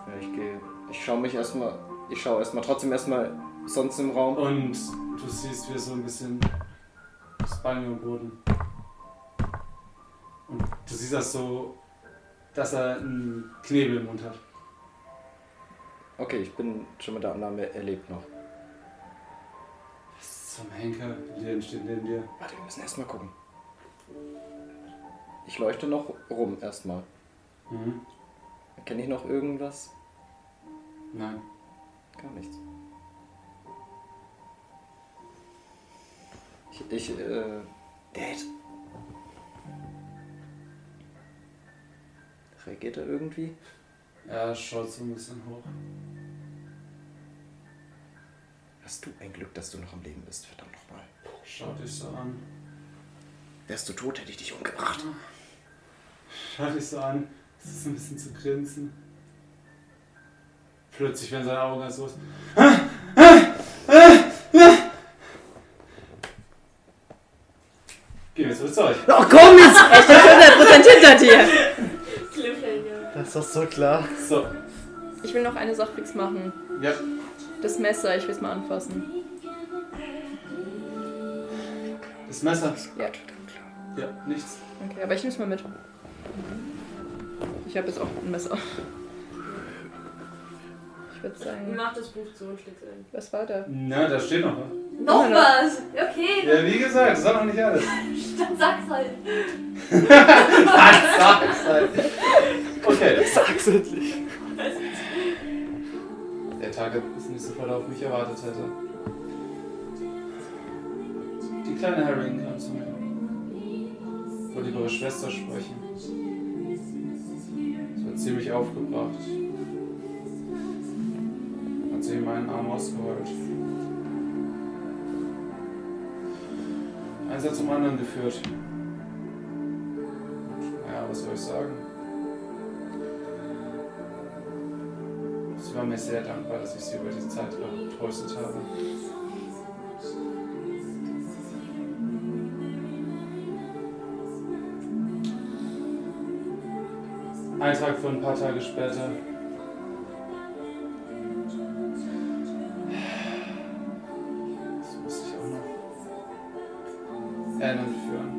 Speaker 4: Ja, ich gehe. Ich schaue mich erstmal. Ich schaue erstmal trotzdem erstmal sonst im Raum.
Speaker 1: Und du siehst, wie er so ein bisschen das Bein am Boden. Und du siehst das so, dass er einen Knebel im Mund hat.
Speaker 4: Okay, ich bin schon mit der Annahme, er lebt noch.
Speaker 1: Was zum Henker? Lilian steht neben dir.
Speaker 4: Warte, wir müssen erstmal gucken. Ich leuchte noch rum erstmal.
Speaker 1: Mhm.
Speaker 4: Erkenne ich noch irgendwas?
Speaker 1: Nein.
Speaker 4: Gar nichts. Ich, ich äh. Dad. Reagiert er irgendwie?
Speaker 1: Er schaut so ein bisschen hoch.
Speaker 4: Hast du ein Glück, dass du noch am Leben bist, verdammt nochmal.
Speaker 1: Schaut dich so an.
Speaker 4: Wärst du tot, hätte ich dich umgebracht.
Speaker 1: Schaut dich so an. Es ist ein bisschen zu grinsen. Plötzlich werden seine Augen ganz los. Geh jetzt zurück zu euch.
Speaker 9: Oh komm jetzt!
Speaker 2: Echt, das ist 100% hinter dir.
Speaker 7: Cliffhanger.
Speaker 5: Das ist so klar.
Speaker 1: So,
Speaker 2: Ich will noch eine Sache fix machen.
Speaker 1: ja.
Speaker 2: Das Messer, ich will es mal anfassen.
Speaker 1: Das Messer.
Speaker 2: Ja.
Speaker 1: Ja, nichts.
Speaker 2: Okay, aber ich nehme es mal mit. Ich habe jetzt auch ein Messer. Ich würde sagen,
Speaker 10: Mach das Buch zu und schläg's ein.
Speaker 2: was war da?
Speaker 1: Na, da steht noch was.
Speaker 7: Noch
Speaker 4: genau.
Speaker 7: was! Okay,
Speaker 1: Ja, wie gesagt, das ist noch nicht alles.
Speaker 7: dann sag's halt.
Speaker 1: halt. Okay.
Speaker 5: Sag's endlich.
Speaker 1: Der Tag hat es nicht so voll auf mich erwartet hätte. Die kleine Harrigan kam zu mir. Wollte über ihre Schwester sprechen. Sie war ziemlich aufgebracht. Hat sie in meinen Arm ausgeheult. Ein Satz zum anderen geführt. Naja, was soll ich sagen? Sie war mir sehr dankbar, dass ich sie über diese Zeit getröstet habe. Ein Tag vor ein paar Tage später. Das muss ich auch noch erinnern führen.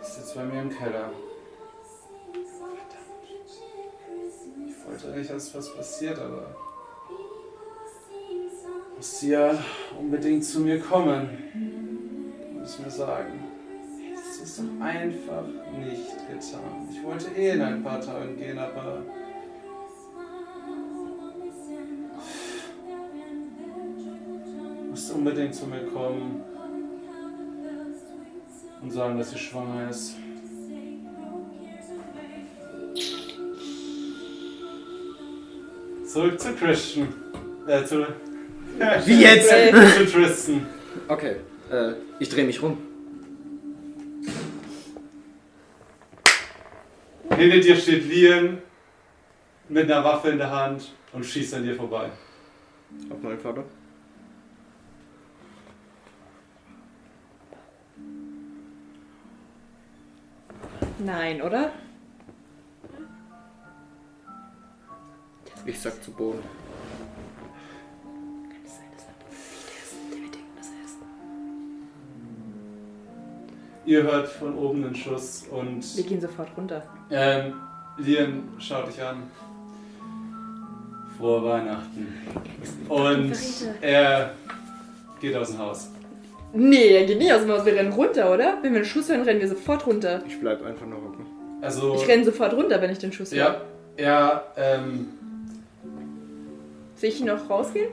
Speaker 1: Ist jetzt bei mir im Keller. Ich wollte nicht, dass was passiert, aber. Muss sie ja unbedingt zu mir kommen. Muss mir sagen. Das ist doch einfach nicht getan. Ich wollte eh in ein paar Tagen gehen, aber. Muss unbedingt zu mir kommen. Und sagen, dass sie schwanger ist. Zurück zu Christian. Äh, zu.
Speaker 9: Wie jetzt?
Speaker 1: zu Tristan.
Speaker 4: Okay, äh, ich drehe mich rum.
Speaker 1: Hinter dir steht Liam mit einer Waffe in der Hand und schießt an dir vorbei.
Speaker 4: Auf meinen Vater.
Speaker 2: Nein, oder?
Speaker 4: Ich sack zu Boden.
Speaker 2: Kann es sein, dass Napoleon nicht essen? Der wird irgendwas essen.
Speaker 1: Ihr hört von oben den Schuss und
Speaker 2: Wir gehen sofort runter.
Speaker 1: ähm, Lian schaut dich an. Frohe Weihnachten. Und er geht aus dem Haus.
Speaker 2: Nee, er geht nicht aus dem Haus. Wir rennen runter, oder? Wenn wir einen Schuss hören, rennen wir sofort runter.
Speaker 4: Ich bleib einfach nur hocken.
Speaker 1: Also
Speaker 2: Ich renne sofort runter, wenn ich den Schuss höre.
Speaker 1: ja, er ähm,
Speaker 2: Sehe ich ihn noch rausgehen?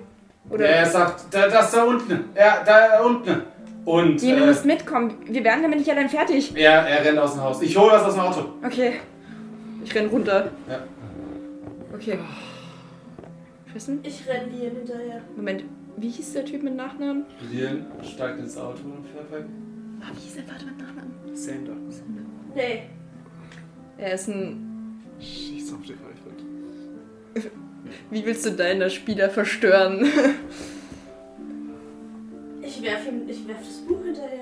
Speaker 2: Oder?
Speaker 1: er sagt, da, das da unten, ja, da unten. Und
Speaker 2: Jemand
Speaker 1: äh,
Speaker 2: muss mitkommen. Wir werden damit nicht allein fertig.
Speaker 1: er, er rennt aus dem Haus. Ich hole das aus dem Auto.
Speaker 2: Okay. Ich renn runter.
Speaker 1: Ja.
Speaker 2: Okay. Fressen?
Speaker 7: Ich renne dir hinterher.
Speaker 2: Moment. Wie hieß der Typ mit Nachnamen?
Speaker 1: Lian steigt ins Auto und fährt weg.
Speaker 2: Ah, wie hieß der Vater mit Nachnamen?
Speaker 4: Sander.
Speaker 7: Nee.
Speaker 2: Er ist ein.
Speaker 5: Schieß auf die Reichweite.
Speaker 2: Wie willst du deine Spieler verstören?
Speaker 7: Ich werfe ihm, ich werf das Buch hinterher.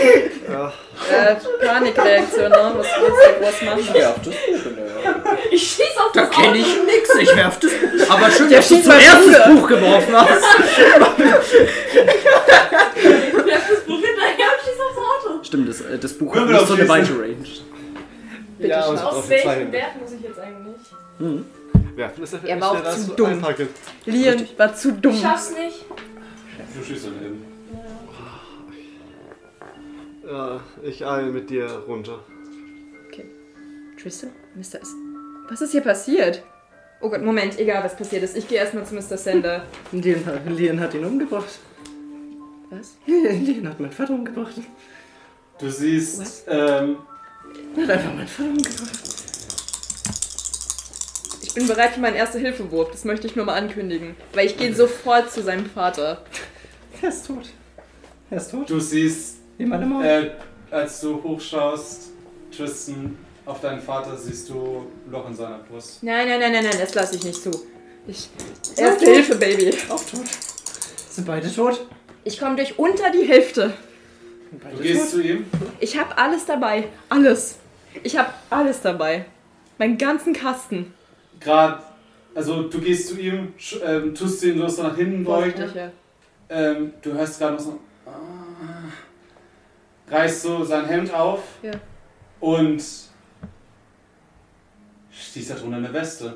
Speaker 2: äh, Panikreaktion, ne? Was willst du groß machen?
Speaker 4: Werf das Buch in der
Speaker 7: Ich schieß auf
Speaker 4: Da
Speaker 7: das
Speaker 4: kenne
Speaker 7: Auto.
Speaker 4: ich nix, ich werf das Buch. Aber schön, dass du
Speaker 2: steht bei
Speaker 4: zuerst das
Speaker 2: Bruder.
Speaker 4: Buch geworfen hast.
Speaker 7: Ich werf das Buch hinterher und schieß aufs Auto.
Speaker 4: Stimmt, das, äh, das Buch
Speaker 1: Würfel
Speaker 4: hat nicht
Speaker 1: auf
Speaker 4: so eine
Speaker 1: Schießen.
Speaker 4: weite Range.
Speaker 2: Bitte
Speaker 5: Ja,
Speaker 2: schau.
Speaker 5: und-
Speaker 7: Aus
Speaker 5: Auf die
Speaker 7: welchem
Speaker 5: Zweihänder.
Speaker 7: Wert muss ich jetzt eigentlich?
Speaker 5: Werfen ist
Speaker 2: Er war auch
Speaker 5: schneller
Speaker 2: zu
Speaker 5: als
Speaker 2: dumm.
Speaker 5: einpacken.
Speaker 2: Lian war zu dumm.
Speaker 7: Ich schaff's nicht.
Speaker 1: Du schießt daneben.
Speaker 5: Ja, ich eile mit dir runter.
Speaker 2: Tristan? Mr. S. Was ist hier passiert? Oh Gott, Moment, egal was passiert ist. Ich gehe erstmal zu Mr. Sender.
Speaker 4: Lien, hat- Lien hat ihn umgebracht.
Speaker 2: Was?
Speaker 4: Lien hat meinen Vater umgebracht.
Speaker 1: Du siehst, ähm,
Speaker 4: Er hat einfach meinen Vater umgebracht.
Speaker 2: Ich bin bereit für meinen Erste-Hilfe-Wurf. Das möchte ich nur mal ankündigen. Weil ich gehe sofort zu seinem Vater.
Speaker 4: Er ist tot. Er ist tot.
Speaker 1: du siehst
Speaker 4: Wie meine Mama.
Speaker 1: Äh, als du hochschaust, Tristan, auf deinen Vater siehst du ein Loch in seiner Brust.
Speaker 2: Nein, nein, nein, nein, nein, das lasse ich nicht zu. Ich. Erste Hilfe, Baby.
Speaker 4: auch tot. Sind beide tot?
Speaker 2: Ich komme durch unter die Hälfte.
Speaker 4: Sind
Speaker 1: Du
Speaker 4: beide
Speaker 1: gehst
Speaker 4: tot?
Speaker 1: zu ihm.
Speaker 2: Ich habe alles dabei. Alles. Ich habe alles dabei. Meinen ganzen Kasten.
Speaker 1: Gerade, also du gehst zu ihm, sch- ähm, tust ihn los nach hinten beugen.
Speaker 2: Vorsichtig,
Speaker 1: Ähm, du hörst gerade noch so. Ah, reißt so sein Hemd auf
Speaker 2: Ja.
Speaker 1: und stieß darunter eine Weste.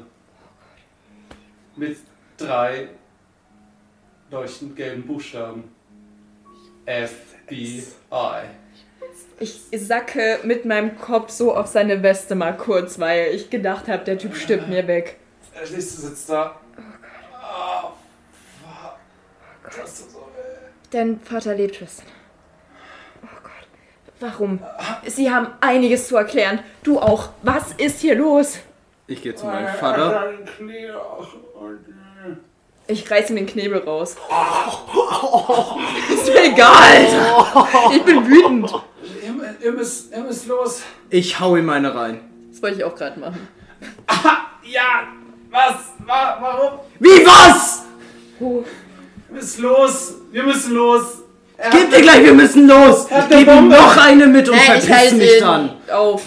Speaker 1: Mit drei leuchtend gelben Buchstaben. FBI.
Speaker 2: Ich sacke mit meinem Kopf so auf seine Weste mal kurz, weil ich gedacht habe, der Typ stirbt mir weg.
Speaker 1: Er liest sitzt da. Ah, fuck. Das tut so weh.
Speaker 2: Dein Vater lebt, Tristan. Oh Gott. Warum? Sie haben einiges zu erklären. Du auch. Was ist hier los?
Speaker 4: Ich gehe zu meinem Vater.
Speaker 1: Deine Knie auch. Und, äh,
Speaker 2: Ich reiße ihm den Knebel raus. Ist mir egal. Ich bin wütend.
Speaker 1: Nimm, nimm, es, nimm es los.
Speaker 4: Ich hau ihm eine rein.
Speaker 2: Das wollte ich auch gerade machen.
Speaker 1: Ja, was? Wa warum?
Speaker 4: Wie was?
Speaker 2: Oh,
Speaker 1: Nimm es los. Wir müssen los. Er
Speaker 4: Gib dir gleich, wir müssen los.
Speaker 1: Er hat
Speaker 4: Ich
Speaker 1: eine
Speaker 4: gebe ihm
Speaker 1: Bombe.
Speaker 4: noch eine mit und verpiss mich
Speaker 2: ihn
Speaker 4: dann.
Speaker 2: auf.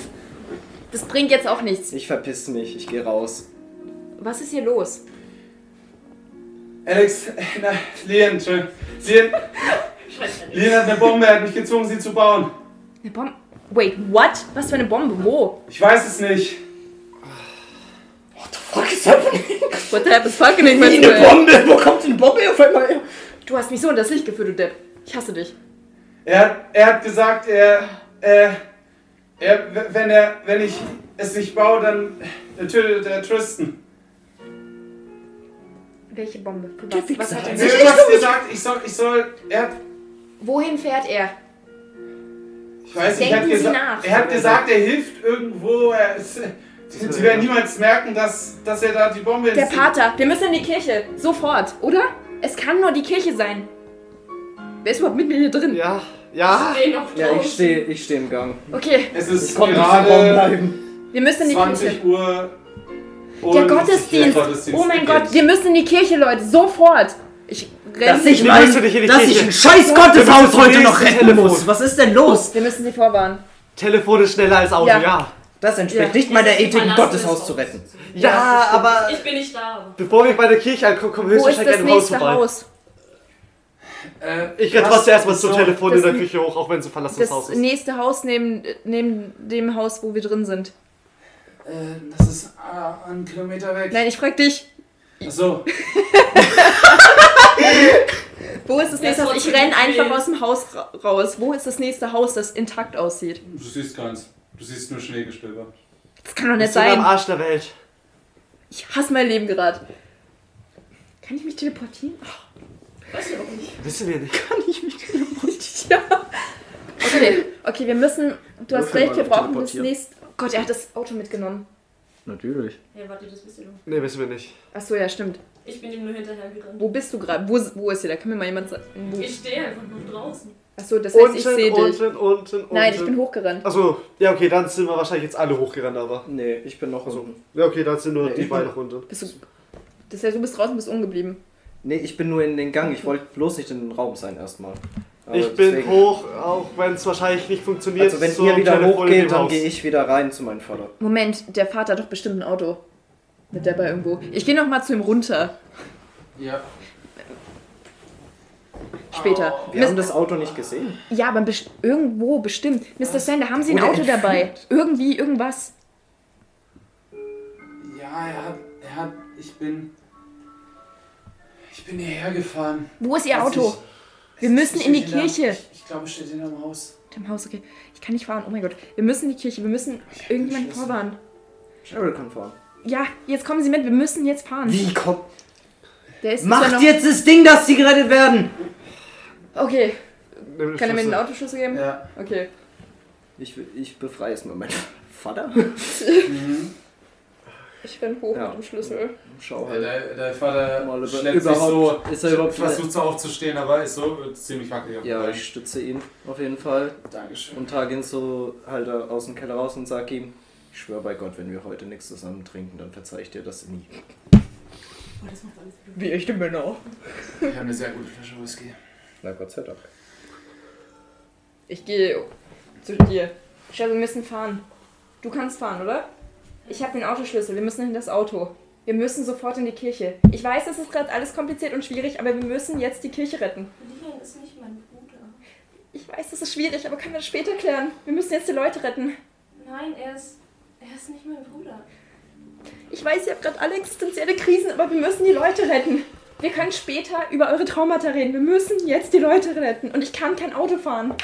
Speaker 2: Das bringt jetzt auch nichts.
Speaker 4: Ich verpiss mich, ich gehe raus.
Speaker 2: Was ist hier los?
Speaker 1: Alex, äh, na, Leon, Entschuldigung. Leon,
Speaker 7: Scheiße.
Speaker 1: Leon hat eine Bombe. Er hat mich gezwungen, sie zu bauen.
Speaker 2: Eine Bombe. Wait, what? Was für eine Bombe? Wo?
Speaker 1: Ich weiß es nicht.
Speaker 4: Fuck, ist das
Speaker 2: What the hell is fucking
Speaker 4: wie eine Bombe? Wo kommt denn Bombe auf einmal her?
Speaker 2: Du hast mich so in das Licht geführt, du Depp. Ich hasse dich.
Speaker 1: Er hat, er hat gesagt, er, er, er, w- wenn er, wenn ich es nicht baue, dann, dann tötet er Tristan.
Speaker 2: Welche Bombe? Für Was, was hat
Speaker 1: Er
Speaker 2: er
Speaker 1: hat was gesagt, ich soll, ich soll, er hat,
Speaker 2: Wohin fährt er?
Speaker 1: ich weiß nicht, er hat,
Speaker 2: Denken Sie
Speaker 1: gesa
Speaker 2: nach.
Speaker 1: er hat gesagt, er hilft irgendwo, er, ist- sie, sie werden niemals merken, dass, dass er da die Bombe
Speaker 2: Der
Speaker 1: ist.
Speaker 2: Pater. Wir müssen in die Kirche. Sofort, oder? Es kann nur die Kirche sein. Wer ist überhaupt mit mir hier drin?
Speaker 5: Ja, ja.
Speaker 7: Steh noch
Speaker 4: Ah, Ja, ich
Speaker 7: drauf.
Speaker 4: stehe ich steh im Gang.
Speaker 2: Okay,
Speaker 1: Es ist
Speaker 4: Komm,
Speaker 1: gerade
Speaker 2: wir müssen in die
Speaker 1: 20
Speaker 2: Kirche.
Speaker 1: Uhr und
Speaker 2: Der Gottesdienst.
Speaker 1: der Gottesdienst
Speaker 2: Oh mein
Speaker 1: beginnt.
Speaker 2: Gott, wir müssen in die Kirche, Leute. Sofort. Ich
Speaker 4: Dass
Speaker 2: renne.
Speaker 4: ich
Speaker 5: Wir
Speaker 4: mein,
Speaker 5: müssen nicht in die
Speaker 4: dass
Speaker 5: Kirche.
Speaker 4: ich ein scheiß Gotteshaus heute noch retten muss. Was ist denn los?
Speaker 2: Wir müssen sie vorwarnen.
Speaker 5: Telefon ist schneller als Auto,
Speaker 2: Ja.
Speaker 5: ja.
Speaker 4: Das entspricht
Speaker 2: Ja.
Speaker 4: nicht meiner
Speaker 7: Dieses
Speaker 4: Ethik, ein
Speaker 7: Verlassen
Speaker 4: Gotteshaus
Speaker 7: des
Speaker 4: zu retten.
Speaker 7: Hauses.
Speaker 5: Ja, aber
Speaker 7: Ich bin nicht da, aber.
Speaker 5: bevor wir bei der Kirche ankommen, kommen wir
Speaker 2: Wo ist
Speaker 5: höchstwahrscheinlich
Speaker 2: das
Speaker 5: an einem Haus
Speaker 2: nächste
Speaker 5: vorbei.
Speaker 2: Haus?
Speaker 1: Äh,
Speaker 5: Ich renne fast erstmal zum
Speaker 1: so,
Speaker 5: Telefon in
Speaker 2: das
Speaker 5: der
Speaker 2: n-
Speaker 5: Küche hoch, auch wenn es ein verlassenes Haus
Speaker 2: Das
Speaker 5: ist.
Speaker 2: nächste Haus neben, neben dem Haus, wo wir drin sind.
Speaker 1: Äh, das ist ah, einen Kilometer weg.
Speaker 2: Nein, ich frag dich,
Speaker 1: Achso,
Speaker 2: wo ist das
Speaker 7: Ja,
Speaker 2: nächste
Speaker 7: so
Speaker 2: Haus? Ich
Speaker 7: schön
Speaker 2: renn einfach
Speaker 7: gewesen.
Speaker 2: aus dem Haus ra- raus. Wo ist das nächste Haus, das intakt aussieht?
Speaker 1: du siehst keins. Du siehst nur Schneegestöber.
Speaker 2: Das kann doch nicht
Speaker 5: Wir sind am
Speaker 2: sein.
Speaker 5: Arsch der Welt.
Speaker 2: Ich hasse mein Leben gerade. Kann ich mich teleportieren? Ach,
Speaker 5: Wissen wir nicht.
Speaker 2: kann ich mich teleportieren? Oh, Ja. Okay, okay, wir müssen. Du hast
Speaker 4: Würfel
Speaker 2: recht,
Speaker 4: mal
Speaker 2: wir
Speaker 4: auf
Speaker 2: brauchen das
Speaker 4: teleportieren.
Speaker 2: nächste. Oh Gott, er hat das Auto mitgenommen.
Speaker 4: Natürlich.
Speaker 7: Ja, warte, das wisst ihr doch.
Speaker 5: Nee, wissen wir nicht.
Speaker 2: Achso, ja, stimmt.
Speaker 7: Ich bin ihm nur hinterhergerannt.
Speaker 2: Wo bist du gerade? Wo, wo ist sie? Da kann mir mal jemand sagen. Wo?
Speaker 7: Ich stehe einfach nur draußen.
Speaker 2: Achso, das heißt,
Speaker 5: Unten,
Speaker 2: ich sehe dich.
Speaker 5: unten, unten, unten.
Speaker 2: Nein, ich bin hochgerannt.
Speaker 5: Achso, ja, okay, dann sind wir wahrscheinlich jetzt alle hochgerannt, aber.
Speaker 4: Nee, ich bin noch unten.
Speaker 5: Ja, okay, dann sind nur
Speaker 4: Nee,
Speaker 5: die
Speaker 4: ich
Speaker 5: beiden
Speaker 4: bin-
Speaker 5: noch unten.
Speaker 2: Bist du, das heißt, du bist draußen, bist ungeblieben.
Speaker 4: Nee, ich bin nur in den Gang. Ich wollte bloß nicht in den Raum sein erstmal. Aber
Speaker 5: Ich bin
Speaker 4: deswegen-
Speaker 5: hoch, auch wenn es wahrscheinlich nicht funktioniert.
Speaker 4: Also wenn
Speaker 5: zum
Speaker 4: ihr wieder
Speaker 5: Telefon in dem
Speaker 4: hochgeht, dann
Speaker 5: Haus.
Speaker 4: gehe ich wieder rein zu meinem Vater.
Speaker 2: Moment, der Vater hat doch bestimmt ein Auto. Mit dabei irgendwo. Ich gehe noch mal zu ihm runter.
Speaker 1: Ja.
Speaker 2: Später.
Speaker 4: Oh, Wir haben das Auto nicht gesehen.
Speaker 2: Ja, aber best irgendwo bestimmt. Mr. Sand, da haben sie ein
Speaker 4: Wurde
Speaker 2: Auto dabei. Irgendwie, irgendwas.
Speaker 1: Ja, er hat, er hat, ich bin, ich bin hierher gefahren.
Speaker 2: Wo ist ihr
Speaker 1: Als
Speaker 2: Auto? Wir
Speaker 1: es
Speaker 2: müssen
Speaker 1: steht
Speaker 2: in die
Speaker 1: hinterm-
Speaker 2: Kirche.
Speaker 1: Ich, ich glaube, es steht hinterm Haus.
Speaker 2: Dem Haus, okay. Ich kann nicht fahren. Oh mein Gott. Wir müssen in die Kirche. Wir müssen irgendjemanden
Speaker 1: Schlüssel.
Speaker 2: vorwarnen.
Speaker 4: Cheryl kann fahren.
Speaker 2: Ja, jetzt kommen Sie mit. Wir müssen jetzt fahren.
Speaker 4: Wie kommt?
Speaker 2: Der ist ist ja
Speaker 4: Macht
Speaker 2: noch-
Speaker 4: jetzt das Ding, dass sie gerettet werden!
Speaker 2: Okay.
Speaker 5: Nimm den
Speaker 2: Kann er mir den
Speaker 5: Schlüssel.
Speaker 2: Autoschlüssel geben?
Speaker 1: Ja.
Speaker 2: Okay.
Speaker 4: Ich, ich befreie es mal meinen Vater.
Speaker 1: Mhm.
Speaker 2: Ich renn hoch
Speaker 4: Ja.
Speaker 2: mit dem Schlüssel.
Speaker 4: Schau
Speaker 1: Äh,
Speaker 4: halt.
Speaker 1: Der, der Vater
Speaker 4: Mal über-
Speaker 1: schleppt sich so,
Speaker 4: überhaupt- ist er überhaupt-
Speaker 1: versucht so aufzustehen, aber ist so äh, ziemlich wackelig. auf dem
Speaker 4: Ja,
Speaker 1: Bein.
Speaker 4: ich stütze ihn auf jeden Fall
Speaker 1: Dankeschön.
Speaker 4: und trage ihn so halt aus dem Keller raus und sag ihm, ich schwöre bei Gott, wenn wir heute nichts zusammen trinken, dann verzeih ich dir das nie.
Speaker 7: Boah, das macht alles Glück.
Speaker 2: Wie echte Männer.
Speaker 1: Wir haben eine sehr gute Flasche Whisky.
Speaker 4: Na Gott sei Dank.
Speaker 2: Ich gehe zu dir. Cheryl, wir müssen fahren. Du kannst fahren, oder? Ich habe den Autoschlüssel. Wir müssen in das Auto. Wir müssen sofort in die Kirche. Ich weiß, es ist gerade alles kompliziert und schwierig, aber wir müssen jetzt die Kirche retten.
Speaker 7: Leon ist nicht mein Bruder.
Speaker 2: Ich weiß, das ist schwierig, aber können wir das später klären? Wir müssen jetzt die Leute retten.
Speaker 7: Nein, er ist. Er ist nicht mein Bruder.
Speaker 2: Ich weiß, ihr habt gerade alle existenzielle Krisen, aber wir müssen die Leute retten. Wir können später über eure Traumata reden. Wir müssen jetzt die Leute retten. Und ich kann kein Auto fahren.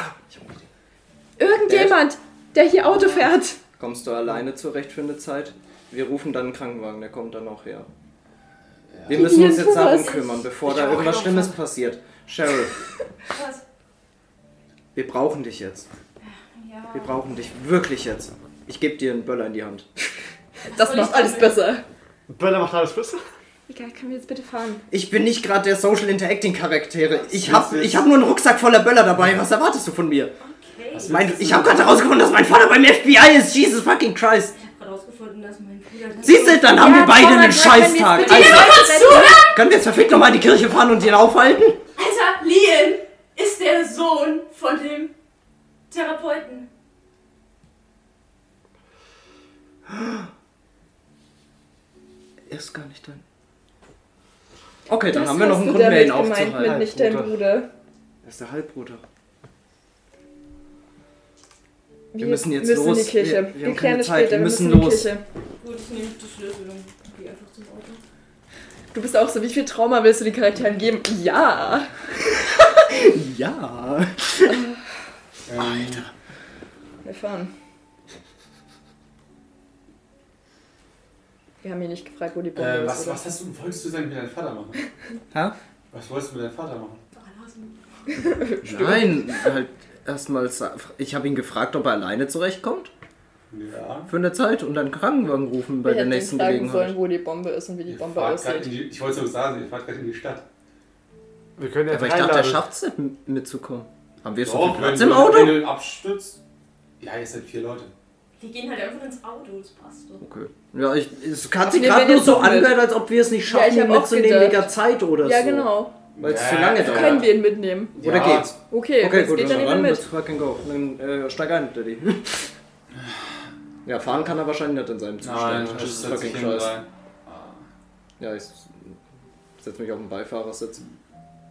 Speaker 2: Irgendjemand, der hier Auto fährt.
Speaker 4: Kommst du alleine zurecht für eine Zeit? Wir rufen dann einen Krankenwagen, der kommt dann auch her. Wir
Speaker 2: Die
Speaker 4: müssen uns
Speaker 2: Ian
Speaker 4: jetzt darum
Speaker 2: Thomas.
Speaker 4: kümmern, bevor da irgendwas Schlimmes passiert. Cheryl,
Speaker 7: Was?
Speaker 4: wir brauchen dich jetzt.
Speaker 7: Ja.
Speaker 4: Wir brauchen dich wirklich jetzt. Ich gebe dir einen Böller in die Hand.
Speaker 2: Das macht alles besser.
Speaker 5: Böller macht alles besser.
Speaker 2: Egal, können wir jetzt bitte fahren?
Speaker 4: Ich bin nicht gerade der Social Interacting Charaktere. Ich habe ich hab nur einen Rucksack voller Böller dabei. Was erwartest du von mir?
Speaker 7: Okay. Ich
Speaker 4: Mein, ich habe gerade herausgefunden, dass mein Vater beim FBI ist. Jesus fucking Christ.
Speaker 7: habe gerade rausgefunden, dass mein Bruder.
Speaker 4: Siehst du, dann haben wir beide einen Scheißtag. Also,
Speaker 2: Also,
Speaker 4: können wir jetzt verfickt nochmal in die Kirche fahren und ihn aufhalten?
Speaker 7: Alter, Leon ist der Sohn von dem Therapeuten.
Speaker 4: Ist gar nicht dein. Okay, dann
Speaker 2: das
Speaker 4: haben wir noch einen
Speaker 2: hast
Speaker 4: Grund
Speaker 2: du
Speaker 4: mehr, ihn
Speaker 2: damit gemeint Mit
Speaker 4: aufzuhalten.
Speaker 2: nicht dein Bruder.
Speaker 4: Er ist der Halbbruder.
Speaker 2: Wir,
Speaker 4: müssen jetzt
Speaker 2: müssen
Speaker 4: los.
Speaker 2: in die Kirche.
Speaker 4: Wir- wir haben
Speaker 2: klären
Speaker 4: keine
Speaker 2: das
Speaker 4: Zeit.
Speaker 2: später.
Speaker 4: Wir
Speaker 2: Wir
Speaker 4: müssen
Speaker 2: müssen in die
Speaker 4: los.
Speaker 2: Kirche.
Speaker 7: Gut, ich nehme die Schlüssel und gehe einfach zum Auto.
Speaker 2: Du bist auch so, wie viel Trauma willst du den Charakteren geben? Ja.
Speaker 4: Ja. Ähm,
Speaker 1: Alter.
Speaker 2: Wir fahren. Wir haben ihn nicht gefragt, wo die Bombe
Speaker 1: Äh,
Speaker 2: ist.
Speaker 1: was,
Speaker 2: oder?
Speaker 1: was hast du, wolltest du denn mit deinem Vater machen?
Speaker 4: Hä?
Speaker 1: Was wolltest du mit deinem Vater machen?
Speaker 7: Ah, Verlassen.
Speaker 4: Nein, halt erstmal. sa- Ich habe ihn gefragt, ob er alleine zurechtkommt
Speaker 1: Ja.
Speaker 4: für eine Zeit und dann Krankenwagen rufen bei
Speaker 2: Wir
Speaker 4: der
Speaker 2: hätten ihn
Speaker 4: nächsten
Speaker 2: fragen sollen,
Speaker 4: Gelegenheit.
Speaker 2: wo die Bombe ist und wie die
Speaker 1: Ihr
Speaker 2: Bombe
Speaker 1: fahrt grad in
Speaker 2: aussieht.
Speaker 1: die, ich wollte es nur sagen, ihr fahrt gerade in die Stadt.
Speaker 5: Wir können ja
Speaker 4: Aber ich
Speaker 5: einfach
Speaker 4: dachte, er
Speaker 5: einladen.
Speaker 4: schafft es nicht m- mitzukommen. Haben wir so
Speaker 1: Doch,
Speaker 4: viel Platz
Speaker 1: wenn
Speaker 4: im
Speaker 1: du-
Speaker 4: Auto?
Speaker 1: Wenn du abstürzt. Ja, ihr seid vier Leute.
Speaker 7: Wir gehen halt einfach ins Auto, das passt doch.
Speaker 4: Okay. Ja, ich, es hat sich
Speaker 2: Nee,
Speaker 4: gerade
Speaker 2: wenn
Speaker 4: nur
Speaker 2: jetzt
Speaker 4: so
Speaker 2: doch mit.
Speaker 4: angehört, als ob wir es nicht
Speaker 2: Ja,
Speaker 4: schaffen,
Speaker 2: ich hab
Speaker 4: ihn
Speaker 2: auch
Speaker 4: mitzunehmen
Speaker 2: gedacht.
Speaker 4: wegen der Zeit oder
Speaker 2: Ja,
Speaker 4: so.
Speaker 2: genau.
Speaker 4: Weil es zu
Speaker 1: also
Speaker 4: lange dauert.
Speaker 2: Können wir ihn mitnehmen?
Speaker 4: Oder
Speaker 1: ja.
Speaker 4: geht's? Okay,
Speaker 2: Okay, das
Speaker 4: gut, also
Speaker 2: geht
Speaker 4: dann
Speaker 2: dann immer
Speaker 4: ran,
Speaker 2: mit.
Speaker 4: let's fucking go. Dann äh, steig ein, Daddy. Ja, fahren kann er wahrscheinlich nicht in seinem Zustand.
Speaker 1: Nein,
Speaker 4: das ist
Speaker 1: setz
Speaker 4: fucking
Speaker 1: dich
Speaker 4: scheiße.
Speaker 1: rein. Ah,
Speaker 4: Ja, ich setze mich auf den Beifahrersitz.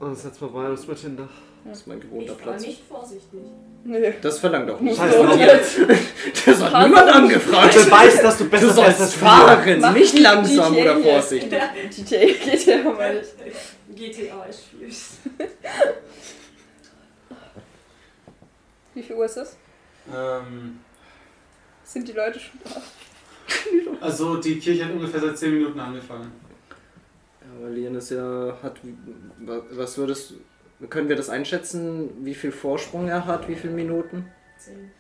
Speaker 5: Und setz Oh, mal Virus mit hinter.
Speaker 4: Das ist mein
Speaker 3: Ich
Speaker 4: gewohnter
Speaker 3: war
Speaker 4: Platz.
Speaker 3: nicht vorsichtig.
Speaker 2: Nö.
Speaker 4: Das verlangt doch nicht.
Speaker 5: Scheiße, warum?
Speaker 4: Das hat niemand angefragt.
Speaker 5: Beweis, dass Also, du
Speaker 4: Du
Speaker 5: besser bist
Speaker 4: sollst
Speaker 5: als wir.
Speaker 4: fahren,
Speaker 2: Mach
Speaker 4: nicht langsam
Speaker 2: DJ
Speaker 4: oder
Speaker 2: hier.
Speaker 4: vorsichtig.
Speaker 2: GTA E geht ja mal nicht.
Speaker 3: GTA ist schwierig.
Speaker 2: Wie viel Uhr ist es?
Speaker 1: Ähm,
Speaker 2: Sind die Leute schon da?
Speaker 1: also die Kirche hat ungefähr seit 10 Minuten angefangen.
Speaker 4: Aber Lien ist ja. hat. Was würdest. Können wir das einschätzen, wie viel Vorsprung er hat, wie viele Minuten?
Speaker 3: Zehn.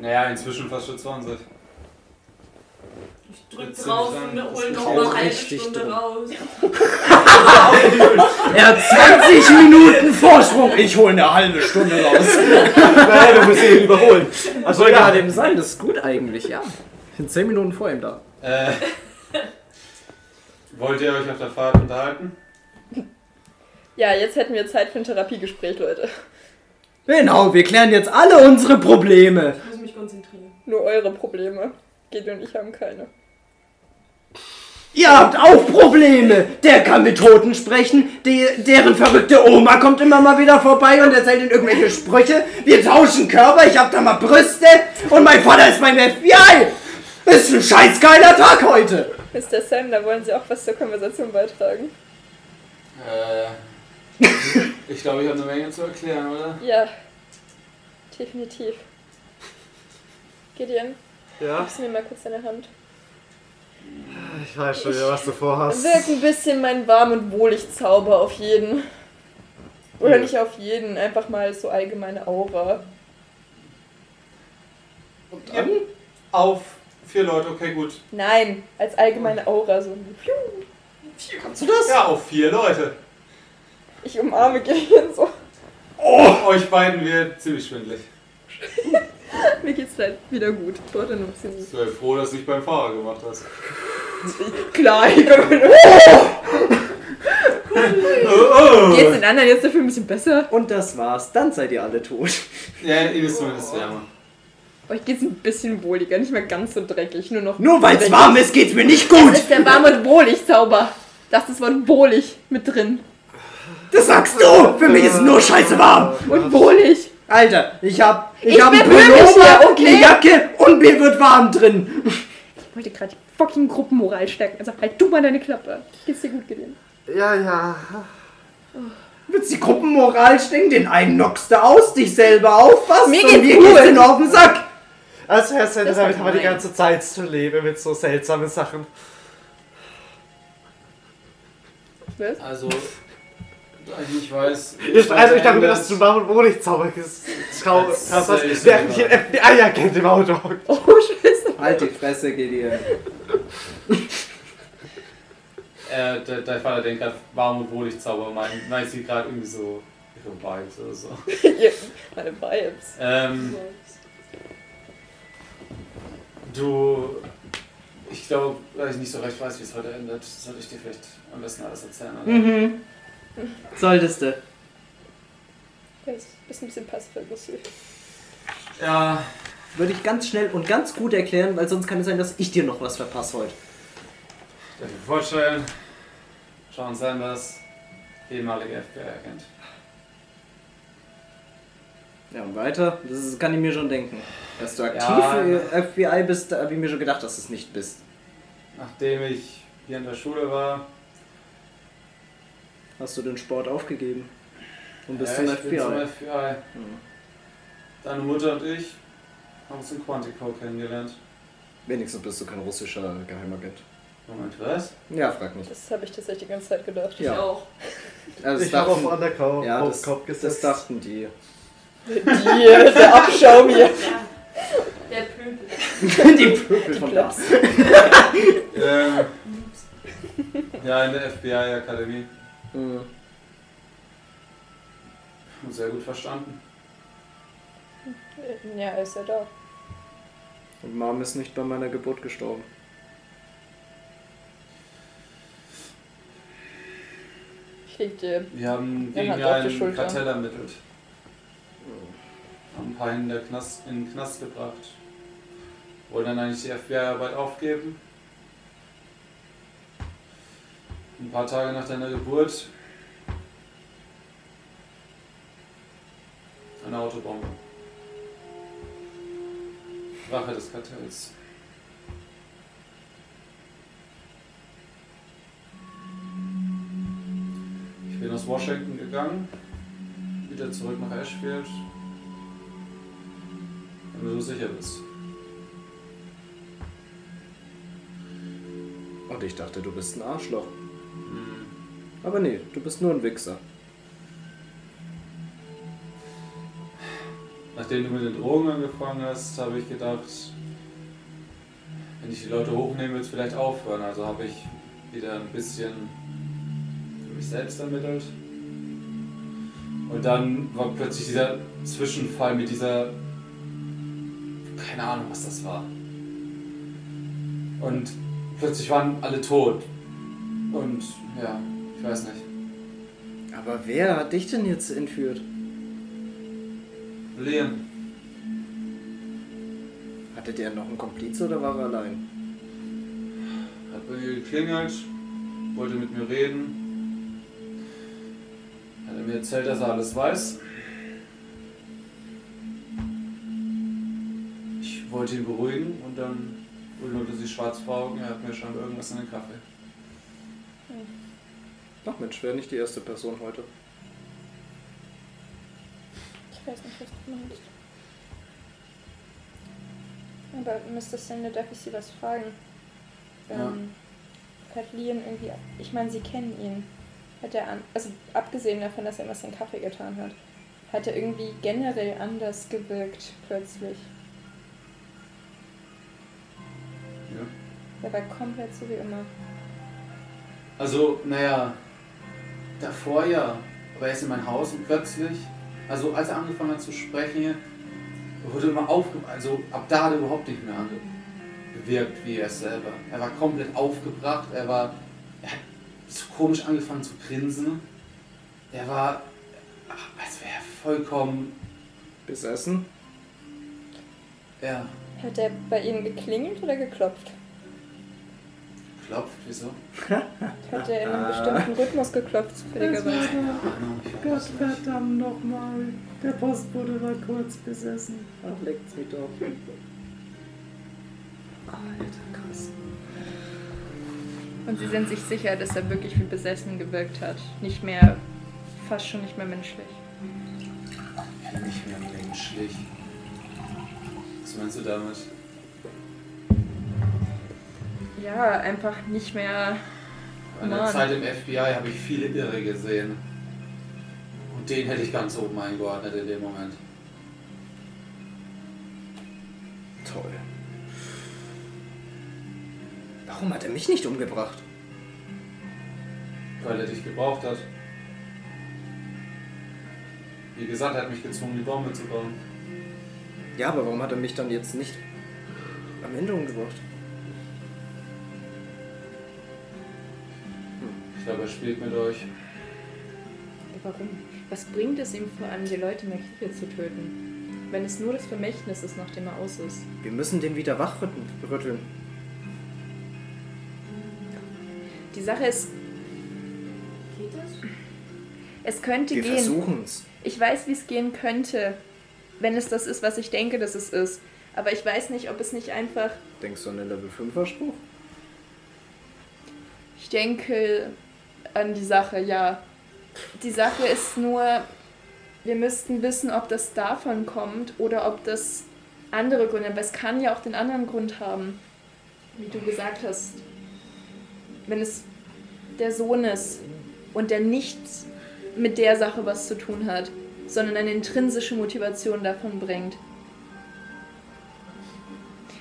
Speaker 1: Naja, inzwischen fast schon 20.
Speaker 3: Ich drück
Speaker 1: Jetzt
Speaker 3: drauf
Speaker 1: sind wir
Speaker 3: und
Speaker 1: dran.
Speaker 3: hol noch
Speaker 4: Hau
Speaker 3: eine halbe
Speaker 4: richtig
Speaker 3: Stunde
Speaker 4: drauf.
Speaker 3: raus.
Speaker 4: Er hat 20 Minuten Vorsprung! Ich hole eine halbe Stunde raus.
Speaker 5: Nein, du musst ihn überholen. Also
Speaker 4: Soll ja
Speaker 5: egal.
Speaker 4: dem sein, das ist gut eigentlich, ja. Ich bin 10 Minuten vor ihm da.
Speaker 1: Äh, wollt ihr euch auf der Fahrt unterhalten?
Speaker 2: Ja, jetzt hätten wir Zeit für ein Therapiegespräch, Leute.
Speaker 4: Genau, wir klären jetzt alle unsere Probleme.
Speaker 3: Ich muss mich konzentrieren.
Speaker 2: Nur eure Probleme. Gideon und ich haben keine.
Speaker 4: Ihr habt auch Probleme. Der kann mit Toten sprechen, die, deren verrückte Oma kommt immer mal wieder vorbei und erzählt ihnen irgendwelche Sprüche. Wir tauschen Körper, ich hab da mal Brüste und mein Vater ist mein FBI. Ist ein scheiß geiler Tag heute.
Speaker 2: Mr. Sam, da wollen Sie auch was zur Konversation beitragen.
Speaker 1: Äh, ich glaube, ich habe eine Menge zu erklären, oder?
Speaker 2: Ja, definitiv. Gideon,
Speaker 5: Ja,
Speaker 2: gibst du mir mal kurz deine Hand?
Speaker 5: ich weiß schon wieder, was du vorhast.
Speaker 2: Wirk ein bisschen meinen warm und wohlig Zauber auf jeden. Oder
Speaker 5: Ja.
Speaker 2: nicht auf jeden, einfach mal so allgemeine Aura.
Speaker 1: Und dann? Auf vier Leute, okay, gut.
Speaker 2: Nein, als allgemeine Aura so.
Speaker 1: Kannst du das? Ja, auf vier Leute.
Speaker 2: Ich umarme Gideon so.
Speaker 1: Oh, euch beiden wird ziemlich schwindelig.
Speaker 2: Mir geht's gleich wieder gut. Dort noch ein bisschen.
Speaker 1: Ich bin froh, dass du nicht beim Fahrer gemacht hast.
Speaker 2: Klar, ich
Speaker 4: Oh!
Speaker 2: Geht's den anderen jetzt dafür ein bisschen besser?
Speaker 4: Und das war's, dann seid ihr alle tot.
Speaker 1: Ja, ihm ist zumindest wärmer.
Speaker 2: Euch geht's ein bisschen wohliger, nicht mehr ganz so dreckig, nur noch.
Speaker 4: Nur weil's
Speaker 2: dreckig.
Speaker 4: warm ist, geht's mir nicht
Speaker 2: Das
Speaker 4: gut.
Speaker 2: ist der warm und wohlig Zauber. Da ist das Wort wohlig mit drin.
Speaker 4: Das sagst du. Für mich ist nur scheiße warm.
Speaker 2: Und wohlig.
Speaker 4: Alter, ich hab, ich,
Speaker 2: Ich
Speaker 4: hab einen
Speaker 2: bin wirklich
Speaker 4: Pullover
Speaker 2: hier,
Speaker 4: und eine
Speaker 2: okay?
Speaker 4: Jacke und mir wird warm drin.
Speaker 2: Ich wollte gerade die fucking Gruppenmoral stärken. Also halt du mal deine Klappe. Geht's dir gut, Gideon?
Speaker 5: Ja, ja.
Speaker 4: Willst die Gruppenmoral stinken? Den einen knockst du aus, dich selber auf, was?
Speaker 2: Mir
Speaker 4: Und
Speaker 2: geht's
Speaker 4: mir
Speaker 2: gut.
Speaker 4: geht's dir noch auf den Sack.
Speaker 5: Also, Herr Sender,
Speaker 2: Das war
Speaker 5: damit haben wir die
Speaker 2: gemein.
Speaker 5: ganze Zeit zu leben mit so seltsamen Sachen.
Speaker 2: Was?
Speaker 1: Also, da ich nicht weiß. wie es
Speaker 5: Ich, also, ich dachte mir,
Speaker 1: weitergeht.
Speaker 5: dass du Mauer und Wohlig Zauber getraut
Speaker 1: Das
Speaker 5: hast,
Speaker 1: ist echt
Speaker 5: während ich
Speaker 1: egal.
Speaker 5: ein FBI-Agent im Auto hockt.
Speaker 2: Oh, scheiße.
Speaker 4: Halt die Fresse, geh dir.
Speaker 1: Äh, de, dein Vater denkt gerade warm und wohlig Zauber, mein, meint sie gerade irgendwie so ihre Vibes oder so.
Speaker 2: Ihr- Meine Vibes.
Speaker 1: Ähm, du, ich glaube, weil ich nicht so recht weiß, wie es heute endet, sollte ich dir vielleicht am besten alles erzählen.
Speaker 5: Hm.
Speaker 1: Oder?
Speaker 4: Mhm. Solltest du.
Speaker 2: Ja, Das ist ein bisschen passiv-aggressiv.
Speaker 1: Ja,
Speaker 4: Würde ich ganz schnell und ganz gut erklären, weil sonst kann es sein, dass ich dir noch was verpasse heute.
Speaker 1: darf ich mir vorstellen, Sean Sanders, ehemaliger FBI-Agent.
Speaker 4: Ja, und weiter? Das ist, kann ich mir schon denken. Dass du aktiv
Speaker 1: Ja.
Speaker 4: äh, FBI bist, da habe ich mir schon gedacht, dass du es nicht bist.
Speaker 1: Nachdem ich hier in der Schule war,
Speaker 4: Hast du den Sport aufgegeben? Und bist
Speaker 1: ja,
Speaker 4: zum
Speaker 1: ich bin zum
Speaker 4: FBI.
Speaker 1: FBI.
Speaker 4: Mhm.
Speaker 1: Deine Mutter und ich haben uns in Quantico kennengelernt.
Speaker 4: Wenigstens bist du kein russischer Geheimagent.
Speaker 1: Moment, was?
Speaker 4: Ja, frag nicht.
Speaker 2: Das habe ich tatsächlich die ganze Zeit gedacht.
Speaker 3: Ich auch.
Speaker 4: Also, das
Speaker 5: Ich habe auf
Speaker 4: dachten-
Speaker 5: Undercover
Speaker 4: Ja,
Speaker 5: auf
Speaker 4: das,
Speaker 5: Kopf
Speaker 4: das
Speaker 5: gesetzt.
Speaker 4: dachten die.
Speaker 2: Die, der Abschau
Speaker 3: Ja.
Speaker 2: mir.
Speaker 3: Der Pöbel.
Speaker 4: die Pöbel von da.
Speaker 2: Klaps.
Speaker 1: Ähm, ja, in der FBI-Akademie.
Speaker 4: Mhm.
Speaker 1: Sehr gut verstanden.
Speaker 2: Ja, er ist ja da.
Speaker 4: Und Mom ist nicht bei meiner Geburt gestorben.
Speaker 2: Ich leg dir.
Speaker 1: Wir haben
Speaker 2: Er
Speaker 1: gegen
Speaker 2: hat halt auf die
Speaker 1: ein
Speaker 2: Schulter.
Speaker 1: Kartell
Speaker 4: Hm.
Speaker 1: ermittelt. Haben ein paar in, der Knast, in den Knast gebracht. Wollen dann eigentlich die FBI-Arbeit aufgeben? Ein paar Tage nach deiner Geburt. Eine Autobombe. Rache des Kartells. Ich bin aus Washington gegangen, wieder zurück nach Ashfield. Wenn du sicher bist.
Speaker 4: Und ich dachte, du bist ein Arschloch. Aber nee, du bist nur ein Wichser.
Speaker 1: Nachdem du mit den Drogen angefangen hast, habe ich gedacht, wenn ich die Leute hochnehme, wird es vielleicht aufhören. Also habe ich wieder ein bisschen für mich selbst ermittelt. Und dann war plötzlich dieser Zwischenfall mit dieser. keine Ahnung, was das war. Und plötzlich waren alle tot. Und ja, ich weiß nicht.
Speaker 4: Aber wer hat dich denn jetzt entführt?
Speaker 1: Liam,
Speaker 4: Hattet ihr noch einen Kompliz oder war er allein?
Speaker 1: hat bei mir geklingelt, wollte mit mir reden. Hat er mir erzählt, dass er alles weiß. Ich wollte ihn beruhigen und dann wurde nur sie schwarz vor Augen. Er hat mir schon irgendwas in den Kaffee.
Speaker 4: Ach Mensch, wäre nicht die erste Person heute.
Speaker 11: Ich weiß nicht, was du meinst. Aber Mr. Sender, darf ich Sie was fragen?
Speaker 1: Ja.
Speaker 11: Ähm, Hat Liam irgendwie. Ich meine, Sie kennen ihn. Hat er an. Also abgesehen davon, dass er was in den Kaffee getan hat, hat er irgendwie generell anders gewirkt plötzlich.
Speaker 1: Ja.
Speaker 11: Er war komplett so wie immer.
Speaker 1: Also, naja, davor ja. Aber er ist in mein Haus und plötzlich, also als er angefangen hat zu sprechen, wurde immer aufge... Also ab da hat er überhaupt nicht mehr ange- gewirkt wie er selber. Er war komplett aufgebracht, er war... Er hat so komisch angefangen zu grinsen. Er war... ach, Als wäre er vollkommen...
Speaker 4: Besessen?
Speaker 1: Ja,
Speaker 11: Hat er bei Ihnen geklingelt oder geklopft?
Speaker 1: klopft, wieso?
Speaker 11: Hat er in einem bestimmten Rhythmus geklopft, zufälligerweise?
Speaker 1: Keine Ahnung, ich weiß es nicht.
Speaker 4: Verdammt nochmal. Der Postbote war kurz besessen. Ach, leckt's mich doch. Alter, krass.
Speaker 2: Und sie sind sich sicher, dass er wirklich wie besessen gewirkt hat. Nicht mehr, fast schon nicht mehr menschlich.
Speaker 1: Nicht mehr menschlich. Was meinst du damit?
Speaker 2: Ja, einfach nicht mehr.
Speaker 1: In der
Speaker 2: Mann.
Speaker 1: Zeit im FBI habe ich viele Irre gesehen. Und den hätte ich ganz oben eingeordnet in dem Moment.
Speaker 4: Toll. Warum hat er mich nicht umgebracht?
Speaker 1: Weil er dich gebraucht hat. Wie gesagt, er hat mich gezwungen, die Bombe zu bauen.
Speaker 4: Ja, aber warum hat er mich dann jetzt nicht am Ende umgebracht?
Speaker 1: Ich glaube, er spielt mit euch.
Speaker 2: Warum? Was bringt es ihm vor allem, die Leute in der Kirche zu töten? Wenn es nur das Vermächtnis ist, nachdem er aus ist.
Speaker 4: Wir müssen den wieder wachrütteln.
Speaker 2: Die Sache ist,
Speaker 3: Geht das?
Speaker 2: es könnte
Speaker 4: Wir
Speaker 2: gehen.
Speaker 4: versuchen's.
Speaker 2: Ich weiß, wie es gehen könnte, wenn es das ist, was ich denke, dass es ist. Aber ich weiß nicht, ob es nicht einfach.
Speaker 4: Denkst du an den Level 5er Spruch?
Speaker 2: Ich denke an die Sache, ja. Die Sache ist nur, wir müssten wissen, ob das davon kommt oder ob das andere Gründe. Aber es kann ja auch den anderen Grund haben, wie du gesagt hast. Wenn es der Sohn ist und der nicht mit der Sache was zu tun hat, sondern eine intrinsische Motivation davon bringt.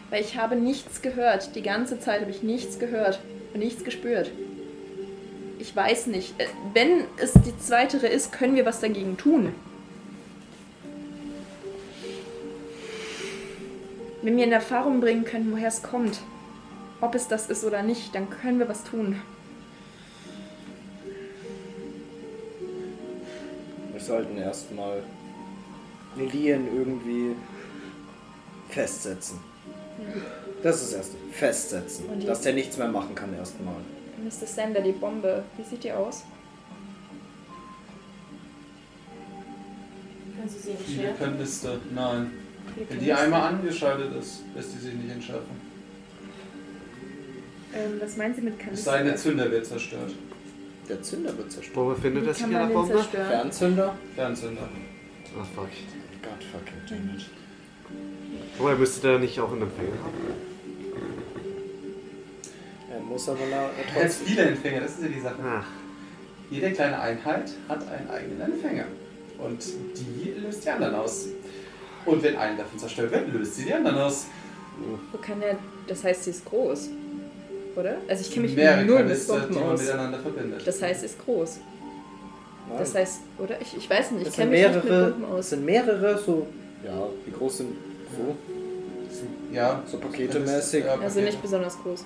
Speaker 2: Weil ich habe nichts gehört. Die ganze Zeit habe ich nichts gehört und nichts gespürt. Ich weiß nicht. Äh, Wenn es die zweitere ist, können wir was dagegen tun. Wenn wir in Erfahrung bringen können, woher es kommt, ob es das ist oder nicht, dann können wir was tun.
Speaker 4: Wir sollten erstmal Lilien irgendwie festsetzen. Das ist erst festsetzen,
Speaker 12: Und die-
Speaker 4: dass der nichts mehr machen kann erstmal.
Speaker 12: Mr. Sander, die Bombe. Wie sieht die aus?
Speaker 13: Können Sie sie
Speaker 1: Die
Speaker 13: entschärfen?
Speaker 1: Weaponliste, nein.
Speaker 12: Wir
Speaker 1: Wenn
Speaker 12: können
Speaker 1: die
Speaker 12: das-
Speaker 1: einmal angeschaltet ist, lässt die sich nicht entschärfen.
Speaker 2: Ähm, was meinen Sie mit
Speaker 1: Es
Speaker 2: Kanister?
Speaker 1: sei denn, der Zünder wird zerstört.
Speaker 4: Der Zünder wird zerstört.
Speaker 5: Wo befindet
Speaker 2: Wie
Speaker 5: das
Speaker 2: kann
Speaker 5: sich an
Speaker 2: man
Speaker 5: der
Speaker 2: den
Speaker 5: Bombe?
Speaker 2: zerstören?
Speaker 4: Fernzünder?
Speaker 1: Fernzünder.
Speaker 5: Ah, fuck.
Speaker 4: God Oh fucking damn it.
Speaker 5: Woher müsste der nicht auch einen Empfänger haben?
Speaker 4: Er muss aber na, er
Speaker 1: Er hat
Speaker 4: trotzdem.
Speaker 1: viele Empfänger, das ist ja die Sache.
Speaker 5: Ach,
Speaker 1: Jede kleine Einheit hat einen eigenen Empfänger. Und die löst die anderen aus. Und wenn eine davon zerstört wird, löst sie die anderen aus.
Speaker 2: Wo kann der. Das heißt, sie ist groß. Oder? Also ich kenne mich
Speaker 1: Mehrere
Speaker 2: nur mit
Speaker 1: Kanister,
Speaker 2: Bomben
Speaker 1: die man
Speaker 2: aus.
Speaker 1: miteinander verbindet.
Speaker 2: Das heißt, sie ist groß.
Speaker 4: Nein.
Speaker 2: Das heißt, oder? Ich, ich weiß nicht, ich
Speaker 4: Es
Speaker 2: kenne
Speaker 4: sind
Speaker 2: mich nicht mit
Speaker 4: Also mehrere,
Speaker 2: Bomben
Speaker 4: es
Speaker 2: aus.
Speaker 4: sind mehrere so. Ja, wie groß sind so?
Speaker 1: ja,
Speaker 4: So paketemäßig.
Speaker 1: Ja,
Speaker 2: Also
Speaker 1: Pakete.
Speaker 2: nicht besonders groß.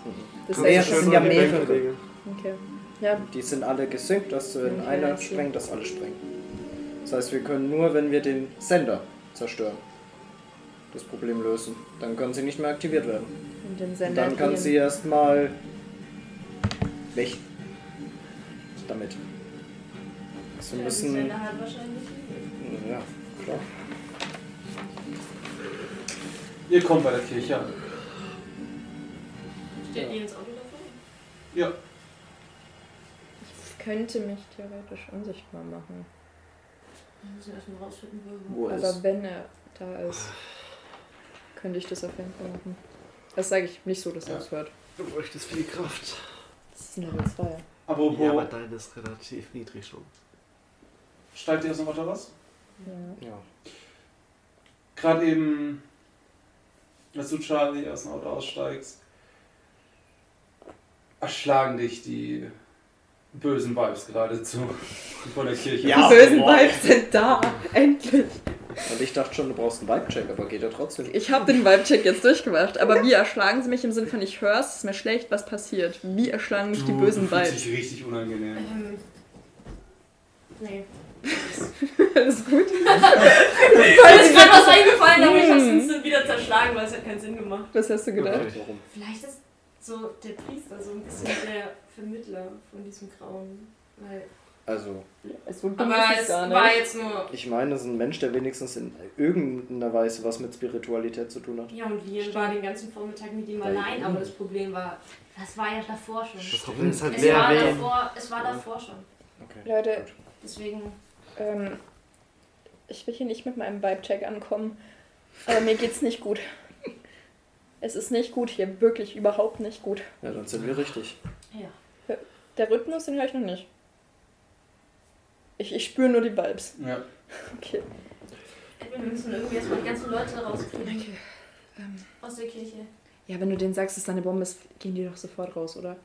Speaker 2: Das
Speaker 4: Mhm.
Speaker 5: kannst du
Speaker 4: ja,
Speaker 2: heißt,
Speaker 4: das
Speaker 5: schön
Speaker 4: sind
Speaker 5: um
Speaker 4: ja
Speaker 5: die Welt
Speaker 4: mehrere.
Speaker 5: bewegen.
Speaker 2: okay. Ja,
Speaker 4: Die sind alle gesynkt, dass wenn
Speaker 2: Ja,
Speaker 4: einer
Speaker 2: okay.
Speaker 4: sprengt, dass alle sprengen. Das heißt, wir können nur, wenn wir den Sender zerstören, das Problem lösen. Dann können sie nicht mehr aktiviert werden.
Speaker 2: und den
Speaker 4: Und
Speaker 2: Sender.
Speaker 4: dann kann
Speaker 2: aktivieren.
Speaker 4: sie erstmal weg damit. Also
Speaker 7: Ja,
Speaker 4: müssen.
Speaker 7: Die Sender hat wahrscheinlich.
Speaker 4: Ja, klar.
Speaker 1: Ihr kommt bei der Kirche an.
Speaker 13: Steht Ihnen ins Auto davon?
Speaker 1: Ja.
Speaker 2: Ich könnte mich theoretisch unsichtbar machen.
Speaker 13: Wir müssen erstmal rausfinden, wo
Speaker 4: Wo ist?
Speaker 2: Aber wenn er da ist, könnte ich das auf jeden Fall machen. Das sage ich nicht so, dass er es hört.
Speaker 5: Du bräuchtest viel Kraft.
Speaker 2: Das ist ein Level 2.
Speaker 1: Apropos,
Speaker 5: Ja, aber deine ist relativ niedrig schon.
Speaker 1: steigt ihr aus dem Auto raus?
Speaker 2: Ja.
Speaker 4: Ja.
Speaker 1: Gerade eben, als du Charlie aus dem Auto aussteigst, erschlagen dich die bösen Vibes geradezu vor der Kirche.
Speaker 4: Ja.
Speaker 2: Die bösen Vibes sind da. Endlich.
Speaker 4: Und ich dachte schon, du brauchst einen Vibe-Check, aber geht ja trotzdem.
Speaker 2: Ich habe den Vibe-Check jetzt durchgemacht. Aber wie erschlagen sie mich im Sinne von, ich höre es, ist mir schlecht, was passiert? Wie erschlagen mich die
Speaker 1: Du
Speaker 2: bösen
Speaker 1: fühlst
Speaker 2: Vibes?
Speaker 1: dich richtig unangenehm.
Speaker 13: Ähm. Nee.
Speaker 2: Alles gut.
Speaker 7: Mir ist gerade was eingefallen, aber ich hab's instant wieder zerschlagen, weil es hat keinen Sinn gemacht.
Speaker 2: Was hast du gedacht?
Speaker 5: Okay.
Speaker 4: Warum?
Speaker 7: Vielleicht ist so der Priester so ein bisschen der Vermittler von diesem Grauen. Weil
Speaker 4: Also,
Speaker 2: So dumm
Speaker 7: aber
Speaker 2: ist
Speaker 7: es
Speaker 2: es gar
Speaker 7: war
Speaker 2: nicht.
Speaker 7: jetzt nur.
Speaker 4: ich meine, es ist ein Mensch, der wenigstens in irgendeiner Weise was mit Spiritualität zu tun hat.
Speaker 7: Ja, und Lian war den ganzen Vormittag mit ihm allein, aber das Problem war, das war ja davor schon.
Speaker 5: Das Problem ist halt
Speaker 7: Es
Speaker 5: mehr
Speaker 7: war,
Speaker 5: wen.
Speaker 7: davor, es war davor schon.
Speaker 4: Okay.
Speaker 12: Leute,
Speaker 7: Deswegen.
Speaker 12: ähm, ich will hier nicht mit meinem Vibe-Check ankommen. Aber mir geht's nicht gut. Es ist nicht gut hier, wirklich überhaupt nicht gut.
Speaker 4: Ja, dann sind wir richtig.
Speaker 7: Ja.
Speaker 12: Der Rhythmus, den höre ich noch nicht. Ich, ich spüre nur die Vibes.
Speaker 1: Ja.
Speaker 12: Okay.
Speaker 7: Wir müssen irgendwie erstmal die ganzen Leute rauskriegen.
Speaker 2: Okay. ähm,
Speaker 7: Aus der Kirche.
Speaker 2: Ja, wenn du denen sagst, dass deine Bombe ist, gehen die doch sofort raus, oder?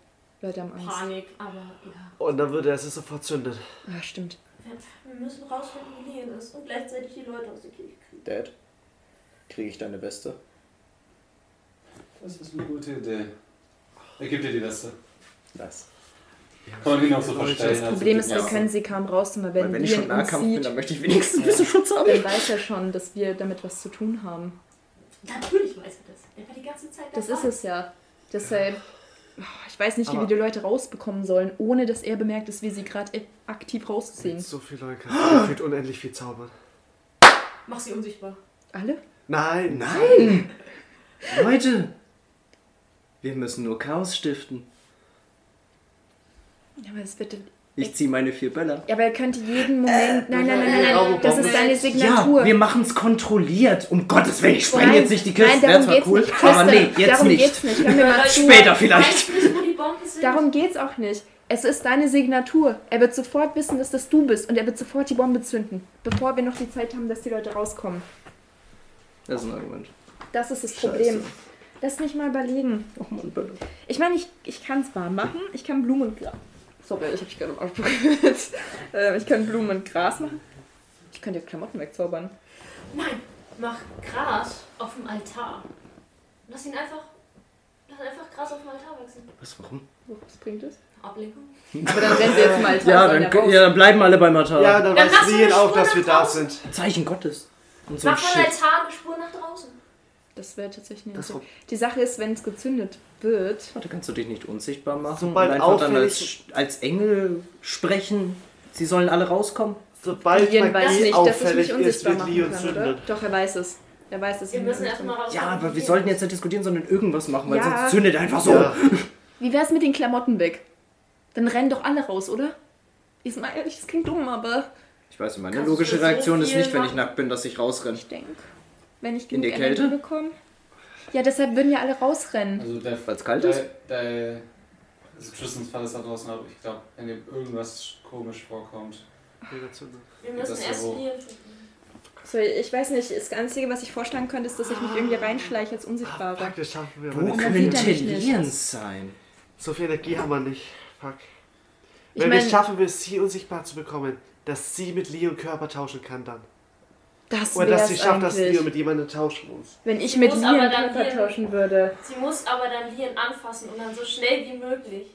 Speaker 2: Leute haben Angst.
Speaker 7: Panik, aber ja.
Speaker 5: Und dann würde er sie sofort zünden.
Speaker 2: Ah, stimmt.
Speaker 7: Wir müssen rausfinden, wie Lian ist und gleichzeitig die Leute aus der Kirche kriegen.
Speaker 4: Dad, kriege ich deine Weste?
Speaker 1: Das ist eine gute Idee. Er gibt dir die Weste.
Speaker 4: Nice.
Speaker 1: Kann man ihn auch so
Speaker 5: Das
Speaker 1: verstellen. also
Speaker 2: Das
Speaker 1: als
Speaker 2: Problem ist,
Speaker 1: guten
Speaker 2: wir
Speaker 1: Waffe.
Speaker 2: können sie kaum rausnehmen,
Speaker 4: Also Weil
Speaker 2: wenn,
Speaker 4: wenn
Speaker 2: wenn
Speaker 4: ich schon
Speaker 2: Lian uns
Speaker 4: Nahkampf bin,
Speaker 2: sieht.
Speaker 4: dann möchte ich wenigstens ein bisschen Schutz haben.
Speaker 2: Dann weiß er schon, dass wir damit was zu tun haben.
Speaker 7: Natürlich weiß er das. Er war die ganze Zeit dabei.
Speaker 2: Das ist es ja. Deshalb, oh, ich weiß nicht, wie
Speaker 5: Aber-
Speaker 2: wir die Leute rausbekommen sollen, ohne dass er bemerkt, dass wir sie gerade e- aktiv rausziehen.
Speaker 5: So viel Leute kannst du gefühlt unendlich viel zaubern.
Speaker 7: Mach sie unsichtbar.
Speaker 2: Alle?
Speaker 5: Nein, nein.
Speaker 4: Leute! Wir müssen nur Chaos stiften.
Speaker 2: Ja, aber es wird.
Speaker 4: Ich ziehe meine vier Böller.
Speaker 2: Ja, aber er könnte jeden Moment. Nein, nein, nein, nein, nein,
Speaker 5: Raubobombe.
Speaker 2: das ist seine Signatur.
Speaker 4: Äh, Ja, wir machen es kontrolliert. Um Gottes Willen, ich spreng
Speaker 2: Nein,
Speaker 4: jetzt nicht die Kiste.
Speaker 2: Nein, darum
Speaker 4: Wäre zwar
Speaker 2: geht's
Speaker 4: cool,
Speaker 2: nicht.
Speaker 4: aber
Speaker 2: Christa,
Speaker 4: nee, jetzt
Speaker 2: darum
Speaker 4: nicht.
Speaker 2: Geht's nicht. Hör mir mal zu.
Speaker 4: Später vielleicht.
Speaker 7: Weißt du nicht, wo die Bomben sind?
Speaker 2: Darum geht's auch nicht. Es ist deine Signatur. Er wird sofort wissen, dass das du bist und er wird sofort die Bombe zünden, bevor wir noch die Zeit haben, dass die Leute rauskommen.
Speaker 4: Das ist ein Argument.
Speaker 2: Das ist das
Speaker 4: Scheiße.
Speaker 2: Problem. Lass mich mal überlegen.
Speaker 4: Oh Mann, Böller.
Speaker 2: Ich meine, ich, ich kann es warm machen. Ich kann Blumen und Gras. Sorry, ich habe dich gerade im Ausdruck gehört. Äh, Ich kann Blumen und Gras machen. Ich könnte jetzt Klamotten wegzaubern.
Speaker 7: Nein, mach Gras auf dem Altar. Lass ihn einfach. Lass einfach Gras auf dem Altar wachsen.
Speaker 4: Was, warum?
Speaker 2: Was bringt das?
Speaker 7: Ablenkung.
Speaker 2: Aber dann rennen sie jetzt mal
Speaker 4: Ja dann, ja, dann bleiben alle beim Altar.
Speaker 5: Ja, dann
Speaker 7: Dann lass
Speaker 5: weiß
Speaker 7: doch
Speaker 5: Lien
Speaker 7: eine
Speaker 5: auch, dass
Speaker 7: Spur
Speaker 5: wir da
Speaker 7: nach
Speaker 5: sind.
Speaker 4: Zeichen Gottes. Und so ein
Speaker 7: Mach von
Speaker 4: Shit.
Speaker 7: Altar eine Spur nach draußen.
Speaker 2: das wäre tatsächlich eine
Speaker 5: Das
Speaker 2: Option. Die Sache ist, wenn es gezündet wird,
Speaker 4: Warte, kannst du dich nicht unsichtbar machen
Speaker 5: Sobald
Speaker 4: und einfach dann als,
Speaker 5: auffällig-
Speaker 4: als Engel sprechen? Sie sollen alle rauskommen?
Speaker 5: Sobald
Speaker 2: Lien weiß nicht, dass
Speaker 5: Magie
Speaker 2: ich
Speaker 5: auffällig
Speaker 2: mich
Speaker 5: ist,
Speaker 2: unsichtbar
Speaker 5: wird
Speaker 2: machen
Speaker 5: Leon
Speaker 2: kann, oder?
Speaker 5: zündet.
Speaker 2: Doch, er weiß es. Er weiß es.
Speaker 7: Wir müssen erstmal raus.
Speaker 4: Ja, aber wir sollten jetzt nicht diskutieren, sondern irgendwas machen, weil
Speaker 2: Ja.
Speaker 4: sonst zündet einfach so.
Speaker 5: Ja.
Speaker 2: Wie wär's mit den Klamotten weg? Dann rennen doch alle raus, oder? Ismail, das klingt dumm, aber
Speaker 4: Ich weiß, meine
Speaker 7: Kannst du
Speaker 4: logische
Speaker 7: so
Speaker 4: Reaktion ist
Speaker 7: viel
Speaker 4: nicht, wenn ich
Speaker 7: machen?
Speaker 4: nackt bin, dass ich rausrenne.
Speaker 2: ich denke, wenn ich
Speaker 4: In
Speaker 2: genug
Speaker 4: der Kälte?
Speaker 2: Energie bekomme. Ja, deshalb würden ja alle rausrennen.
Speaker 1: Also der
Speaker 4: Weil's kalt ist?
Speaker 1: Der, der also Tristans Fall ist da draußen, aber ich glaube, wenn dem irgendwas komisch vorkommt.
Speaker 5: Leon zündet.
Speaker 7: Wir
Speaker 1: Das
Speaker 7: müssen
Speaker 1: ist
Speaker 7: erst
Speaker 1: so.
Speaker 7: hier.
Speaker 2: So, ich weiß nicht, das Einzige, was ich vorschlagen könnte, ist, dass ich mich irgendwie reinschleiche als
Speaker 5: Ah,
Speaker 2: Unsichtbare.
Speaker 5: fuck, das schaffen wir aber
Speaker 4: Wo
Speaker 5: nicht.
Speaker 2: man sieht ja
Speaker 4: könnte
Speaker 2: nicht
Speaker 4: Lien sein?
Speaker 5: So viel Energie haben wir nicht. Fuck.
Speaker 2: Ich
Speaker 5: Wenn wir es
Speaker 2: meine,
Speaker 5: schaffen, wir sie unsichtbar zu bekommen, dass sie mit Leon Körper tauschen kann dann.
Speaker 2: das
Speaker 5: Oder dass sie
Speaker 2: wäre
Speaker 5: schafft, dass Leon
Speaker 2: eigentlich,
Speaker 5: mit jemandem tauschen muss.
Speaker 2: wenn ich
Speaker 7: Sie
Speaker 2: mit
Speaker 7: muss
Speaker 2: Lien
Speaker 7: aber dann
Speaker 2: Körper
Speaker 7: hier-
Speaker 2: tauschen würde.
Speaker 7: Sie muss aber dann Lien anfassen und dann so schnell wie möglich.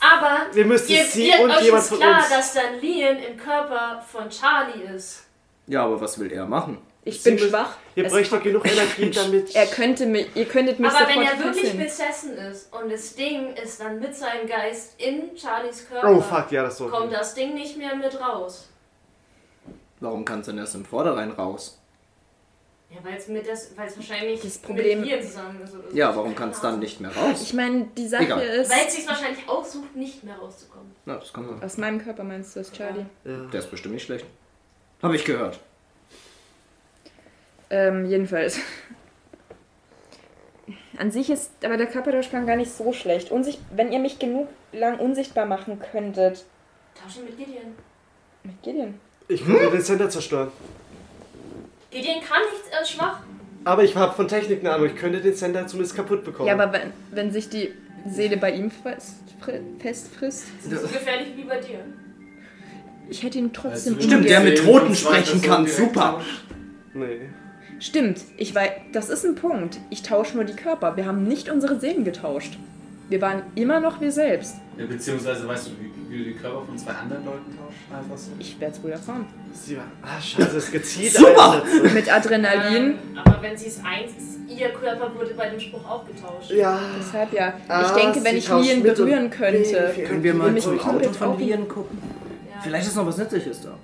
Speaker 7: Aber
Speaker 5: Wir müssen
Speaker 7: ihr,
Speaker 5: sie
Speaker 7: ihr,
Speaker 5: und
Speaker 7: euch
Speaker 5: jemand
Speaker 7: ist
Speaker 5: von
Speaker 7: klar,
Speaker 5: uns.
Speaker 7: dass dann Lien im Körper von Charlie ist.
Speaker 4: Ja, aber was will er machen?
Speaker 2: Ich
Speaker 5: Sie
Speaker 2: bin
Speaker 5: muss-
Speaker 2: schwach.
Speaker 5: Wir
Speaker 2: Es-
Speaker 5: bräuchten genug Energie, damit.
Speaker 2: Er könnte mich, ihr könntet mich
Speaker 7: aber wenn
Speaker 2: sofort
Speaker 7: er wirklich
Speaker 2: fesseln.
Speaker 7: besessen ist und das Ding ist dann mit seinem Geist in Charlies Körper,
Speaker 5: Oh fuck, ja, das so.
Speaker 7: kommt das Ding nicht mehr mit raus.
Speaker 4: Warum kannst du denn erst im Vorderrhein raus?
Speaker 7: Ja, weil es mit das, weil es wahrscheinlich
Speaker 2: Das Problem-
Speaker 7: mit Lien zusammen ist. Oder so.
Speaker 4: Ja, warum kannst du dann nicht mehr raus?
Speaker 2: Ich meine, die Sache
Speaker 4: Egal.
Speaker 2: ist.
Speaker 7: Weil sie es wahrscheinlich auch sucht, nicht mehr rauszukommen.
Speaker 4: Na, das kann man.
Speaker 2: Aus meinem Körper meinst du das, Charlie?
Speaker 5: Ja.
Speaker 4: Der ist bestimmt nicht schlecht. Habe ich gehört.
Speaker 2: Ähm, jedenfalls. An sich ist aber der Körper der Spannung gar nicht so schlecht.
Speaker 11: Unsicht wenn ihr mich genug lang unsichtbar machen könntet.
Speaker 7: Tauschen mit Gideon.
Speaker 11: Mit Gideon.
Speaker 5: Ich würde den Center zerstören.
Speaker 7: Gideon kann nichts, er ist schwach.
Speaker 5: Aber ich habe von Technik eine Ahnung. Ich könnte den Center zumindest kaputt bekommen.
Speaker 2: Ja, aber wenn, wenn sich die Seele bei ihm fest, fri- festfrisst.
Speaker 7: Das ist so gefährlich wie bei dir.
Speaker 2: Ich hätte ihn trotzdem.
Speaker 1: Also,
Speaker 4: Stimmt, der
Speaker 2: umge-
Speaker 4: mit
Speaker 1: Deswegen
Speaker 4: Toten
Speaker 1: muss man das
Speaker 4: sprechen
Speaker 1: so
Speaker 4: kann.
Speaker 1: direkt
Speaker 4: Super.
Speaker 1: tauschen.
Speaker 5: Nee.
Speaker 2: Stimmt, ich weiß. Das ist ein Punkt. Ich tausche nur die Körper. Wir haben nicht unsere Seelen getauscht. Wir waren immer noch wir selbst.
Speaker 1: Ja, beziehungsweise weißt du, wie, wie du die Körper von zwei anderen Leuten tauschst? Einfach so.
Speaker 2: Ich werde es wohl erfahren.
Speaker 5: Sie war. Ah, scheiße, es gezielt
Speaker 4: Super.
Speaker 5: einsetzen.
Speaker 2: Mit Adrenalin.
Speaker 7: Ähm, aber wenn sie es eins ist, ihr Körper wurde bei dem Spruch auch getauscht.
Speaker 5: Ja.
Speaker 2: Deshalb ja. Ich
Speaker 5: Ah,
Speaker 2: denke, wenn
Speaker 5: sie
Speaker 2: ich
Speaker 5: tauscht
Speaker 2: Lien
Speaker 5: mit und-
Speaker 2: berühren könnte.
Speaker 5: Nee,
Speaker 4: Können wir
Speaker 2: Wir
Speaker 4: mal
Speaker 2: müssen
Speaker 4: zum
Speaker 2: die
Speaker 4: Auto
Speaker 2: Kuppel
Speaker 4: von
Speaker 2: drauf-
Speaker 4: Lien gucken?
Speaker 7: Ja.
Speaker 4: Vielleicht ist noch was Nützliches da.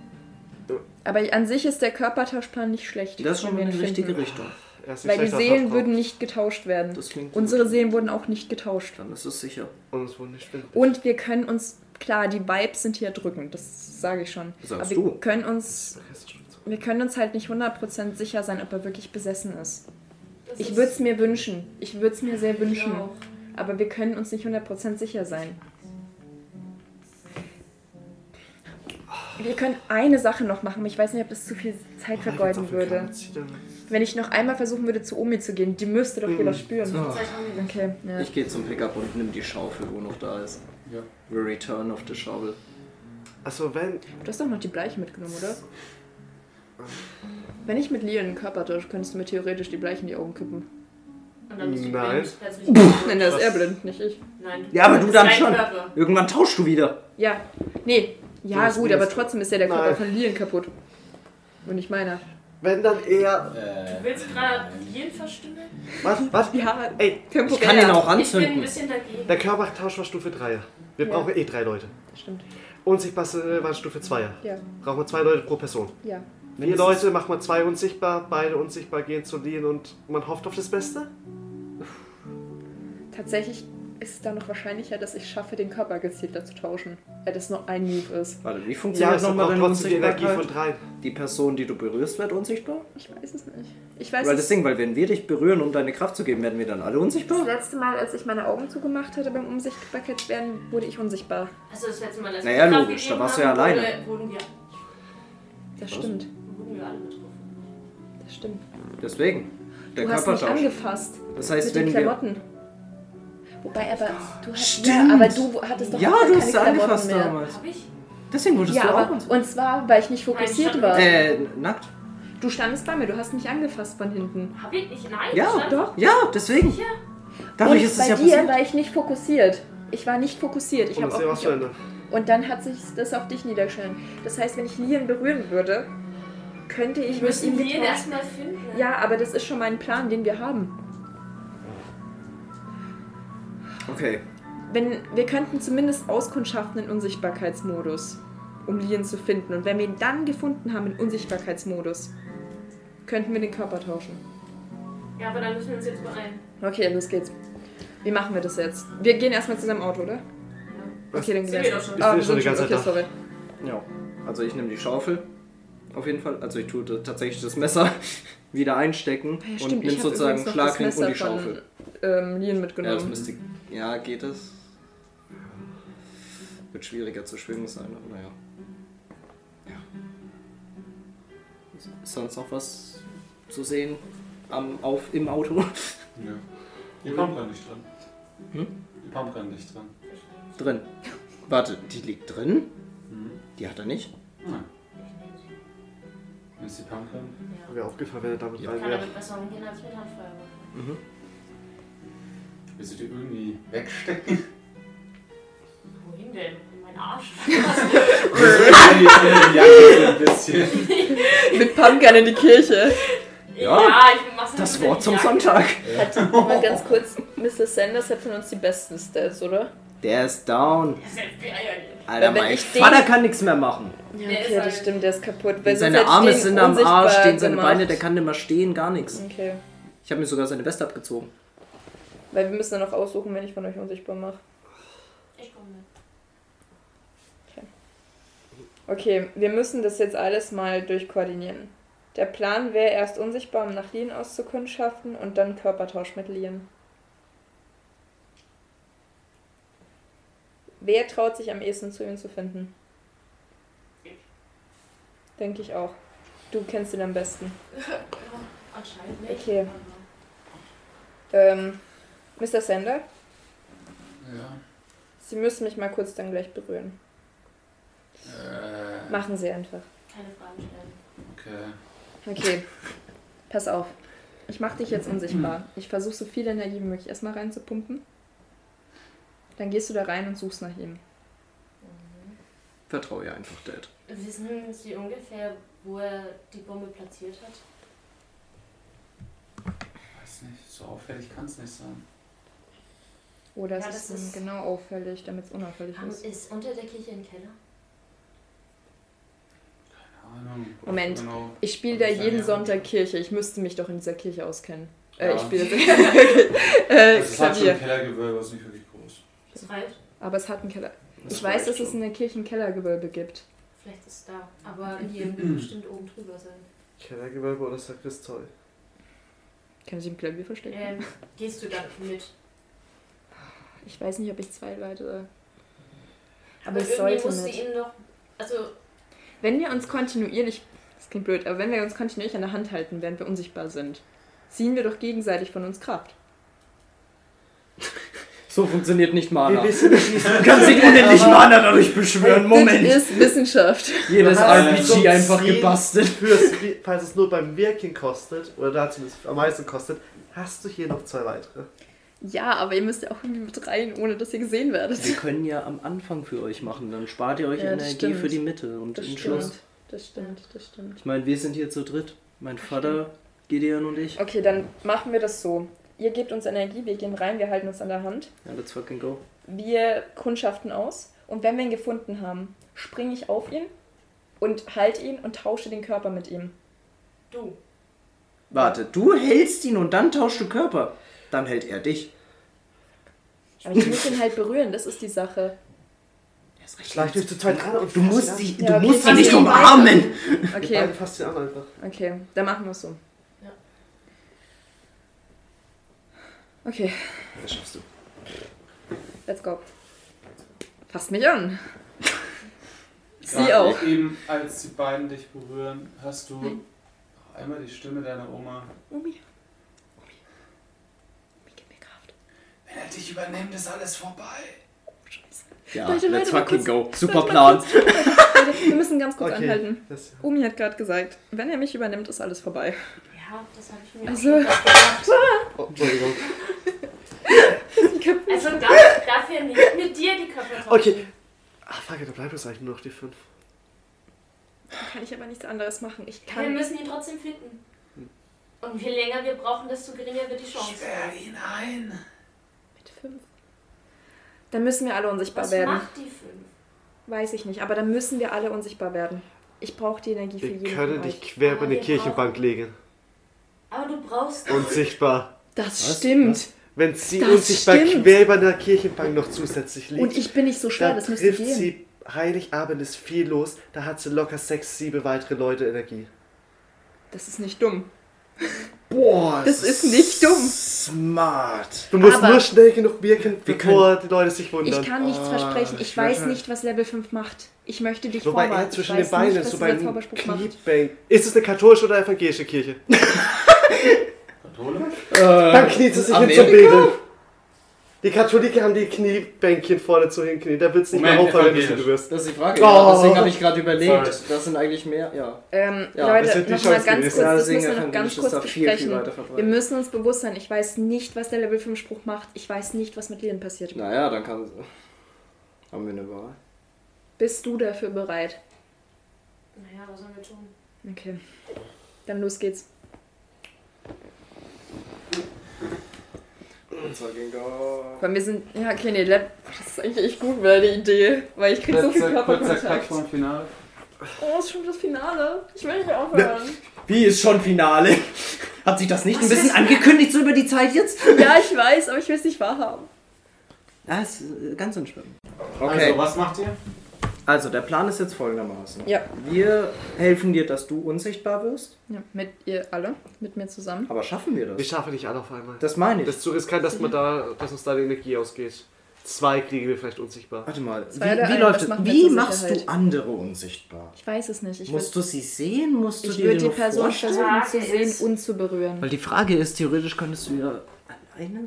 Speaker 2: Aber an sich ist der Körpertauschplan nicht schlecht.
Speaker 4: Das ist schon
Speaker 2: wenn
Speaker 4: mal
Speaker 2: wir
Speaker 4: in
Speaker 2: ihn
Speaker 4: die richtige
Speaker 2: finden.
Speaker 4: Richtung.
Speaker 5: Erst
Speaker 2: Weil die
Speaker 5: schlechter
Speaker 2: Seelen
Speaker 5: Verkauf.
Speaker 2: würden nicht getauscht werden.
Speaker 4: Das klingt
Speaker 2: Unsere Seelen wurden auch nicht getauscht.
Speaker 4: Dann ist es sicher.
Speaker 5: Und es wurde nicht stimmen.
Speaker 2: Und wir können uns, klar, die Vibes sind hier drückend, das sage ich schon.
Speaker 4: Sagst
Speaker 2: Aber wir
Speaker 4: du.
Speaker 2: können uns, wir können uns halt nicht 100% sicher sein, ob er wirklich besessen ist.
Speaker 7: Das
Speaker 2: Ich
Speaker 7: ist-
Speaker 2: würde es mir wünschen. Ich würde es mir sehr
Speaker 7: Ich
Speaker 2: wünschen.
Speaker 7: auch.
Speaker 2: Aber wir können uns nicht 100% sicher sein. Wir können eine Sache noch machen. aber Ich weiß nicht, ob das zu viel
Speaker 4: Oh
Speaker 2: Zeit vergeuden würde. Wenn ich noch einmal versuchen würde, zu Omi zu gehen, die müsste doch wieder spüren.
Speaker 7: Vielleicht haben wir das.
Speaker 2: Okay, ja.
Speaker 4: Ich gehe zum Pickup und nimm die Schaufel, wo noch da ist.
Speaker 1: Ja.
Speaker 4: The Return of the Shovel.
Speaker 5: Also wenn.
Speaker 2: Du hast doch noch die Bleiche mitgenommen, oder? Wenn ich mit Leon einen Körper tausche, könntest du mir theoretisch die Bleiche in die Augen kippen.
Speaker 7: Und dann bist du
Speaker 5: Nein.
Speaker 7: blind, plötzlich.
Speaker 2: Nein, das ist er blind, nicht ich.
Speaker 7: Nein.
Speaker 4: Ja, aber du
Speaker 7: bist
Speaker 4: dann
Speaker 7: dein
Speaker 4: schon.
Speaker 7: Körper.
Speaker 4: Irgendwann tauschst du wieder.
Speaker 2: Ja, nee. Ja,
Speaker 5: Das
Speaker 2: gut,
Speaker 5: ist-
Speaker 2: aber trotzdem ist ja der Körper
Speaker 5: Nein.
Speaker 2: von Leon kaputt. Und nicht meiner.
Speaker 5: Wenn dann eher.
Speaker 1: Äh,
Speaker 7: Willst du gerade jeden verstümmeln?
Speaker 5: Was? Was?
Speaker 2: Ja,
Speaker 5: Ey,
Speaker 2: temporär.
Speaker 4: Ich kann ihn auch
Speaker 7: Ich bin ein
Speaker 4: anzünden.
Speaker 7: bisschen dagegen.
Speaker 5: der Körpertausch war Stufe 3er. Wir
Speaker 2: Ja.
Speaker 5: brauchen eh drei Leute.
Speaker 2: Stimmt.
Speaker 5: Unsichtbar war Stufe 2er.
Speaker 2: Ja,
Speaker 5: Brauchen wir zwei Leute pro Person.
Speaker 2: ja.
Speaker 5: Vier Leute, macht man zwei unsichtbar, beide unsichtbar gehen zu Lien und man hofft auf das Beste?
Speaker 2: Tatsächlich ist es dann noch wahrscheinlicher, dass ich schaffe, den Körper gezielter zu tauschen. Ja, das nur ein Move ist.
Speaker 4: Warte, wie
Speaker 5: Ja,
Speaker 4: funktioniert
Speaker 5: es
Speaker 4: nochmal
Speaker 5: braucht
Speaker 4: deine
Speaker 5: trotzdem die Energie von
Speaker 4: Unsichtbarkeit?
Speaker 5: drei.
Speaker 4: Die Person, die du berührst, wird unsichtbar?
Speaker 2: Ich weiß es nicht. Ich weiß
Speaker 4: Weil
Speaker 2: Also es
Speaker 4: das Ding, weil wenn wir dich berühren, um deine Kraft zu geben, werden wir dann alle
Speaker 2: Das
Speaker 4: unsichtbar?
Speaker 2: letzte Mal, als ich meine Augen zugemacht hatte beim Unsichtbarkeitswerden, wurde ich unsichtbar.
Speaker 7: Also das letzte Mal, als
Speaker 4: Naja,
Speaker 7: wir Kraft
Speaker 4: logisch,
Speaker 7: gegeben
Speaker 4: da warst du
Speaker 7: haben,
Speaker 4: ja
Speaker 7: wurde-
Speaker 4: alleine.
Speaker 7: Wurden wir,
Speaker 4: Was?
Speaker 2: Das stimmt.
Speaker 7: wurden wir alle betroffen.
Speaker 2: Das stimmt.
Speaker 4: Deswegen. Der
Speaker 2: du hast mich
Speaker 4: Körpertausch.
Speaker 2: angefasst
Speaker 4: Das
Speaker 2: mit
Speaker 4: heißt,
Speaker 2: den
Speaker 4: wenn wir. Ah,
Speaker 2: Klamotten. Wobei aber du hast
Speaker 4: Stimmt.
Speaker 2: ja, aber du hattest doch
Speaker 4: Ja,
Speaker 2: auch
Speaker 4: du
Speaker 2: keine
Speaker 4: hast sie
Speaker 2: Klamotten
Speaker 4: angefasst
Speaker 2: mehr.
Speaker 4: damals.
Speaker 7: Hab ich?
Speaker 4: Deswegen wurdest
Speaker 2: Ja,
Speaker 4: du auch
Speaker 2: aber
Speaker 4: unsichtbar.
Speaker 2: und zwar, weil ich nicht fokussiert
Speaker 7: Nein,
Speaker 2: war.
Speaker 4: Äh, nackt?
Speaker 2: Du standest bei mir, du hast mich angefasst von hinten.
Speaker 7: Hab ich nicht? Nein.
Speaker 4: Ja,
Speaker 7: stand-
Speaker 2: Doch.
Speaker 4: Ja, deswegen.
Speaker 7: Ja.
Speaker 4: Dadurch
Speaker 2: und
Speaker 4: ist
Speaker 2: bei
Speaker 4: es ja
Speaker 2: dir
Speaker 4: passiert.
Speaker 2: war ich nicht fokussiert. Ich war nicht fokussiert. Ich
Speaker 5: Und
Speaker 2: habe
Speaker 5: das ist ja
Speaker 2: auch
Speaker 5: auch
Speaker 2: nicht
Speaker 5: zu Ende.
Speaker 2: Und dann hat sich das auf dich niedergeschlagen. Das heißt, wenn ich Lien berühren würde, könnte ich
Speaker 7: Wir
Speaker 2: mit ihm
Speaker 7: müssen ihn
Speaker 2: getauschen.
Speaker 7: erstmal finden.
Speaker 2: Ja, aber das ist schon mein Plan, den wir haben.
Speaker 4: Okay.
Speaker 2: Wenn, wir könnten zumindest auskundschaften in Unsichtbarkeitsmodus, um Lien zu finden. Und wenn wir ihn dann gefunden haben in Unsichtbarkeitsmodus, könnten wir den Körper tauschen.
Speaker 7: Ja, aber dann müssen wir uns jetzt beeilen.
Speaker 2: Okay, los geht's. Wie machen wir das jetzt? Wir gehen erstmal zusammen Auto, oder?
Speaker 5: Was?
Speaker 2: Okay, dann gehen
Speaker 7: Sind
Speaker 2: wir
Speaker 7: wir doch schon.
Speaker 5: Ich
Speaker 2: Ah,
Speaker 5: will
Speaker 2: wir
Speaker 5: schon die
Speaker 2: sind schon.
Speaker 5: ganze
Speaker 2: Okay,
Speaker 5: Zeit
Speaker 2: sorry.
Speaker 4: Ja. Also ich nehme die Schaufel. Auf jeden Fall. Also ich tue da tatsächlich das Messer wieder einstecken
Speaker 2: Ah, Ja,
Speaker 4: und
Speaker 2: stimmt,
Speaker 4: nimm
Speaker 2: ich habe
Speaker 4: sozusagen
Speaker 2: übrigens noch das
Speaker 4: Schlagring
Speaker 2: Messer
Speaker 4: und die
Speaker 2: von
Speaker 4: Schaufel.
Speaker 2: ähm, Lien
Speaker 4: Ja, das
Speaker 2: mitgenommen.
Speaker 4: müsste. Ja, geht es. Wird schwieriger zu schwingen sein, aber naja. Ja. Ist sonst noch was zu sehen am, auf, im Auto?
Speaker 1: Ja. Die Pump kann nicht dran.
Speaker 4: Hm?
Speaker 1: Die Pump kann nicht dran.
Speaker 4: drin. Warte, die liegt drin?
Speaker 1: Mhm.
Speaker 4: Die hat er nicht?
Speaker 1: Nein. Ist die Pump dran?
Speaker 5: Wäre aufgefallen, wenn er damit
Speaker 4: Ja.
Speaker 5: rein
Speaker 7: Kann
Speaker 5: wäre.
Speaker 7: damit besser umgehen als mit Handfeuerwaffen.
Speaker 4: Mhm.
Speaker 1: Willst du die irgendwie wegstecken?
Speaker 7: Wohin denn? In meinen Arsch?
Speaker 1: Die- die Jacke ein bisschen.
Speaker 2: Mit Pumpkin in die Kirche.
Speaker 4: Ja.
Speaker 7: ich mach's
Speaker 4: Das
Speaker 7: mit
Speaker 4: Wort zum
Speaker 7: Jacke.
Speaker 4: Sonntag.
Speaker 11: Hat, mal ganz kurz, Mr. Sanders hat von uns die besten Stats, oder?
Speaker 4: Der ist down.
Speaker 7: Das FBI erlebt.
Speaker 4: Alter,
Speaker 11: Wenn
Speaker 4: mein
Speaker 11: ich den-
Speaker 4: Vater kann nichts mehr machen.
Speaker 7: Der
Speaker 11: Ja, okay,
Speaker 7: ist
Speaker 11: das
Speaker 7: halt-
Speaker 11: stimmt, der ist kaputt. Weil
Speaker 4: seine
Speaker 11: sonst hätte ich
Speaker 4: Arme
Speaker 11: den
Speaker 4: sind am
Speaker 11: unsichtbar
Speaker 4: Arsch, stehen seine
Speaker 11: gemacht.
Speaker 4: Beine, der kann nicht mehr stehen, gar nichts.
Speaker 11: Okay.
Speaker 4: Ich habe mir sogar seine Weste abgezogen.
Speaker 11: Weil wir müssen dann noch aussuchen, wenn ich von euch unsichtbar mache.
Speaker 7: Ich komme mit.
Speaker 11: Okay, wir müssen das jetzt alles mal durchkoordinieren. Der Plan wäre erst unsichtbar, um nach Lien auszukundschaften und dann Körpertausch mit Lien. Wer traut sich am ehesten zu ihm zu finden?
Speaker 7: Ich.
Speaker 11: Denke ich auch. Du kennst ihn am besten.
Speaker 7: Anscheinend nicht. Also,
Speaker 11: Okay.
Speaker 7: aber-
Speaker 11: Ähm, Mr. Sender,
Speaker 1: Ja.
Speaker 11: Sie müssen mich mal kurz dann gleich berühren.
Speaker 1: Äh,
Speaker 11: Machen Sie einfach.
Speaker 7: Keine Fragen stellen.
Speaker 1: okay.
Speaker 2: Okay, pass auf. Ich mache dich jetzt unsichtbar. Ich versuche so viel Energie wie möglich erstmal reinzupumpen. Dann gehst du da rein und suchst nach ihm.
Speaker 4: Vertraue ihr einfach, Dad.
Speaker 7: Wissen Sie ungefähr, wo er die Bombe platziert hat?
Speaker 1: Weiß nicht, so auffällig kann es nicht sein.
Speaker 2: Oder es
Speaker 7: Ja,
Speaker 2: ist,
Speaker 7: das
Speaker 2: ihm
Speaker 7: ist-
Speaker 2: genau auffällig, damit es unauffällig
Speaker 7: Haben-
Speaker 2: ist.
Speaker 7: Ist unter der Kirche ein Keller?
Speaker 1: Keine Ahnung.
Speaker 2: Moment.
Speaker 1: Genau.
Speaker 2: Ich spiele da
Speaker 1: Ich sag
Speaker 2: jeden
Speaker 1: ja.
Speaker 2: Sonntag Kirche. Ich müsste mich doch in dieser Kirche auskennen. Äh,
Speaker 1: Ja.
Speaker 2: ich spiele äh,
Speaker 1: Also es hat schon ein
Speaker 2: Klavier.
Speaker 1: Kellergewölbe, was nicht wirklich groß.
Speaker 7: Das reicht.
Speaker 2: Aber es hat einen Keller.
Speaker 4: Das
Speaker 2: Ich weiß,
Speaker 4: reicht
Speaker 2: dass es
Speaker 4: schon.
Speaker 2: in der Kirche ein Kellergewölbe gibt.
Speaker 7: Vielleicht ist es da. Aber hier wird bestimmt oben drüber sein.
Speaker 5: Kellergewölbe oder Sakristei?
Speaker 2: Kann ich im Klavier verstecken?
Speaker 7: Ähm, gehst du dann mit?
Speaker 2: Ich weiß nicht, ob ich zwei Leute. Aber
Speaker 7: Aber
Speaker 2: ich
Speaker 7: irgendwie
Speaker 2: sollte
Speaker 7: musste
Speaker 2: nicht.
Speaker 7: ihn doch. Also,
Speaker 2: Wenn wir uns kontinuierlich, das klingt blöd, aber wenn wir uns kontinuierlich an der Hand halten, während wir unsichtbar sind, ziehen wir doch gegenseitig von uns Kraft.
Speaker 4: So funktioniert nicht Mana.
Speaker 5: Wir wissen nicht, wie es
Speaker 4: Du kannst ihn unendlich Mana dadurch beschwören. Moment.
Speaker 2: Das ist Wissenschaft.
Speaker 4: Jedes
Speaker 5: Nein,
Speaker 4: RPG
Speaker 5: so
Speaker 4: einfach
Speaker 5: zehn
Speaker 4: gebastelt.
Speaker 5: fürs, falls es nur beim Wirken kostet, oder da zumindest am meisten kostet, hast du hier noch zwei weitere.
Speaker 2: Ja, aber ihr müsst ja auch irgendwie mit rein, ohne dass ihr gesehen werdet.
Speaker 4: Wir können ja am Anfang für euch machen, dann spart ihr euch
Speaker 2: Ja, das
Speaker 4: Energie
Speaker 2: stimmt.
Speaker 4: für die Mitte und
Speaker 2: Das
Speaker 4: den
Speaker 2: stimmt.
Speaker 4: Schluss.
Speaker 2: Das stimmt, das stimmt.
Speaker 4: Ich meine, wir sind hier zu dritt. Mein Vater, Gideon und ich.
Speaker 11: Okay, dann machen wir das so. Ihr gebt uns Energie, wir gehen rein, wir halten uns an der Hand.
Speaker 4: Ja, let's fucking go.
Speaker 11: Wir kundschaften aus und wenn wir ihn gefunden haben, springe ich auf ihn und halte ihn und tausche den Körper mit ihm.
Speaker 7: du.
Speaker 4: Warte, du hältst ihn und dann tauschst du Körper. Dann hält er dich.
Speaker 2: Aber ich muss ihn halt berühren, das ist die Sache.
Speaker 4: Er ist recht
Speaker 5: Vielleicht bist du zwei dran und
Speaker 4: Du
Speaker 5: fasst
Speaker 4: musst
Speaker 5: ihn
Speaker 4: dich,
Speaker 11: Ja,
Speaker 4: du
Speaker 11: okay,
Speaker 4: musst ihn
Speaker 11: fass
Speaker 4: nicht
Speaker 11: ihn
Speaker 4: umarmen.
Speaker 5: an.
Speaker 2: Okay,
Speaker 5: Ihr beide fasst ihn an einfach.
Speaker 2: okay, dann machen wir es so.
Speaker 7: Ja.
Speaker 2: Okay,
Speaker 4: Das schaffst du.
Speaker 2: let's go. Fasst mich an. Sie
Speaker 1: Gerade
Speaker 2: auch. Hm.
Speaker 1: Eben als die beiden dich berühren, hast du noch einmal die Stimme deiner Oma.
Speaker 2: Omi. Omi. Omi, Oh, gib mir Kraft. Oh,
Speaker 1: Wenn er dich übernimmt, ist alles vorbei.
Speaker 2: Scheiße.
Speaker 4: Ja,
Speaker 2: Leute,
Speaker 4: let's
Speaker 2: Leute, mal
Speaker 4: fucking go.
Speaker 2: kurz-
Speaker 4: Super
Speaker 2: Warte
Speaker 4: Plan.
Speaker 2: mal kurz. Leute, Wir müssen ganz kurz anhalten.
Speaker 5: Das,
Speaker 2: Omi hat gerade gesagt, wenn er mich übernimmt, ist alles vorbei.
Speaker 7: Ja, das habe ich mir
Speaker 2: Also-
Speaker 7: auch schon fast gedacht.
Speaker 5: oh, Entschuldigung.
Speaker 7: Also, darf, darf er nicht mit dir die Körper tauschen?
Speaker 5: Okay. Ah, fuck, da bleibt uns eigentlich nur noch die fünf.
Speaker 2: kann ich aber nichts anderes machen. Ich
Speaker 7: Wir
Speaker 2: kann.
Speaker 7: müssen ihn trotzdem finden. Und je länger wir brauchen, desto geringer wird die Chance.
Speaker 1: Sperr ihn ein.
Speaker 2: Mit fünf. Dann müssen wir alle unsichtbar
Speaker 7: Was
Speaker 2: werden.
Speaker 7: macht die fünf?
Speaker 2: Weiß ich nicht, aber dann müssen wir alle unsichtbar werden. Ich brauche die Energie für
Speaker 5: Wir
Speaker 2: jeden.
Speaker 5: können
Speaker 2: von
Speaker 5: dich
Speaker 2: euch.
Speaker 5: quer über
Speaker 7: Ah,
Speaker 5: eine
Speaker 7: wir
Speaker 5: Kirchenbank legen.
Speaker 7: Aber du brauchst
Speaker 5: Unsichtbar.
Speaker 14: Das stimmt.
Speaker 5: Wenn sie
Speaker 14: Das
Speaker 5: unsichtbar
Speaker 14: stimmt.
Speaker 5: quer über einer Kirchenbank noch zusätzlich liegt,
Speaker 14: Und ich bin nicht so schwer,
Speaker 5: dann
Speaker 14: das müsste
Speaker 5: trifft
Speaker 14: gehen.
Speaker 5: sie Heiligabend ist viel los, da hat sie locker sechs, sieben weitere Leute Energie.
Speaker 14: Das ist nicht dumm.
Speaker 4: Boah,
Speaker 14: Das ist nicht dumm.
Speaker 4: Smart.
Speaker 5: Du musst
Speaker 14: Aber-
Speaker 5: nur schnell genug wirken,
Speaker 4: Wir
Speaker 5: bevor die Leute sich
Speaker 14: Ich
Speaker 5: wundern.
Speaker 14: kann nichts versprechen. Ich
Speaker 4: ich
Speaker 14: weiß
Speaker 4: würde-
Speaker 14: nicht, was Level 5 macht. Ich möchte dich
Speaker 5: so bei
Speaker 14: vorwarnen.
Speaker 5: er zwischen
Speaker 14: ich
Speaker 5: den
Speaker 14: weiß
Speaker 5: Beinen,
Speaker 14: nicht, was
Speaker 5: so bei
Speaker 14: dieser
Speaker 5: einem
Speaker 14: Zauberspruch macht.
Speaker 5: Kniebang. Ist es eine katholische oder evangelische Kirche?
Speaker 1: Katholisch?
Speaker 5: Dann kniet sie sich hin zum Beten. Die Katholiken haben die Kniebänkchen vorne zu hinknien. Da wird es nicht mehr
Speaker 1: Moment,
Speaker 5: auffallen, dass du
Speaker 1: evangelisch.
Speaker 5: wirst.
Speaker 4: Das ist die Frage.
Speaker 5: Oh.
Speaker 4: Ja, deswegen habe ich gerade überlegt.
Speaker 1: Sorry.
Speaker 4: Das sind eigentlich mehr. Ja.
Speaker 2: Ähm,
Speaker 4: Ja,
Speaker 5: das
Speaker 2: Leute,
Speaker 5: hätte die
Speaker 2: nochmal
Speaker 5: Chance
Speaker 2: ganz kurz,
Speaker 5: gewesen.
Speaker 4: Ja,
Speaker 2: das
Speaker 4: deswegen
Speaker 2: müssen wir noch ganz
Speaker 4: ist
Speaker 2: kurz
Speaker 4: das da viel, viel
Speaker 2: besprechen.
Speaker 4: weiter verbreitet.
Speaker 2: wir müssen uns bewusst sein, ich weiß nicht, was der Level 5 Spruch macht. Ich weiß nicht, was mit Lilien passiert.
Speaker 4: Naja, dann kann. Haben wir eine Wahl?
Speaker 2: Bist du dafür bereit?
Speaker 7: Naja, was sollen wir tun?
Speaker 2: Okay. Dann los geht's.
Speaker 4: Und zwar gegen Gott.
Speaker 2: Weil wir sind. Ja, okay, nee, Lab. Das ist eigentlich echt gut, weil die Idee. Weil ich krieg so viel Körperkontakt.
Speaker 1: vom Finale.
Speaker 2: Oh, ist schon das Finale. Ich will nicht mehr aufhören.
Speaker 4: Wie ist schon Finale? Hat sich das nicht ein bisschen angekündigt, so über die Zeit jetzt?
Speaker 2: ja, ich weiß, aber ich will es nicht wahrhaben.
Speaker 4: Ja, ist äh, ganz entspannt.
Speaker 1: Also, was macht ihr?
Speaker 4: Also, der Plan ist jetzt folgendermaßen.
Speaker 2: Ja.
Speaker 4: Wir helfen dir, dass du unsichtbar wirst.
Speaker 2: ja. Mit ihr alle, mit mir zusammen.
Speaker 4: Aber schaffen wir
Speaker 5: Wir
Speaker 4: das?
Speaker 5: schaffen nicht alle auf einmal.
Speaker 4: Das meine ich.
Speaker 5: Das ist zu riskant, dass, man da, dass uns da die Energie ausgeht. Zwei kriegen wir vielleicht unsichtbar.
Speaker 4: Warte mal, wie,
Speaker 2: war der
Speaker 4: wie,
Speaker 2: eine,
Speaker 4: läuft
Speaker 2: das
Speaker 4: das?
Speaker 2: machen wir
Speaker 4: Wie
Speaker 2: zur
Speaker 4: machst du
Speaker 2: Sicherheit.
Speaker 4: andere unsichtbar?
Speaker 2: Ich weiß es nicht. Ich
Speaker 4: Musst
Speaker 2: würd-
Speaker 4: du sie sehen? Musst du
Speaker 2: ich
Speaker 4: dir
Speaker 2: würde
Speaker 4: die
Speaker 2: die
Speaker 4: nur
Speaker 2: Person
Speaker 4: vorstellen?
Speaker 2: versuchen
Speaker 7: Frage
Speaker 2: zu sehen
Speaker 7: ist-
Speaker 2: und zu berühren.
Speaker 4: Weil die Frage ist, theoretisch könntest du ja alleine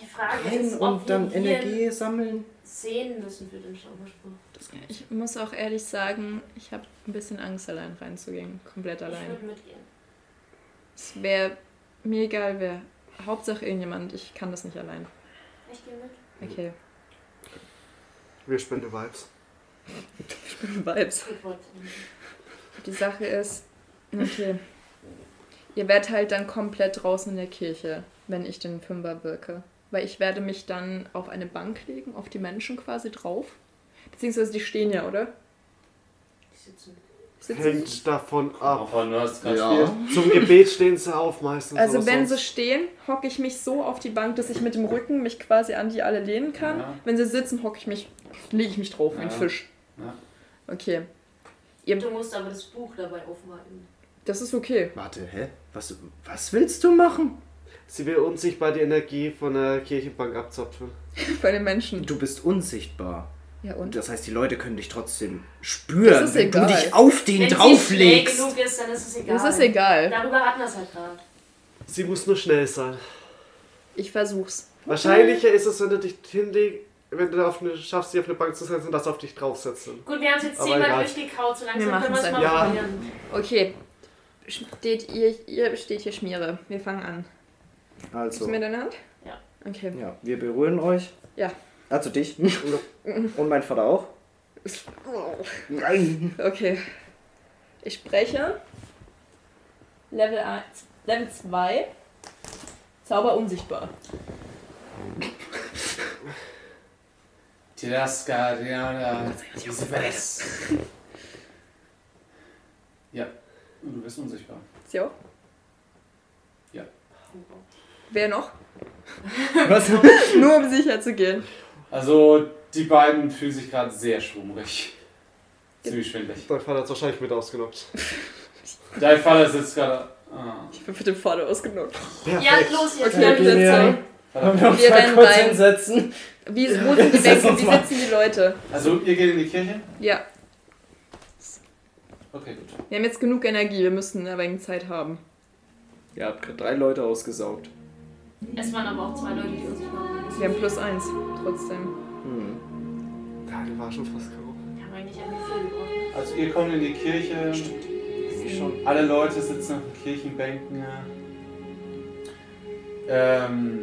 Speaker 7: Die Frage
Speaker 4: rein
Speaker 7: ist, ob
Speaker 4: und dann
Speaker 7: wir Energie
Speaker 4: Energie sammeln.
Speaker 7: sehen müssen für den Zauberspruch.
Speaker 2: Ich muss auch ehrlich sagen, ich habe ein bisschen Angst, allein reinzugehen. Komplett
Speaker 7: Ich
Speaker 2: allein.
Speaker 7: würde mitgehen.
Speaker 2: Es wäre mir egal, wer. Hauptsache irgendjemand. Ich kann das nicht allein.
Speaker 7: Ich gehe mit.
Speaker 2: Okay.
Speaker 5: Wir spenden Vibes.
Speaker 2: Vibes.
Speaker 7: Gut, wollte
Speaker 2: Die Sache ist, okay. Ihr werdet halt dann komplett draußen in der Kirche, wenn ich den Fünfer wirke. Weil ich werde mich dann auf eine Bank legen, auf die Menschen quasi drauf. Beziehungsweise die stehen ja, oder?
Speaker 7: ich sitzen.
Speaker 2: Sitzen.
Speaker 5: Hängt davon ab.
Speaker 1: Wovon du hast
Speaker 4: Ja.
Speaker 5: Zum Gebet stehen sie auf meistens.
Speaker 2: Also
Speaker 5: aber
Speaker 2: wenn sie
Speaker 5: sonst-
Speaker 2: stehen, hocke ich mich so auf die Bank, dass ich mit dem Rücken mich quasi an die alle lehnen kann.
Speaker 1: Ja.
Speaker 2: Wenn sie sitzen, hocke ich mich, lege ich mich drauf wie ein
Speaker 1: Ja.
Speaker 2: Fisch.
Speaker 1: Ja.
Speaker 2: Okay,
Speaker 7: Du musst aber das Buch dabei aufmachen.
Speaker 2: das ist okay.
Speaker 4: Warte, hä? Was, was willst du machen?
Speaker 5: Sie will unsichtbar die Energie von der Kirchenbank abzapfen.
Speaker 2: Bei den Menschen.
Speaker 4: Du bist unsichtbar.
Speaker 2: Ja und?
Speaker 4: Das heißt, die Leute können dich trotzdem spüren,
Speaker 2: Das ist
Speaker 4: wenn
Speaker 2: egal.
Speaker 4: du dich auf den
Speaker 7: Wenn sie
Speaker 4: drauflegst.
Speaker 7: schnell genug ist, dann ist es egal.
Speaker 2: Das ist egal.
Speaker 7: Darüber hatten wir es halt gerade.
Speaker 5: Sie muss nur schnell sein.
Speaker 2: Ich versuch's.
Speaker 5: Wahrscheinlicher ist es, wenn du dich hinlegst, wenn du auf eine, schaffst, sie auf eine Bank zu setzen und das auf dich draufsetzen.
Speaker 7: Gut, wir haben es jetzt
Speaker 5: Aber
Speaker 7: zehnmal
Speaker 5: egal.
Speaker 7: durchgekaut, so langsam
Speaker 2: Wir machen
Speaker 7: können wir es
Speaker 2: es
Speaker 7: mal
Speaker 5: einfach. Ja.
Speaker 7: probieren.
Speaker 2: Okay. Steht ihr, ihr steht hier Schmiere. Wir fangen an. Ist
Speaker 4: Also,
Speaker 2: mir deine Hand?
Speaker 7: Ja.
Speaker 2: Okay.
Speaker 4: ja, wir berühren euch.
Speaker 2: Ja.
Speaker 4: Also dich. Und mein Vater auch. Nein.
Speaker 2: Okay. Ich spreche. Level 1, Level 2. Zauber unsichtbar.
Speaker 1: Tiraska, Rihanna, Isabes. Ja, und du bist unsichtbar.
Speaker 2: So.
Speaker 1: Ja.
Speaker 2: Wer noch?
Speaker 4: Was?
Speaker 2: Nur um sicher zu gehen.
Speaker 1: Also, die beiden fühlen sich gerade sehr schwummrig. Ziemlich schwindelig.
Speaker 5: Dein Vater hat es wahrscheinlich mit ausgenockt.
Speaker 1: Dein Vater sitzt gerade. Ah.
Speaker 2: Ich bin mit dem Vorder ausgenockt.
Speaker 7: Ja, los jetzt.
Speaker 2: Okay,
Speaker 7: Leute.
Speaker 2: Blitze.
Speaker 1: Verdammt.
Speaker 2: Wir rennen
Speaker 4: kurz
Speaker 2: rein.
Speaker 4: hinsetzen.
Speaker 2: Wie, wo sind die Bänke? Wie sitzen die Leute?
Speaker 1: Also, ihr geht in die Kirche?
Speaker 2: Ja.
Speaker 1: Okay, gut.
Speaker 2: Wir haben jetzt genug Energie. Wir müssen aber wenig Zeit haben.
Speaker 4: Ihr habt gerade drei Leute ausgesaugt.
Speaker 7: Es waren aber auch zwei Leute, die uns waren.
Speaker 2: Wir haben plus eins. Trotzdem.
Speaker 4: Hm.
Speaker 5: Ja, die war schon fast kaum.
Speaker 7: Wir haben eigentlich einen Film gewonnen.
Speaker 1: Also, ihr kommt in die Kirche.
Speaker 4: Schon.
Speaker 1: Alle Leute sitzen auf den Kirchenbänken. Ähm,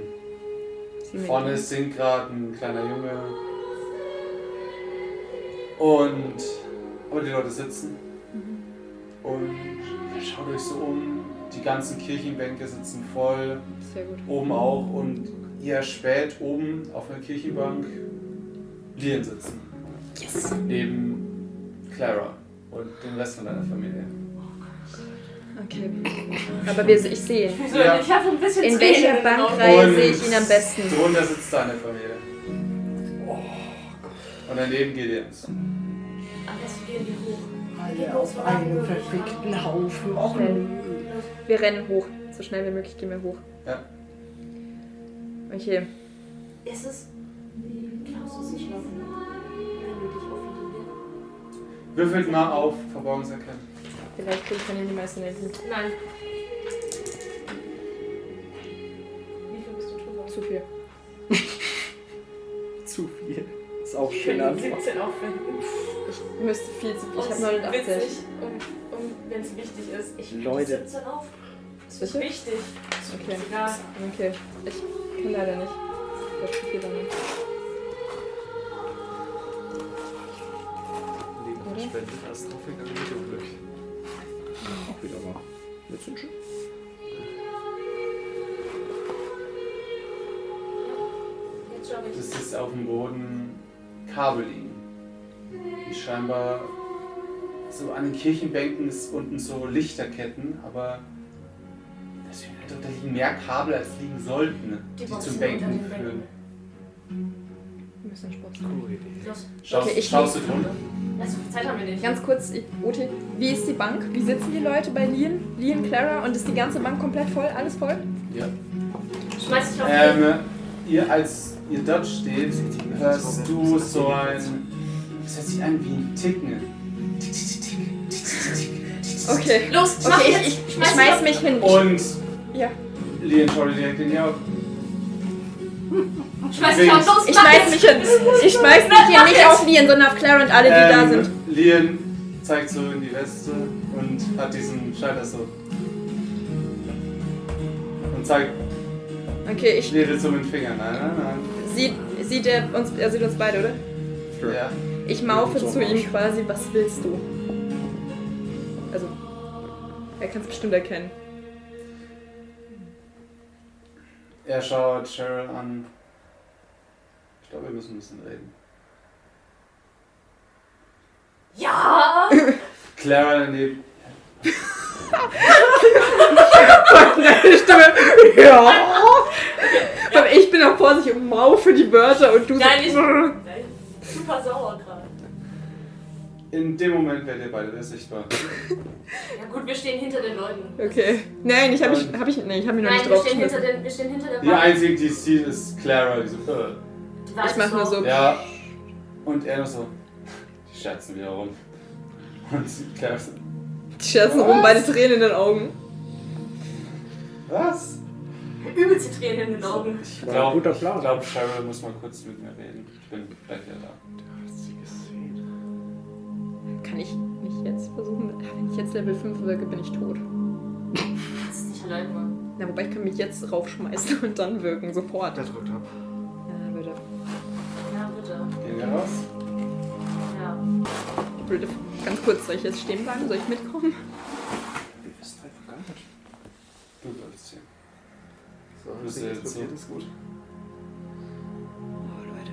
Speaker 2: Sind
Speaker 1: vorne singt gerade ein kleiner Junge. Und. Aber die Leute sitzen.
Speaker 2: Mhm.
Speaker 1: und schaut euch so um. Die ganzen Kirchenbänke sitzen voll,
Speaker 2: Sehr gut.
Speaker 1: oben auch. Und ihr erspäht oben auf einer Kirchenbank Lien sitzen. Yes. Neben Clara und dem Rest von deiner Familie.
Speaker 2: Okay. Aber wir, ich sehe.
Speaker 3: Wieso?
Speaker 1: Ja.
Speaker 3: Ich habe ein bisschen
Speaker 2: In
Speaker 3: Tränen
Speaker 2: welcher
Speaker 3: im Auge.
Speaker 2: Bankreihe
Speaker 1: Und
Speaker 2: sehe ich ihn am besten? Oh
Speaker 1: Drunter sitzt deine Familie. Und daneben Gideons.
Speaker 7: Am besten gehen wir hoch.
Speaker 15: Alle auf einem verfickten Haufen. Och,
Speaker 2: Schnell. Wir rennen hoch. So schnell wie möglich gehen wir hoch.
Speaker 1: Ja.
Speaker 2: Okay.
Speaker 7: Ist es. Du kannst uns nicht laufen. Wenn du dich offen
Speaker 1: Würfelt mal auf Verborgenes erkennen.
Speaker 2: Vielleicht kriege ich von ihm die meiste Energie.
Speaker 7: Nein. Wie viel bist du drüber?
Speaker 2: Zu viel.
Speaker 4: Zu viel. Ist auch
Speaker 3: Ich
Speaker 4: schön
Speaker 3: könnte
Speaker 4: Antwort.
Speaker 3: 17 aufwenden.
Speaker 2: Ich müsste viel zu viel. Ich habe
Speaker 7: Und
Speaker 2: 89.
Speaker 7: witzig, um, um, wenn es wichtig ist. Ich
Speaker 4: Leute.
Speaker 7: 17 auf.
Speaker 2: Ist
Speaker 7: Das ist wichtig.
Speaker 2: Okay.
Speaker 7: Ist egal.
Speaker 2: Okay. Ich kann leider nicht. Ich hab zu viel damit.
Speaker 5: Leben verschwendet, als drauf hängt, mit Unglück.
Speaker 4: Auch wieder mal. Willst du einen Schluck?
Speaker 7: Jetzt schau ich.
Speaker 1: Es ist auf dem Boden Kabel liegen. Die scheinbar so an den Kirchenbänken ist unten so Lichterketten, aber deswegen halt doch, da liegen mehr Kabel als liegen sollten, ne, die,
Speaker 7: Boxen
Speaker 1: zum
Speaker 7: unter
Speaker 1: Bänken
Speaker 7: den
Speaker 1: führen.
Speaker 2: Wir müssen Sport machen.
Speaker 5: Coole Idee.
Speaker 7: Los,
Speaker 1: Schaust,
Speaker 2: Okay, ich-
Speaker 1: schaust du drunter?
Speaker 7: lass uns Zeit haben wir nicht.
Speaker 2: Ganz kurz, ich- Ute, wie ist die Bank? Wie sitzen die Leute bei Lien? Lien, Clara und ist die ganze Bank komplett voll? Alles voll?
Speaker 1: Ja.
Speaker 7: Schmeiß dich auf den.
Speaker 1: Ähm, ihr, als ihr dort steht, hörst du so ein. Das hört sich an wie ein Ticken. Tick, tick, tick, tick, tick, tick, tick.
Speaker 2: Okay.
Speaker 7: Los, mach
Speaker 2: Okay, ich,
Speaker 7: jetzt.
Speaker 2: ich, ich
Speaker 7: Schmeiß
Speaker 2: schmeiß
Speaker 7: ihn
Speaker 2: mich hin.
Speaker 1: Und.
Speaker 2: Ja.
Speaker 1: Leon schaut dir direkt in die Augen.
Speaker 7: Schmeiß dich auf. Los,
Speaker 2: Ich
Speaker 7: mach
Speaker 2: schmeiß
Speaker 7: jetzt.
Speaker 2: mich hin. Ich schmeiß mich hin, nicht auf Lien, sondern auf Clara und alle, die da sind.
Speaker 1: Ähm, Lien zeigt so in die Weste und hat diesen Schalter so. Und zeigt
Speaker 2: Okay, ich
Speaker 1: Lidl so mit den Fingern. ne? Nein, nein,
Speaker 2: sieht, sieht er uns, er sieht uns beide, oder?
Speaker 1: nein. Ja.
Speaker 2: Ich maufe zu ihm quasi, was willst du? Also, er kann es bestimmt erkennen.
Speaker 1: Er schaut Cheryl an. Ich glaube, wir müssen ein bisschen reden.
Speaker 7: Ja.
Speaker 1: Clara daneben.
Speaker 2: Deine Stimme. Ja. Aber ich bin auch vorsichtig und maufe die Wörter und du
Speaker 7: Nein,
Speaker 2: so.
Speaker 7: Super sauer gerade.
Speaker 1: In dem Moment werdet ihr beide wieder sichtbar.
Speaker 7: Ja gut, wir stehen hinter den Leuten.
Speaker 2: Okay. Nein, ich habe mich, hab ich, nee, ich hab mich noch
Speaker 7: Nein,
Speaker 2: nicht
Speaker 7: wir stehen,
Speaker 2: draufgeschmissen.
Speaker 7: hinter den, wir stehen hinter der
Speaker 1: Die
Speaker 7: Wand.
Speaker 1: einzige, die es sieht, ist Clara, die so. Äh.
Speaker 7: Die Wand
Speaker 2: Ich mach nur so.
Speaker 1: Ja. Und er noch so. Die scherzen wieder rum. Und Clara so.
Speaker 2: Die scherzen rum, beide Tränen in den Augen.
Speaker 1: Was?
Speaker 7: Übelst die Tränen in den Augen.
Speaker 1: Ich
Speaker 4: War ein
Speaker 1: glaube,
Speaker 4: guter
Speaker 1: ich
Speaker 4: Plan.
Speaker 1: glaube, Cheryl muss mal kurz mit mir reden. Ich bin gleich wieder da.
Speaker 2: Kann ich nicht jetzt versuchen? Wenn ich jetzt Level 5 wirke, bin ich tot.
Speaker 7: Kannst es nicht allein machen.
Speaker 2: Na, wobei ich kann mich jetzt raufschmeißen und dann wirken, sofort.
Speaker 5: Der drückt ab.
Speaker 2: Ja, bitte.
Speaker 7: Ja, bitte.
Speaker 1: Gehen wir raus?
Speaker 7: Ja.
Speaker 2: Blöde. Ganz kurz, soll ich jetzt stehen bleiben? Soll ich mitkommen?
Speaker 4: Ist einfach gar nicht.
Speaker 1: Du bleibst hier.
Speaker 5: So,
Speaker 1: Du
Speaker 5: das
Speaker 1: bist jetzt so.
Speaker 5: explodiert ist gut.
Speaker 2: Oh, Leute.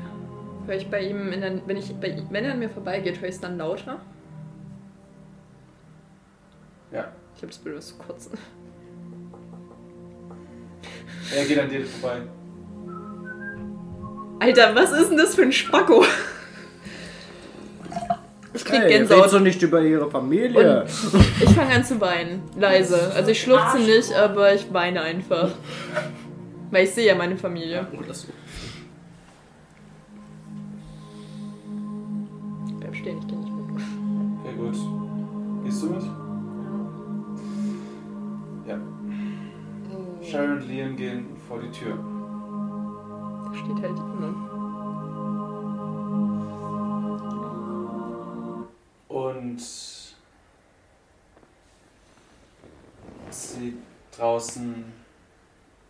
Speaker 2: Höre ich bei ihm, in der, wenn, ich, bei, wenn er an mir vorbeigeht, höre ich es dann lauter?
Speaker 1: Ja.
Speaker 2: Ich habe das Bild zu kotzen.
Speaker 1: Er geht an dir vorbei.
Speaker 2: Alter, was ist denn das für ein Spacko? Ich krieg
Speaker 4: Hey,
Speaker 2: Gänsehaut.
Speaker 4: redst du nicht über ihre Familie?
Speaker 2: Ich fange an zu weinen. Leise. Also ich schluchze nicht, aber ich weine einfach. Weil ich sehe ja meine Familie.
Speaker 4: Oh, das-
Speaker 2: Ich bleib stehen, ich geh nicht mit.
Speaker 1: Okay, gut. Gehst du mit? Ja.
Speaker 11: Äh.
Speaker 1: Cheryl und Liam gehen vor die Tür.
Speaker 2: Da steht halt die Uno.
Speaker 1: Und sie draußen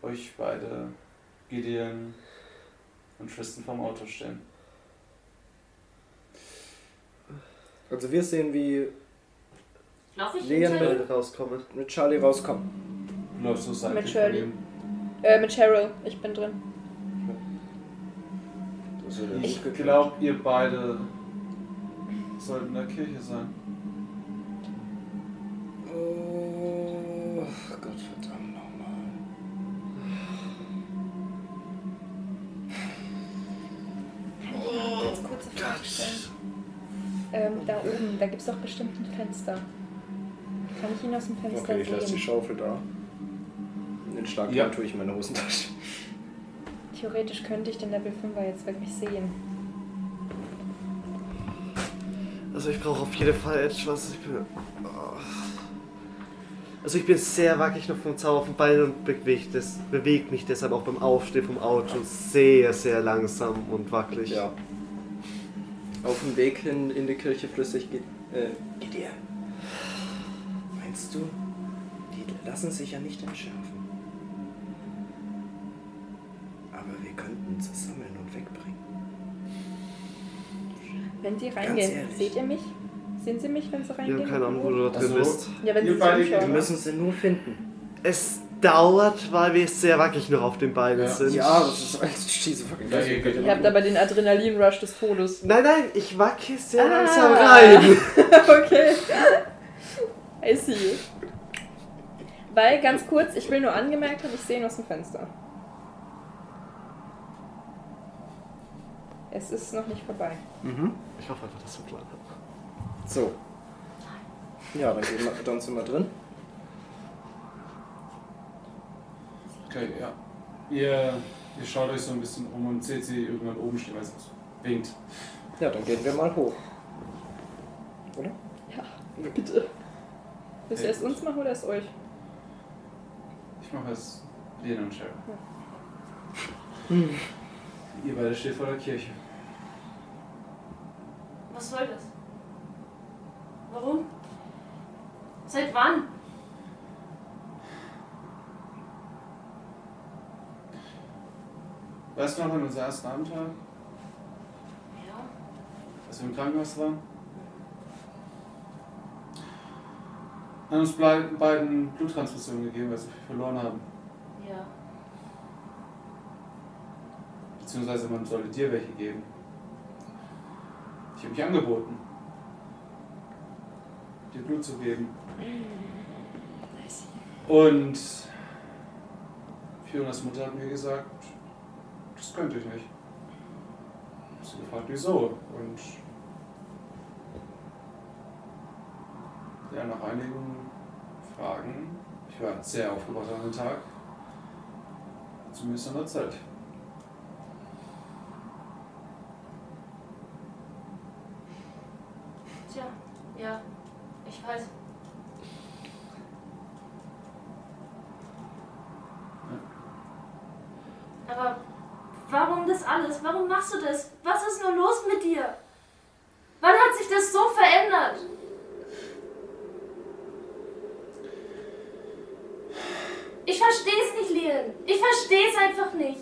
Speaker 1: euch beide, Gideon und Tristan vom Auto stehen.
Speaker 4: Also wir sehen, wie
Speaker 7: Lauf ich
Speaker 4: Lien
Speaker 7: hinter ihm?
Speaker 5: Wenn rauskommen.
Speaker 4: mit Charlie rauskommen.
Speaker 1: Du läufst so seitlich von
Speaker 11: Mit Shirley.
Speaker 1: ihm.
Speaker 11: Äh, mit Cheryl. Ich bin drin.
Speaker 4: Das würde
Speaker 1: Ich
Speaker 4: gut geklappt.
Speaker 1: glaube, ihr beide sollten in der Kirche sein.
Speaker 4: Oh Gott verdammt nochmal.
Speaker 11: Ganz kurze Frage stellen. Ähm, da oben, da gibt's doch bestimmt ein Fenster. Kann ich ihn aus dem Fenster
Speaker 4: Okay, ich lasse die
Speaker 11: sehen?
Speaker 4: Schaufel da. Den Schlag
Speaker 1: Ja.
Speaker 4: tue ich in meine Hosentasche.
Speaker 11: Theoretisch könnte ich den Level 5er jetzt wirklich sehen.
Speaker 5: Also ich brauche auf jeden Fall etwas. Ich bin, Ah. also ich bin sehr wackelig noch vom Zauber auf den Beinen und bewegt, des, bewegt mich deshalb auch beim Aufstehen vom Auto sehr, sehr langsam und wackelig.
Speaker 4: Ja. Auf dem Weg hin in die Kirche flüssig geht. Äh, Gideon. Meinst du, die lassen sich ja nicht entschärfen? Aber wir könnten sie sammeln und wegbringen.
Speaker 11: Wenn sie reingehen,
Speaker 4: ehrlich.
Speaker 11: seht ihr mich? Sehen sie mich, wenn sie
Speaker 5: Wir
Speaker 11: reingehen?
Speaker 5: haben keine Ahnung, wo du da drin
Speaker 1: Also-
Speaker 5: bist.
Speaker 11: Ja, wenn
Speaker 1: Ihr
Speaker 11: sie sich
Speaker 1: beide-
Speaker 11: umschauen.
Speaker 1: wir
Speaker 4: müssen sie nur finden.
Speaker 5: Es dauert, weil wir sehr wackelig noch auf den Beinen
Speaker 1: Ja.
Speaker 5: sind.
Speaker 4: Ja, das ist alles diese fucking
Speaker 1: Ja, ihr geht
Speaker 11: Ihr habt aber den Adrenalin-Rush des Todes.
Speaker 5: Nein, nein, ich wacke sehr
Speaker 11: Ah.
Speaker 5: langsam rein.
Speaker 11: okay. I see. Weil, ganz kurz, ich will nur angemerkt haben, ich sehe ihn aus dem Fenster. Es ist noch nicht vorbei.
Speaker 5: Ich hoffe einfach, dass du einen Plan hast.
Speaker 4: So. Ja, dann, gehen wir, dann sind wir drin.
Speaker 1: Okay, ja. Ihr, ihr schaut euch so ein bisschen um und seht sie irgendwann oben stehen, weil sie winkt.
Speaker 4: Ja, dann gehen wir mal hoch.
Speaker 11: Ja, bitte. Willst du
Speaker 1: Ey.
Speaker 11: erst uns machen oder erst euch?
Speaker 1: Ich mache es Lena und Cheryl. Ihr beide steht vor der Kirche.
Speaker 7: Was soll das? Warum? Seit wann?
Speaker 1: Weißt du noch, an unser ersten Abenteuer,
Speaker 7: Ja.
Speaker 1: als wir im Krankenhaus waren? Haben uns blei- beiden Bluttransfusionen gegeben, weil sie viel verloren haben.
Speaker 7: Ja.
Speaker 1: Beziehungsweise man sollte dir welche geben. Ich habe mich angeboten, dir Blut zu geben. Und Fionas Mutter hat mir gesagt, das könnte ich nicht. Ich habe sie gefragt, wieso. Und ja, nach einigen Fragen, ich war sehr aufgebracht an dem Tag, hat sie mir das dann erzählt.
Speaker 7: Tja. Ja. Ich weiß. Aber warum das alles? Warum machst du das? Was ist nur los mit dir? Wann hat sich das so verändert? Ich verstehe es nicht, Lien. Ich verstehe es einfach nicht.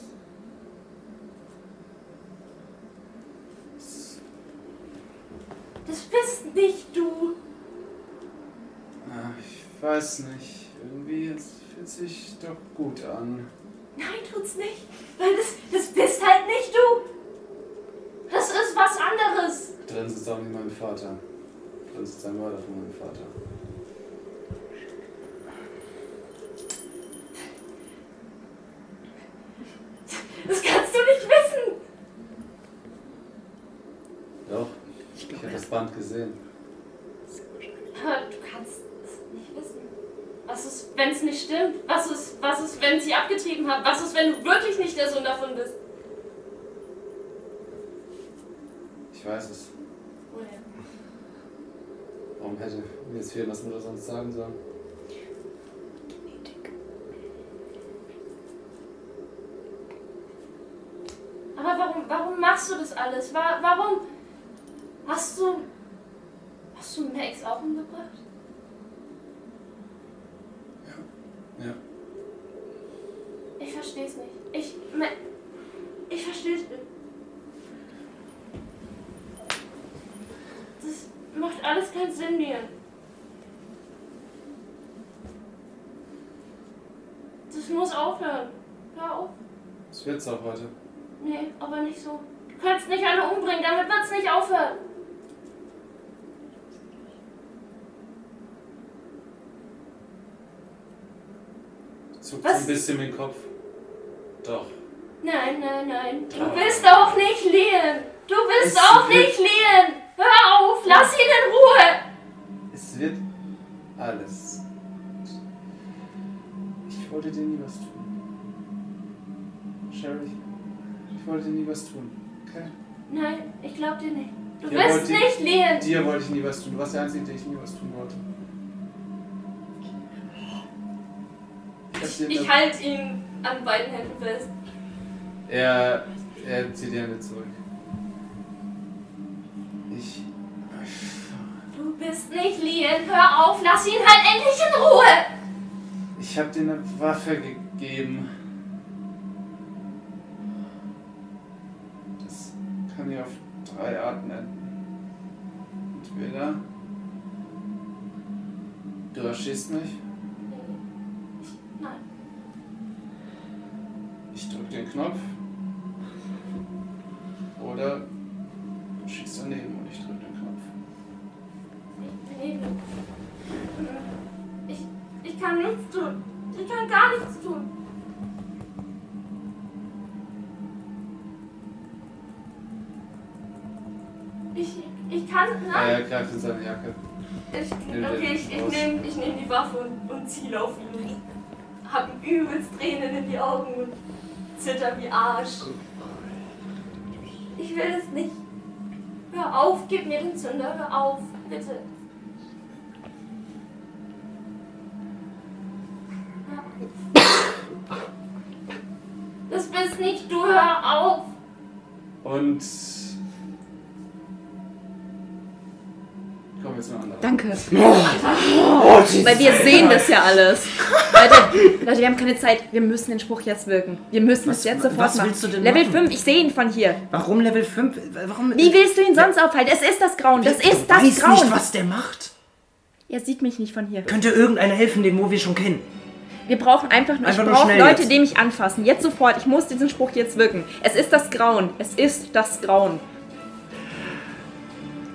Speaker 7: Das bist nicht du.
Speaker 1: Ach, Ah, ich weiß nicht. Irgendwie jetzt fühlt sich doch gut an.
Speaker 7: Nein, tut's nicht. Weil das, das bist halt nicht du. Das ist was anderes.
Speaker 1: Drin sitzt auch nicht mein Vater. Drin sitzt ein Mörder von meinem Vater.
Speaker 7: Das kannst du nicht wissen.
Speaker 1: Doch. Ich, habe das Band gesehen.
Speaker 7: Aber du kannst es nicht wissen. Was ist, wenn es nicht stimmt? Was ist, was ist, wenn sie abgetrieben hat? Was ist, wenn du wirklich nicht der Sohn davon bist?
Speaker 1: Ich weiß es.
Speaker 7: Woher?
Speaker 1: Warum hätte mir jetzt fehlen, was Mutter sonst sagen sollen?
Speaker 7: Aber warum, warum machst du das alles? Wa- Warum hast du, hast du Max auch umgebracht?
Speaker 1: Ja.
Speaker 7: Ich verstehe es nicht. Ich, Ma- ich verstehe es nicht. Das macht alles keinen Sinn mir. muss aufhören. Hör auf.
Speaker 1: Das wird's auch heute.
Speaker 7: Nee, aber nicht so. Du kannst nicht alle umbringen, damit wird's nicht aufhören.
Speaker 1: Zuckt
Speaker 7: Was?
Speaker 1: so ein bisschen den Kopf. Doch.
Speaker 7: Nein, nein, nein. Du
Speaker 1: Ah.
Speaker 7: bist auch nicht Leon. Du bist
Speaker 1: Es
Speaker 7: auch
Speaker 1: wird-
Speaker 7: nicht Leon. Hör auf, lass ihn in Ruhe.
Speaker 1: Es wird alles. Ich wollte dir nie was tun. Sherry, ich wollte dir nie was tun. Okay?
Speaker 7: Nein, ich glaub dir nicht. Du
Speaker 1: Ihr wollt
Speaker 7: bist
Speaker 1: ihn-
Speaker 7: nicht Leon.
Speaker 1: Dir wollte ich nie was tun. Du warst der Einzige, der ich nie was tun wollte. Ich hab dir
Speaker 7: Ich
Speaker 1: immer-
Speaker 7: halte ihn an beiden Händen fest.
Speaker 1: Er, er zieht die Hände zurück. Ich.
Speaker 7: Du bist nicht Leon. Hör auf, lass ihn halt endlich in Ruhe.
Speaker 1: Ich hab dir eine Waffe gegeben. Das kann ja auf drei Arten enden. Entweder du erschießt mich,
Speaker 7: Nein.
Speaker 1: ich drück den Knopf. Oder du schießt daneben und ich drück den Knopf.
Speaker 7: Nee. Ich, ich kann nichts tun. Ich kann gar nichts tun. Ich, ich kann. Nein.
Speaker 1: Er greift in seine Jacke.
Speaker 7: Ich,
Speaker 1: Nimm
Speaker 7: okay,
Speaker 1: den
Speaker 7: ich, ich
Speaker 1: raus.
Speaker 7: nehme ich nehm die Waffe und, und ziele auf ihn. Hab übelst Tränen in die Augen und zitter wie Arsch. Ich will es nicht. Hör auf, gib mir den Zünder, hör auf, bitte. Hör auf. Das bist nicht du, hör auf!
Speaker 1: Und. Komm, jetzt mal an.
Speaker 2: Danke.
Speaker 4: Oh,
Speaker 2: Weil wir sehen das ja alles. Leute, Leute, wir haben keine Zeit. Wir müssen den Spruch jetzt wirken. Wir müssen
Speaker 4: Was-
Speaker 2: es jetzt sofort
Speaker 4: was
Speaker 2: machen.
Speaker 4: willst du denn
Speaker 2: Level
Speaker 4: machen?
Speaker 2: 5, ich sehe ihn von hier.
Speaker 4: Warum Level 5? Warum?
Speaker 2: Wie willst du ihn sonst aufhalten? Es ist das Grauen. Das
Speaker 4: Ich
Speaker 2: ist das
Speaker 4: weiß
Speaker 2: Grauen.
Speaker 4: nicht, was der macht.
Speaker 2: Er sieht mich nicht von hier.
Speaker 4: Könnte irgendeiner helfen, den Mo wir schon kennen?
Speaker 2: Wir brauchen einfach nur,
Speaker 4: Einfach
Speaker 2: ich
Speaker 4: nur
Speaker 2: brauche
Speaker 4: schnell
Speaker 2: Leute,
Speaker 4: jetzt.
Speaker 2: die mich anfassen. Jetzt sofort. Ich muss diesen Spruch jetzt wirken. Es ist das Grauen. Es ist das Grauen.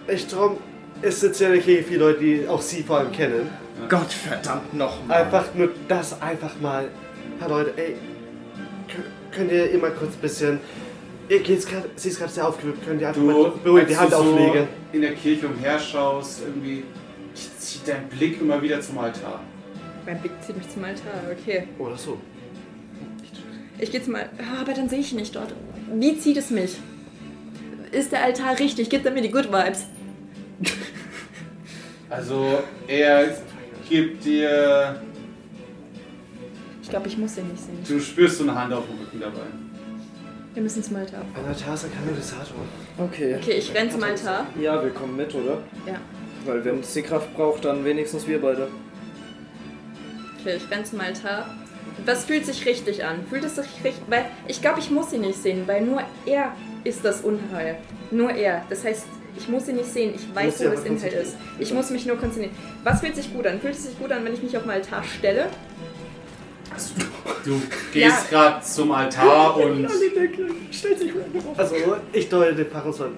Speaker 5: Ich drum, es sind ja nicht viele Leute, die auch sie vor allem kennen.
Speaker 4: Gott verdammt nochmal.
Speaker 5: Einfach nur das einfach mal. Herr Leute, ey, kö- könnt ihr immer kurz ein bisschen. Ihr geht's grad, sie ist gerade sehr aufgewühlt, könnt ihr einfach mal beruhigt die
Speaker 1: als
Speaker 5: Hand
Speaker 1: du so
Speaker 5: auflegen.
Speaker 1: in der Kirche umherschaust, irgendwie zieht dein Blick immer wieder zum Altar.
Speaker 2: Mein Blick zieht mich zum Altar. Okay.
Speaker 5: Oder so.
Speaker 2: Ich gehe zum Altar. Aber dann sehe ich ihn nicht dort. Wie zieht es mich? Ist der Altar richtig? Gibt er mir die Good Vibes?
Speaker 1: Also er gibt dir,
Speaker 2: Ich glaube, ich muss ihn nicht sehen.
Speaker 1: du spürst so eine Hand auf dem Rücken dabei.
Speaker 2: Wir müssen zum Altar.
Speaker 5: Ein Altar ist ein Katalysator.
Speaker 4: Okay.
Speaker 2: Okay, ich renn zum Altar.
Speaker 4: Ja, wir kommen mit, oder?
Speaker 2: Ja.
Speaker 4: Weil wenn es die Kraft braucht, dann wenigstens wir beide.
Speaker 2: Okay, ich renn zum Altar. Was fühlt sich richtig an? Fühlt es sich richtig? Weil ich glaube, ich muss ihn nicht sehen, weil nur er ist das Unheil. Nur er. Das heißt, ich muss ihn nicht sehen. Ich
Speaker 5: musst
Speaker 2: weiß,
Speaker 5: dich
Speaker 2: wo das
Speaker 5: aber
Speaker 2: Inhalt ist. Ich muss mich nur konzentrieren. Was fühlt sich gut an? Fühlt es sich gut an, wenn ich mich auf den Altar stelle?
Speaker 1: Du gehst gerade zum Altar und
Speaker 5: Also, ich deute den Pfarrer so an.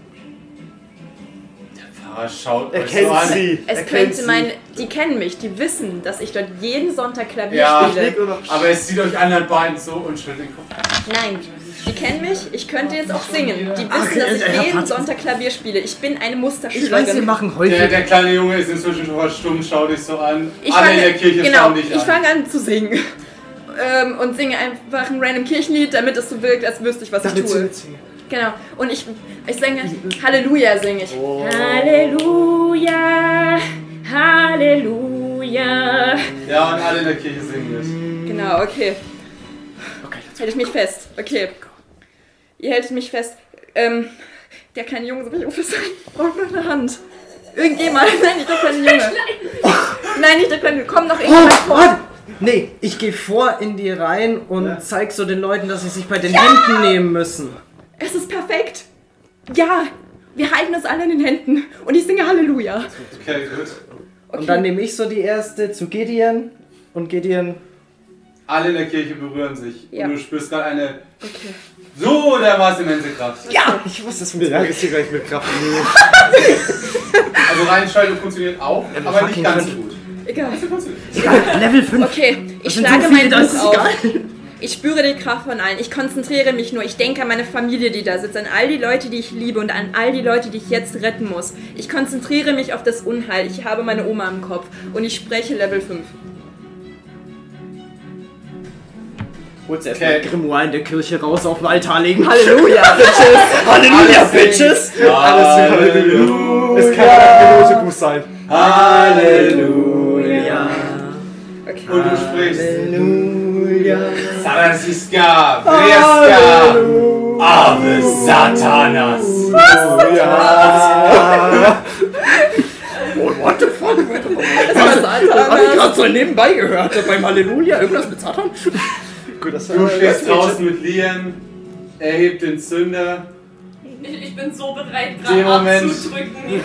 Speaker 1: der Pfarrer schaut
Speaker 5: Er
Speaker 1: euch
Speaker 5: kennt
Speaker 1: so an.
Speaker 5: sie.
Speaker 2: Es
Speaker 5: er kennt
Speaker 2: könnte
Speaker 5: sie.
Speaker 2: mein. Die kennen mich, die wissen, dass ich dort jeden Sonntag Klavier
Speaker 1: Ja.
Speaker 2: spiele.
Speaker 5: Leg nur noch-
Speaker 1: Aber es sieht euch anderen beiden so und schüttelt den Kopf.
Speaker 2: Nein, die kennen mich, ich könnte jetzt auch singen. Die wissen, dass
Speaker 4: äh,
Speaker 2: ich
Speaker 4: Herr
Speaker 2: jeden
Speaker 4: Pat-
Speaker 2: Sonntag Klavier spiele. Ich bin eine
Speaker 4: Ich weiß, wir
Speaker 2: Musterschülerin.
Speaker 4: machen
Speaker 1: Der,
Speaker 4: häufig.
Speaker 1: der kleine Junge ist inzwischen schon verstummt, schaut dich so an.
Speaker 2: Ich
Speaker 1: Alle
Speaker 2: fange-
Speaker 1: in der Kirche
Speaker 2: genau,
Speaker 1: schauen dich
Speaker 2: Ich
Speaker 1: an.
Speaker 2: fange an zu singen. Ähm, und singe einfach ein random Kirchenlied, damit es so wirkt, als wüsste ich, was
Speaker 5: Damit
Speaker 2: ich
Speaker 5: sie
Speaker 2: tue.
Speaker 5: mitziehen.
Speaker 2: Genau. Und ich, ich singe Halleluja singe ich.
Speaker 1: Oh.
Speaker 2: Halleluja, Halleluja.
Speaker 1: Ja, und alle in der Kirche singen dich.
Speaker 2: Genau, okay. Hält ich mich fest. Okay. Ihr haltet mich fest. Ähm, der kleine Junge soll mich umfassen. Ich brauche Oh, noch eine Hand. Irgendjemand. Nein, nicht der kleine Junge. Nein, nicht der kleine Junge. Komm noch irgendjemand
Speaker 4: Oh,
Speaker 2: vor.
Speaker 4: Mann! Nee, ich gehe vor in die rein und zeig so den Leuten, dass sie sich bei den Händen nehmen müssen.
Speaker 2: Es ist perfekt. Ja, wir halten uns alle in den Händen. Und ich singe Halleluja.
Speaker 1: Okay, gut.
Speaker 2: Okay.
Speaker 4: Und dann nehme ich so die erste zu Gideon und Gideon
Speaker 1: Alle in der Kirche berühren sich.
Speaker 16: Ja.
Speaker 1: Und du spürst gerade eine
Speaker 16: Okay.
Speaker 1: so dermaßen immense Kraft.
Speaker 4: Ja, ich wusste es
Speaker 5: Wie
Speaker 4: mir.
Speaker 5: lange ist hier gleich mit Kraft?
Speaker 1: Also reinschalten funktioniert auch, aber nicht
Speaker 4: fucking
Speaker 1: ganz
Speaker 4: Hand.
Speaker 1: gut.
Speaker 16: Egal.
Speaker 1: Das funktioniert.
Speaker 4: Level 5.
Speaker 2: Okay, ich
Speaker 4: sind
Speaker 2: schlage
Speaker 4: so
Speaker 2: meinen
Speaker 4: viele, das
Speaker 2: Buch
Speaker 4: ist
Speaker 2: auf. Ich spüre die Kraft von allen. Ich konzentriere mich nur. Ich denke an meine Familie, die da sitzt, an all die Leute, die ich liebe und an all die Leute, die ich jetzt retten muss. Ich konzentriere mich auf das Unheil. Ich habe meine Oma im Kopf und ich spreche Level 5.
Speaker 4: Holst erstmal
Speaker 1: Okay.
Speaker 4: Grimoire in der Kirche raus auf den Altar legen.
Speaker 2: Halleluja!
Speaker 4: Halleluja, Bitches!
Speaker 5: Alles Halleluja. Es kann ein großes Buch sein.
Speaker 4: Halleluja.
Speaker 1: Und du sprichst.
Speaker 4: Halleluja.
Speaker 1: Sarasiska, Vreska, Ave Satanas.
Speaker 4: What the fuck? Das habe ich gerade so nebenbei gehört. Beim Halleluja, irgendwas mit Satan?
Speaker 5: Gut, das
Speaker 1: Du
Speaker 5: war
Speaker 1: stehst draußen mit Lian, er hebt den Zünder.
Speaker 7: Ich, ich bin so bereit,
Speaker 1: Den
Speaker 7: gerade
Speaker 1: Moment.
Speaker 7: abzudrücken.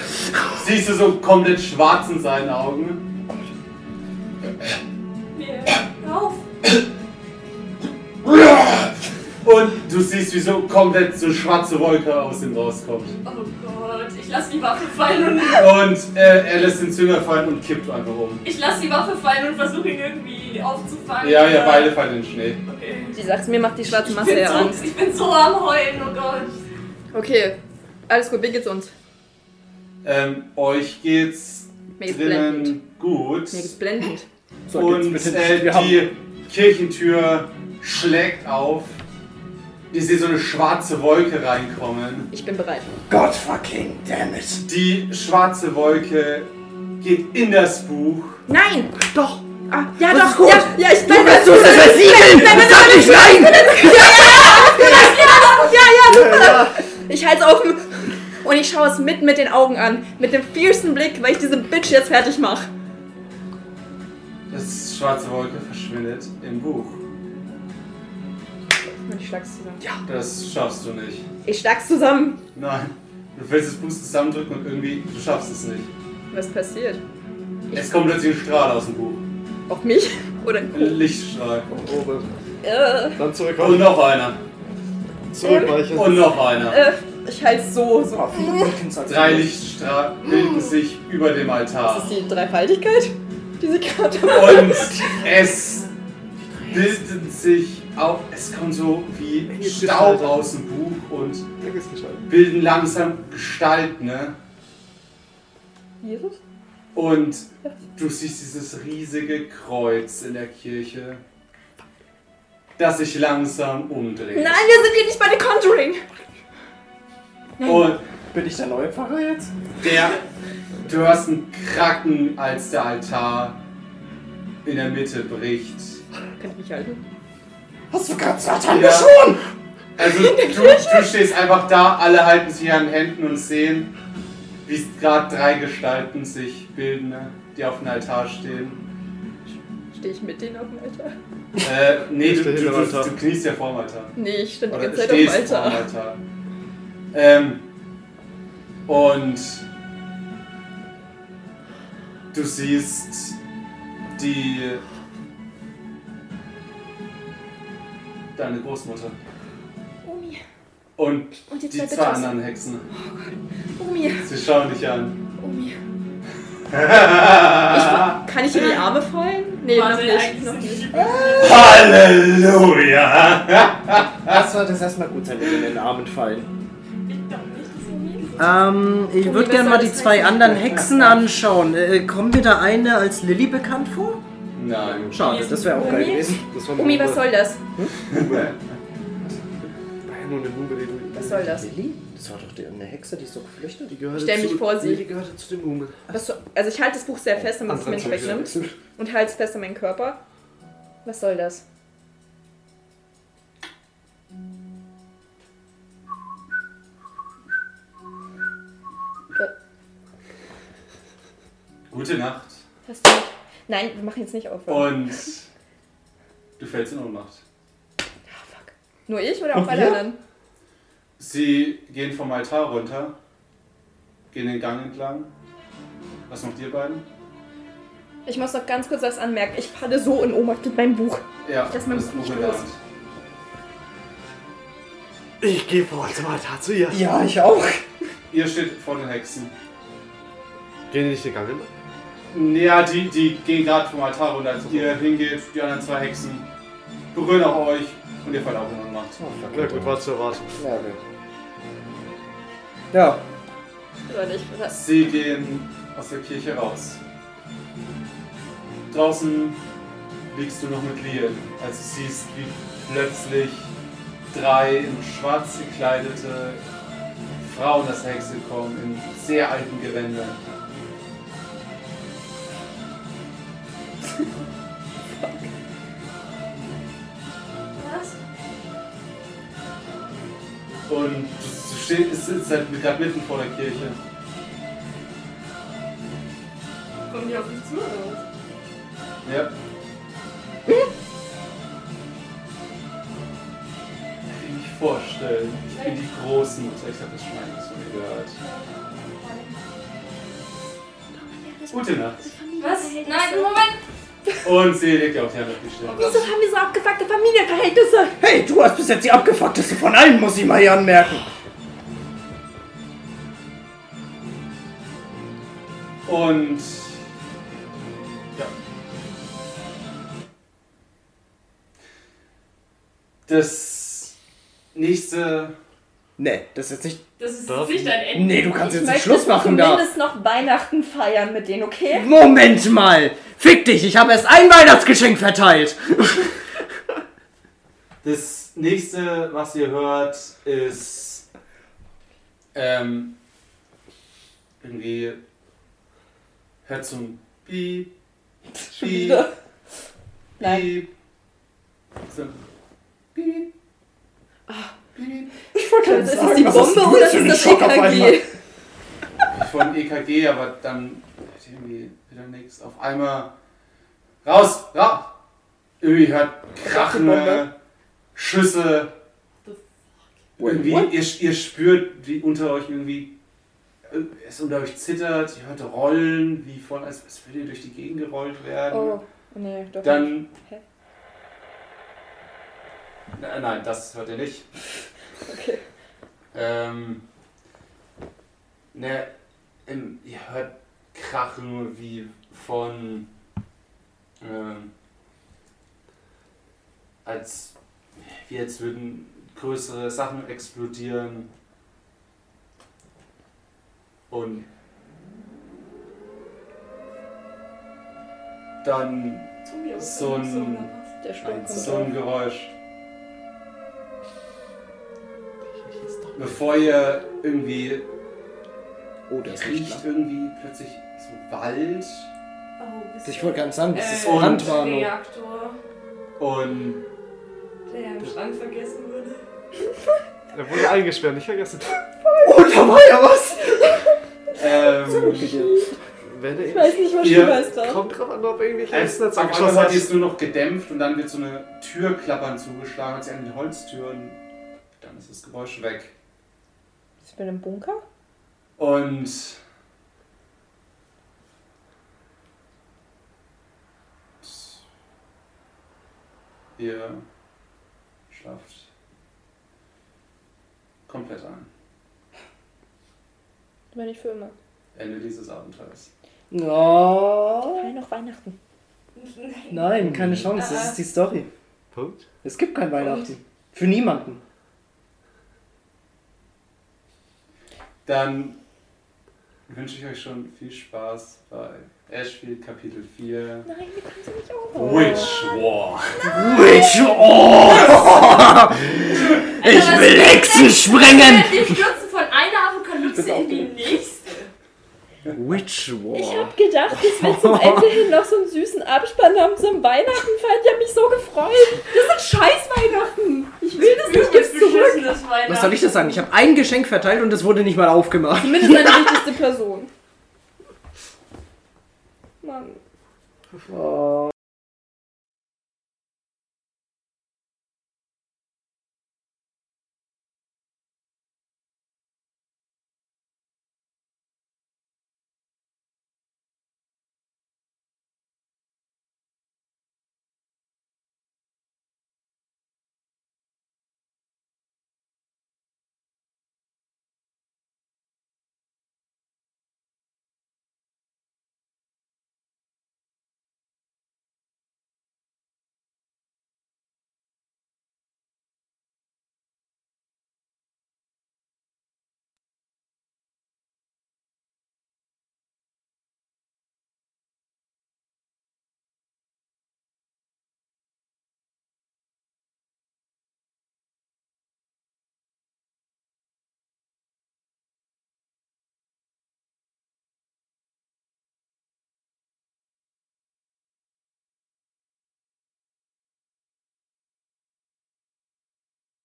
Speaker 1: Siehst du so komplett schwarz in seinen Augen.
Speaker 7: Hier, hör auf!
Speaker 1: Und du siehst, wie so komplett so schwarze Wolke aus ihm rauskommt.
Speaker 7: Oh Gott, ich lasse die Waffe fallen und
Speaker 1: Und äh, er lässt den Zünder fallen und kippt einfach um.
Speaker 7: ich lasse die Waffe fallen und versuche ihn irgendwie aufzufangen.
Speaker 1: Ja, ja, beide fallen in den Schnee.
Speaker 7: Okay.
Speaker 2: Sie sagt, mir macht die schwarze
Speaker 7: Ich
Speaker 2: Masse
Speaker 7: bin,
Speaker 2: ja Angst.
Speaker 7: so, ich bin so am Heulen, oh Gott.
Speaker 2: Okay, alles gut, wie geht's uns?
Speaker 1: Ähm, euch geht's
Speaker 2: Mir geht's blendend.
Speaker 1: drinnen gut.
Speaker 2: Mir geht's blendend.
Speaker 1: Und äh, die Kirchentür schlägt auf. Ihr seht so eine schwarze Wolke reinkommen.
Speaker 2: Ich bin bereit.
Speaker 4: God fucking damn it.
Speaker 1: Die schwarze Wolke geht in das Buch.
Speaker 2: Nein!
Speaker 4: Doch.
Speaker 2: Ah, ja,
Speaker 4: Das
Speaker 2: doch,
Speaker 4: ist gut.
Speaker 2: ja, ja, ich
Speaker 4: Du
Speaker 2: bin
Speaker 4: wirst es versiegeln! Sag nicht nein!
Speaker 2: Ich halte offen und ich schaue es mitten mit den Augen an. Mit dem fiersten Blick, weil ich diese Bitch jetzt fertig mache.
Speaker 1: Das schwarze Wolke verschwindet im Buch.
Speaker 2: Und ich schlag's zusammen.
Speaker 1: Das schaffst du nicht.
Speaker 2: Ich schlag's zusammen.
Speaker 1: Nein. Du willst das Buch zusammendrücken und irgendwie, du schaffst es nicht.
Speaker 2: Was passiert?
Speaker 1: Es kommt plötzlich ein Strahl aus dem Buch.
Speaker 2: Auf mich? Oder?
Speaker 1: Ein Lichtstrahl.
Speaker 5: oben.
Speaker 2: Äh,
Speaker 5: Dann zurück,
Speaker 1: Und noch einer.
Speaker 5: zurückweichen.
Speaker 1: Und noch einer.
Speaker 2: äh, ich halte so, so.
Speaker 1: Drei Lichtstrahlen bilden sich über dem Altar.
Speaker 2: Das ist die Dreifaltigkeit, diese Karte.
Speaker 1: Und es bilden sich auch, es kommt so wie Staub aus dem Buch und
Speaker 5: Links geschaltet.
Speaker 1: bilden langsam Gestalten. Ne?
Speaker 2: Jesus?
Speaker 1: Und du siehst dieses riesige Kreuz in der Kirche, das sich langsam umdreht.
Speaker 2: Nein, wir sind hier nicht bei The Conjuring.
Speaker 1: Und
Speaker 4: Bin ich der neue Pfarrer jetzt?
Speaker 1: der, du hörst einen Kracken, als der Altar in der Mitte bricht.
Speaker 2: Kann ich mich halten?
Speaker 4: Hast du gerade Satan
Speaker 1: Ja.
Speaker 4: beschworen?
Speaker 1: Also du, du stehst einfach da, alle halten sich an den Händen und sehen, wie gerade drei Gestalten sich bilden, ne, die auf dem Altar stehen.
Speaker 2: Stehe ich mit denen auf dem Altar?
Speaker 1: Äh, nee, du,
Speaker 5: Ich steh
Speaker 1: du,
Speaker 5: hinterm
Speaker 1: du,
Speaker 5: Altar.
Speaker 1: du kniest ja vorm Altar.
Speaker 2: Nee, ich stand die
Speaker 1: Oder
Speaker 2: ganze Zeit auf dem
Speaker 1: stehst vorm
Speaker 2: Altar.
Speaker 1: Altar. Ähm, und du siehst die... Deine Großmutter.
Speaker 2: Omi,
Speaker 1: Und
Speaker 2: und die zwei
Speaker 1: die zwei
Speaker 2: Bitches.
Speaker 1: anderen Hexen.
Speaker 2: Omi,
Speaker 1: Sie schauen dich an.
Speaker 2: Omi. Kann ich ihr die Arme fallen? Nee,
Speaker 7: Warte, eigentlich
Speaker 2: noch nicht.
Speaker 1: Halleluja!
Speaker 4: Das sollte es erstmal gut sein, wenn wir in den Armen fallen.
Speaker 7: Ich glaube nicht, dass ich mich
Speaker 4: Ähm, ich würde gerne mal die zwei anderen Hexen anschauen. Äh, kommt mir da eine als Lilly bekannt vor?
Speaker 1: Nein.
Speaker 4: Schade, das wäre auch geil gewesen.
Speaker 5: Das war
Speaker 2: Omi, was soll das?
Speaker 5: Nein, nur eine Mumbe, die du.
Speaker 2: Was soll das?
Speaker 4: Lilly? Das war doch die, eine Hexe, die ist doch geflüchtet.
Speaker 5: Die gehörte
Speaker 2: Stell mich
Speaker 5: zu,
Speaker 2: vor sie.
Speaker 5: Nee, die gehörte zu den Mumen.
Speaker 2: Was so, also ich halte das Buch sehr fest, damit es mir nicht wegnimmt. Und halte es fest an meinen Körper. Was soll das?
Speaker 1: Gute Nacht.
Speaker 2: Hast du... Nein, wir machen jetzt nicht auf. oder?
Speaker 1: Und du fällst in Ohnmacht.
Speaker 2: Nur ich oder auch alle anderen?
Speaker 1: Sie gehen vom Altar runter, gehen den Gang entlang. Was macht ihr beiden?
Speaker 11: Ich muss noch ganz kurz was anmerken. Ich falle so in Ohnmacht mit meinem Buch.
Speaker 1: Ja,
Speaker 11: Dass man
Speaker 1: das
Speaker 11: nicht
Speaker 1: Buch in der
Speaker 11: los.
Speaker 1: Hand.
Speaker 5: Ich gehe vor uns weiter zu ihr.
Speaker 4: Ja, ich auch.
Speaker 1: Ihr steht vor den Hexen.
Speaker 5: Gehen die nicht ne? den Gang hinter?
Speaker 1: Ja, die, die gehen gerade vom Altar runter. Als ihr hingeht, die anderen zwei Hexen berühren auch euch und ihr fallt auch in Ohnmacht.
Speaker 5: Na gut, was zu erwarten.
Speaker 4: Ja, okay. Ja,
Speaker 11: Leute, ich das.
Speaker 1: Sie gehen aus der Kirche raus. Draußen liegst du noch mit Lien, als du siehst, wie plötzlich drei in schwarz gekleidete Frauen das Hexe kommen, in sehr alten Gewändern.
Speaker 7: Was?
Speaker 1: Und du stehst, sitzt halt gerade mitten vor der Kirche.
Speaker 7: Kommen die auf mich zu oder was?
Speaker 1: Ja. Ich kann mich vorstellen. Ich bin die Großmutter. Ich habe das schon einiges von mir gehört. Gute Nacht.
Speaker 7: Was? Nein, Moment!
Speaker 1: Und sie legt ihr auf die Hand auf die
Speaker 2: Oh
Speaker 1: Stirn.
Speaker 11: Wieso haben wir so abgefuckte Familienverhältnisse?
Speaker 4: hey, du hast bis jetzt die abgefuckteste von allen, muss ich mal hier anmerken.
Speaker 1: Und ja. Das nächste.
Speaker 4: Nee, das ist jetzt nicht.
Speaker 7: Das ist
Speaker 5: Darf
Speaker 7: nicht dein Ende.
Speaker 4: Nee, du kannst jetzt nicht
Speaker 11: möchte
Speaker 4: Schluss machen da.
Speaker 11: zumindest noch Weihnachten feiern mit denen, okay?
Speaker 4: Moment mal! Fick dich, ich habe erst ein Weihnachtsgeschenk verteilt!
Speaker 1: Das nächste, was ihr hört, ist ähm, irgendwie hört zum Piep,
Speaker 11: Schon
Speaker 1: Piep,
Speaker 11: wieder. Nein.
Speaker 1: Piep, so ein Piep,
Speaker 11: Ah.
Speaker 1: Piep.
Speaker 11: Ich wollte gerade sagen, ist das die
Speaker 4: was hast
Speaker 11: Bombe
Speaker 4: du für
Speaker 11: oder ist
Speaker 4: einen
Speaker 11: das das
Speaker 4: Schock auf einmal?
Speaker 11: EKG?
Speaker 1: von EKG, aber dann hört ihr irgendwie wieder nichts. Auf einmal raus, ra! Irgendwie hört krachende Schüsse. Irgendwie, ihr, ihr spürt, wie unter euch irgendwie äh, es unter euch zittert, ihr hört Rollen, wie von, als, als würde ihr durch die Gegend gerollt werden.
Speaker 11: Oh, nee, doch.
Speaker 1: Dann.
Speaker 11: Hä?
Speaker 1: Na, nein, das hört ihr nicht.
Speaker 11: Okay.
Speaker 1: Ähm. Ne, ähm, ihr hört Krachen wie von. Ähm, als. Wie als würden größere Sachen explodieren. Und. Dann
Speaker 7: Zu mir auf
Speaker 1: So
Speaker 7: der Nase
Speaker 1: ein-
Speaker 7: oder was?
Speaker 11: Der Sturm kommt
Speaker 1: so
Speaker 11: auf.
Speaker 1: ein Geräusch. Bevor ihr irgendwie
Speaker 4: Oh, der ist nicht
Speaker 1: riecht,
Speaker 4: klar.
Speaker 1: irgendwie plötzlich so Wald
Speaker 7: Oh, bist
Speaker 4: Ich
Speaker 7: du-
Speaker 4: wollte gerade sagen, das ist
Speaker 7: Äh,
Speaker 4: Brandwarnung.
Speaker 7: Reaktor,
Speaker 1: und
Speaker 7: der im Schrank vergessen wurde.
Speaker 5: Er wurde eingesperrt, nicht vergessen.
Speaker 4: Oh, da war ja was!
Speaker 1: ähm,
Speaker 5: Wenn er
Speaker 11: Ich weiß nicht, was
Speaker 1: Ihr-
Speaker 11: schlimmer ist da.
Speaker 5: Kommt drauf an, ob irgendwelche
Speaker 1: als
Speaker 5: Essen jetzt
Speaker 1: auf einmal
Speaker 5: abgeschossen
Speaker 1: hat
Speaker 5: Äh, hat.
Speaker 1: ihr es nur noch gedämpft und dann wird so eine Tür klappern zugeschlagen, hat sie an die Holztür und dann ist das Geräusch weg.
Speaker 11: Sind wir in einem Bunker?
Speaker 1: Und ihr schlaft komplett ein.
Speaker 11: Wenn nicht für immer.
Speaker 1: Ende dieses Abenteuers.
Speaker 4: No.
Speaker 11: Feiern noch Weihnachten. Ah.
Speaker 4: Nein, keine Chance, das ist die Story.
Speaker 5: Punkt.
Speaker 4: Es gibt kein Weihnachten. Für niemanden.
Speaker 1: Dann wünsche ich euch schon viel Spaß bei Ashfield Kapitel 4
Speaker 11: Nein, wir können sie nicht aufhören.
Speaker 1: Witch War.
Speaker 4: Witch, oh! Ich will Hexen sprengen!
Speaker 7: Wir stürzen von einer Apokalypse in die nächste.
Speaker 4: Witch
Speaker 11: Ich
Speaker 4: War.
Speaker 11: hab gedacht, dass wir zum Ende hin noch so einen süßen Abspann haben zum Weihnachten feiern. Ich hab mich so gefreut. Das sind scheiß Weihnachten. Ich will das nicht jetzt zurück.
Speaker 7: Beschissenes Weihnachten.
Speaker 4: Was soll ich das sagen? Ich habe ein Geschenk verteilt und es wurde nicht mal aufgemacht.
Speaker 11: Zumindest meine wichtigste Person. Mann.
Speaker 4: Oh.